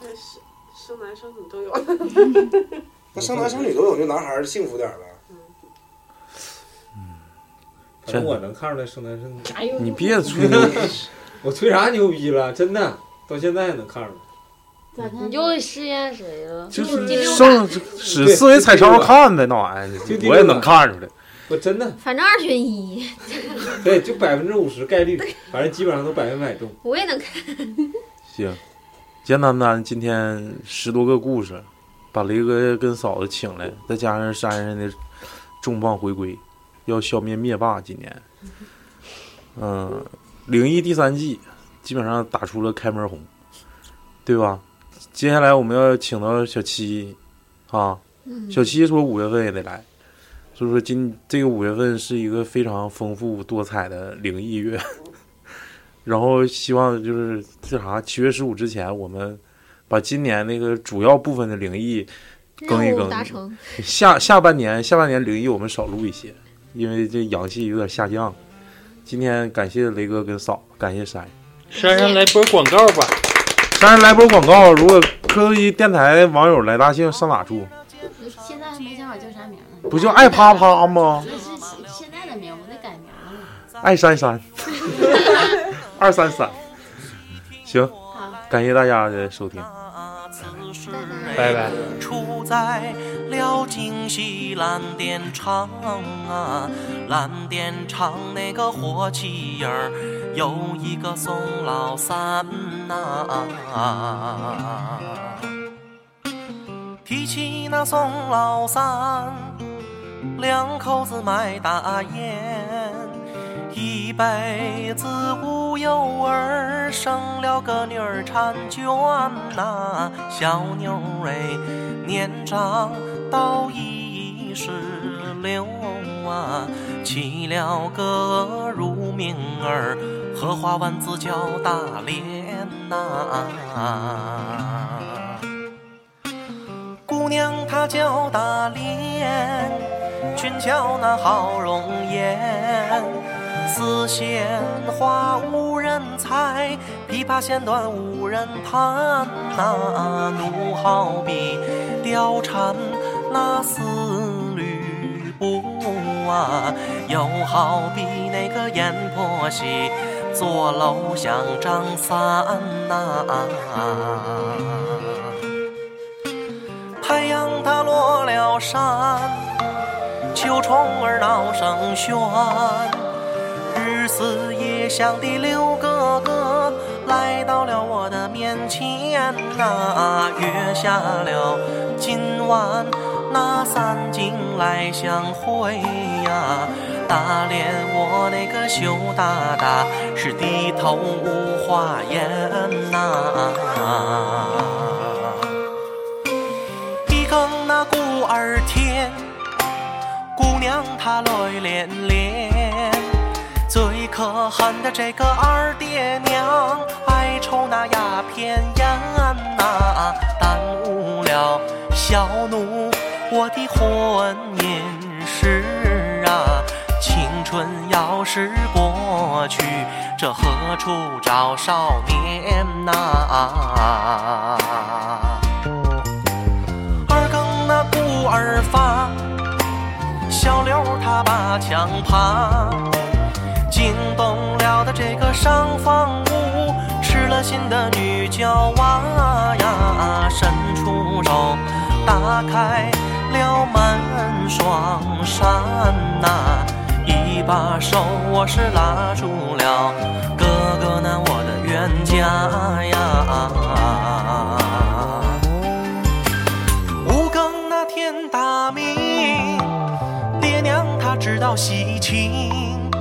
H: 但是生男生女都 有，
C: 那生男生女都有，就男孩幸福点儿呗。
G: 反正我能看出来生男生女。
D: 哎呦，
A: 你别吹牛，
G: 我吹啥牛逼了？真的，到现在能看出来。
B: 咋看呢？
D: 你就试验谁了？
A: 就是
D: 第六感
A: 上使思维彩超看呗，那玩意
G: 就
A: 儿
G: 第六
A: 我也
G: 感
A: 能看出来。
G: 我真的
I: 反正二选一，
G: 对，就百分之五十概率，反正基本上都百分百中。
I: 我也能看。
A: 行，简单单，今天十多个故事，把雷哥跟嫂子请来，再加上珊珊的重磅回归，要消灭灭霸。今年，嗯、灵异第三季基本上打出了开门红，对吧？接下来我们要请到小七啊，
I: 嗯，
A: 小七说五月份也得来，所以说今这个五月份是一个非常丰富多彩的灵异月。 然后希望就是这啥，七月十五之前，我们把今年那个主要部分的灵异， 更一
I: 任务
A: 更
I: 达成。
A: 下下半年下半年灵异我们少录一些，因为这阳气有点下降。今天感谢雷哥跟嫂，感谢珊
F: 珊珊来波广告吧。
A: 珊珊来波广告，如果科技电台网友来大庆上哪住？
B: 现在还没想好叫啥名呢。
A: 不就爱啪啪吗？
B: 这是现现在的名，我得改名了。
A: 爱珊珊， 二三三，行，
B: 好。
A: 感谢大家的收听。
F: 拜拜。
J: 处在辽京西蓝靛厂啊，蓝靛厂那个火器营儿有一个宋老三呐、提起那宋老三，两口子卖大烟，一辈子无有儿，生了个女儿婵娟呐，小妞儿哎，年长到一十六啊，起了个乳名儿，荷花湾子叫大连呐、姑娘她叫大莲，俊俏那好容颜，丝线花无人裁，琵琶弦断无人弹呐、奴好比貂蝉那丝缕布啊，又好比那个阎婆惜坐楼想张三呐、太阳它落了山，秋虫儿闹声喧，日思夜想的六哥哥来到了我的面前呐、约下了今晚那三更来相会呀、打脸我那个羞答答是低头无话言呐、一更那鼓儿天，姑娘她泪涟涟。最可恨的这个二爹娘，爱抽那鸦片烟呐、耽误了小奴我的婚姻事啊。青春要是过去，这何处找少年呐、二更那鼓儿发，小刘他把墙爬，惊动了的这个上房屋，失了心的女娇娃呀，伸出手打开了门双扇呐、一把手我是拉住了哥哥那我的冤家呀。五更那天大明，爹娘她知道喜庆，啊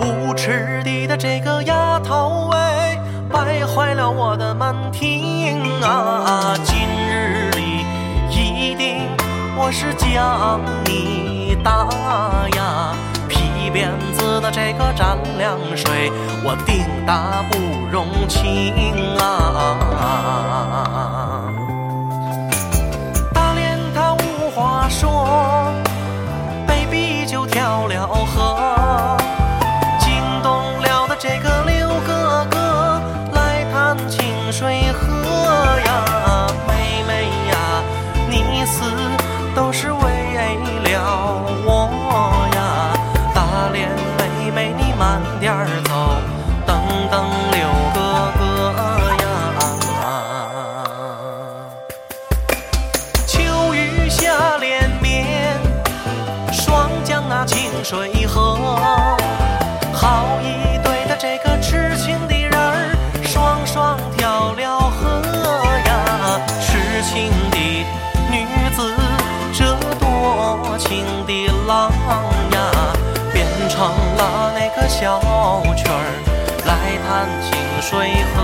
J: 无耻地的这个丫头哎，败坏了我的门庭啊！今日里一定我是将你打呀！皮鞭子的这个蘸凉水，我定打不容情啊！大连他无话说，被逼就跳了河，惊动了的这个刘哥哥来探清水河呀，妹妹呀，你死都是为了我呀，大连妹妹你慢点儿走，等等刘哥哥呀。秋雨下连绵，霜降那清水河。好一对的这个痴情的人儿，双双跳了河呀！痴情的女子，这多情的郎呀，变成了那个小曲儿，来弹清水河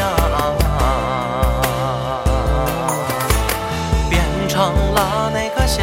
J: 呀。变成了那个小